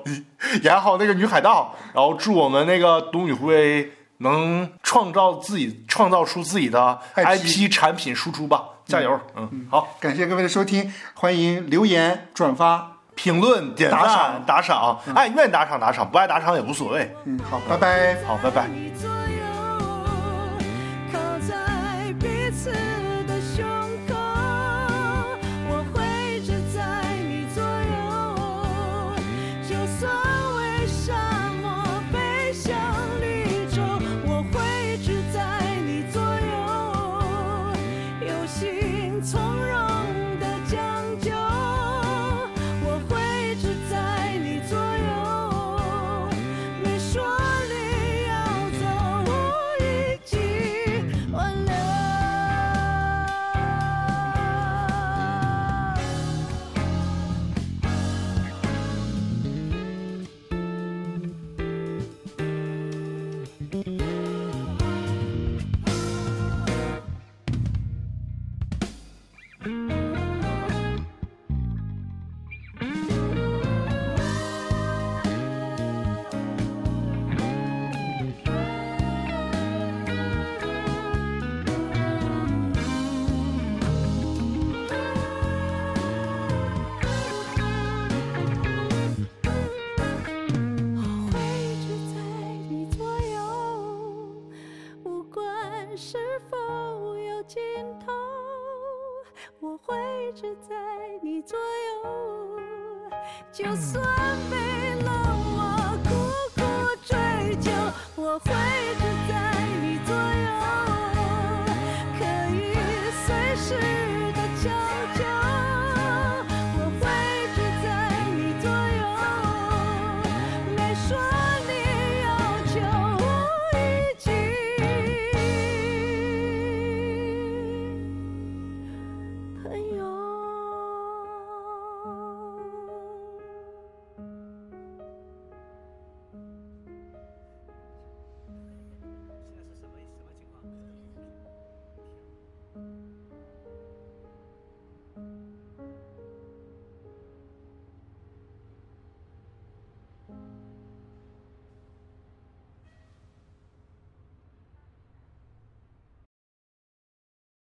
演好那个女海盗。然后祝我们那个董宇辉能创造自己创造出自己的
IP
IP 产品输出吧，加油！嗯，好，
感谢各位的收听，欢迎留言、转发。
评论、点
打
赞
赏、
打赏，爱愿打赏打赏，不爱打赏也无所谓。
嗯，好，拜拜。
好，拜拜。
你左右，靠在彼此的胸口，我会一直在你左右，们是否有尽头？我会一直在你左右，就算为了我苦苦追求，我会一直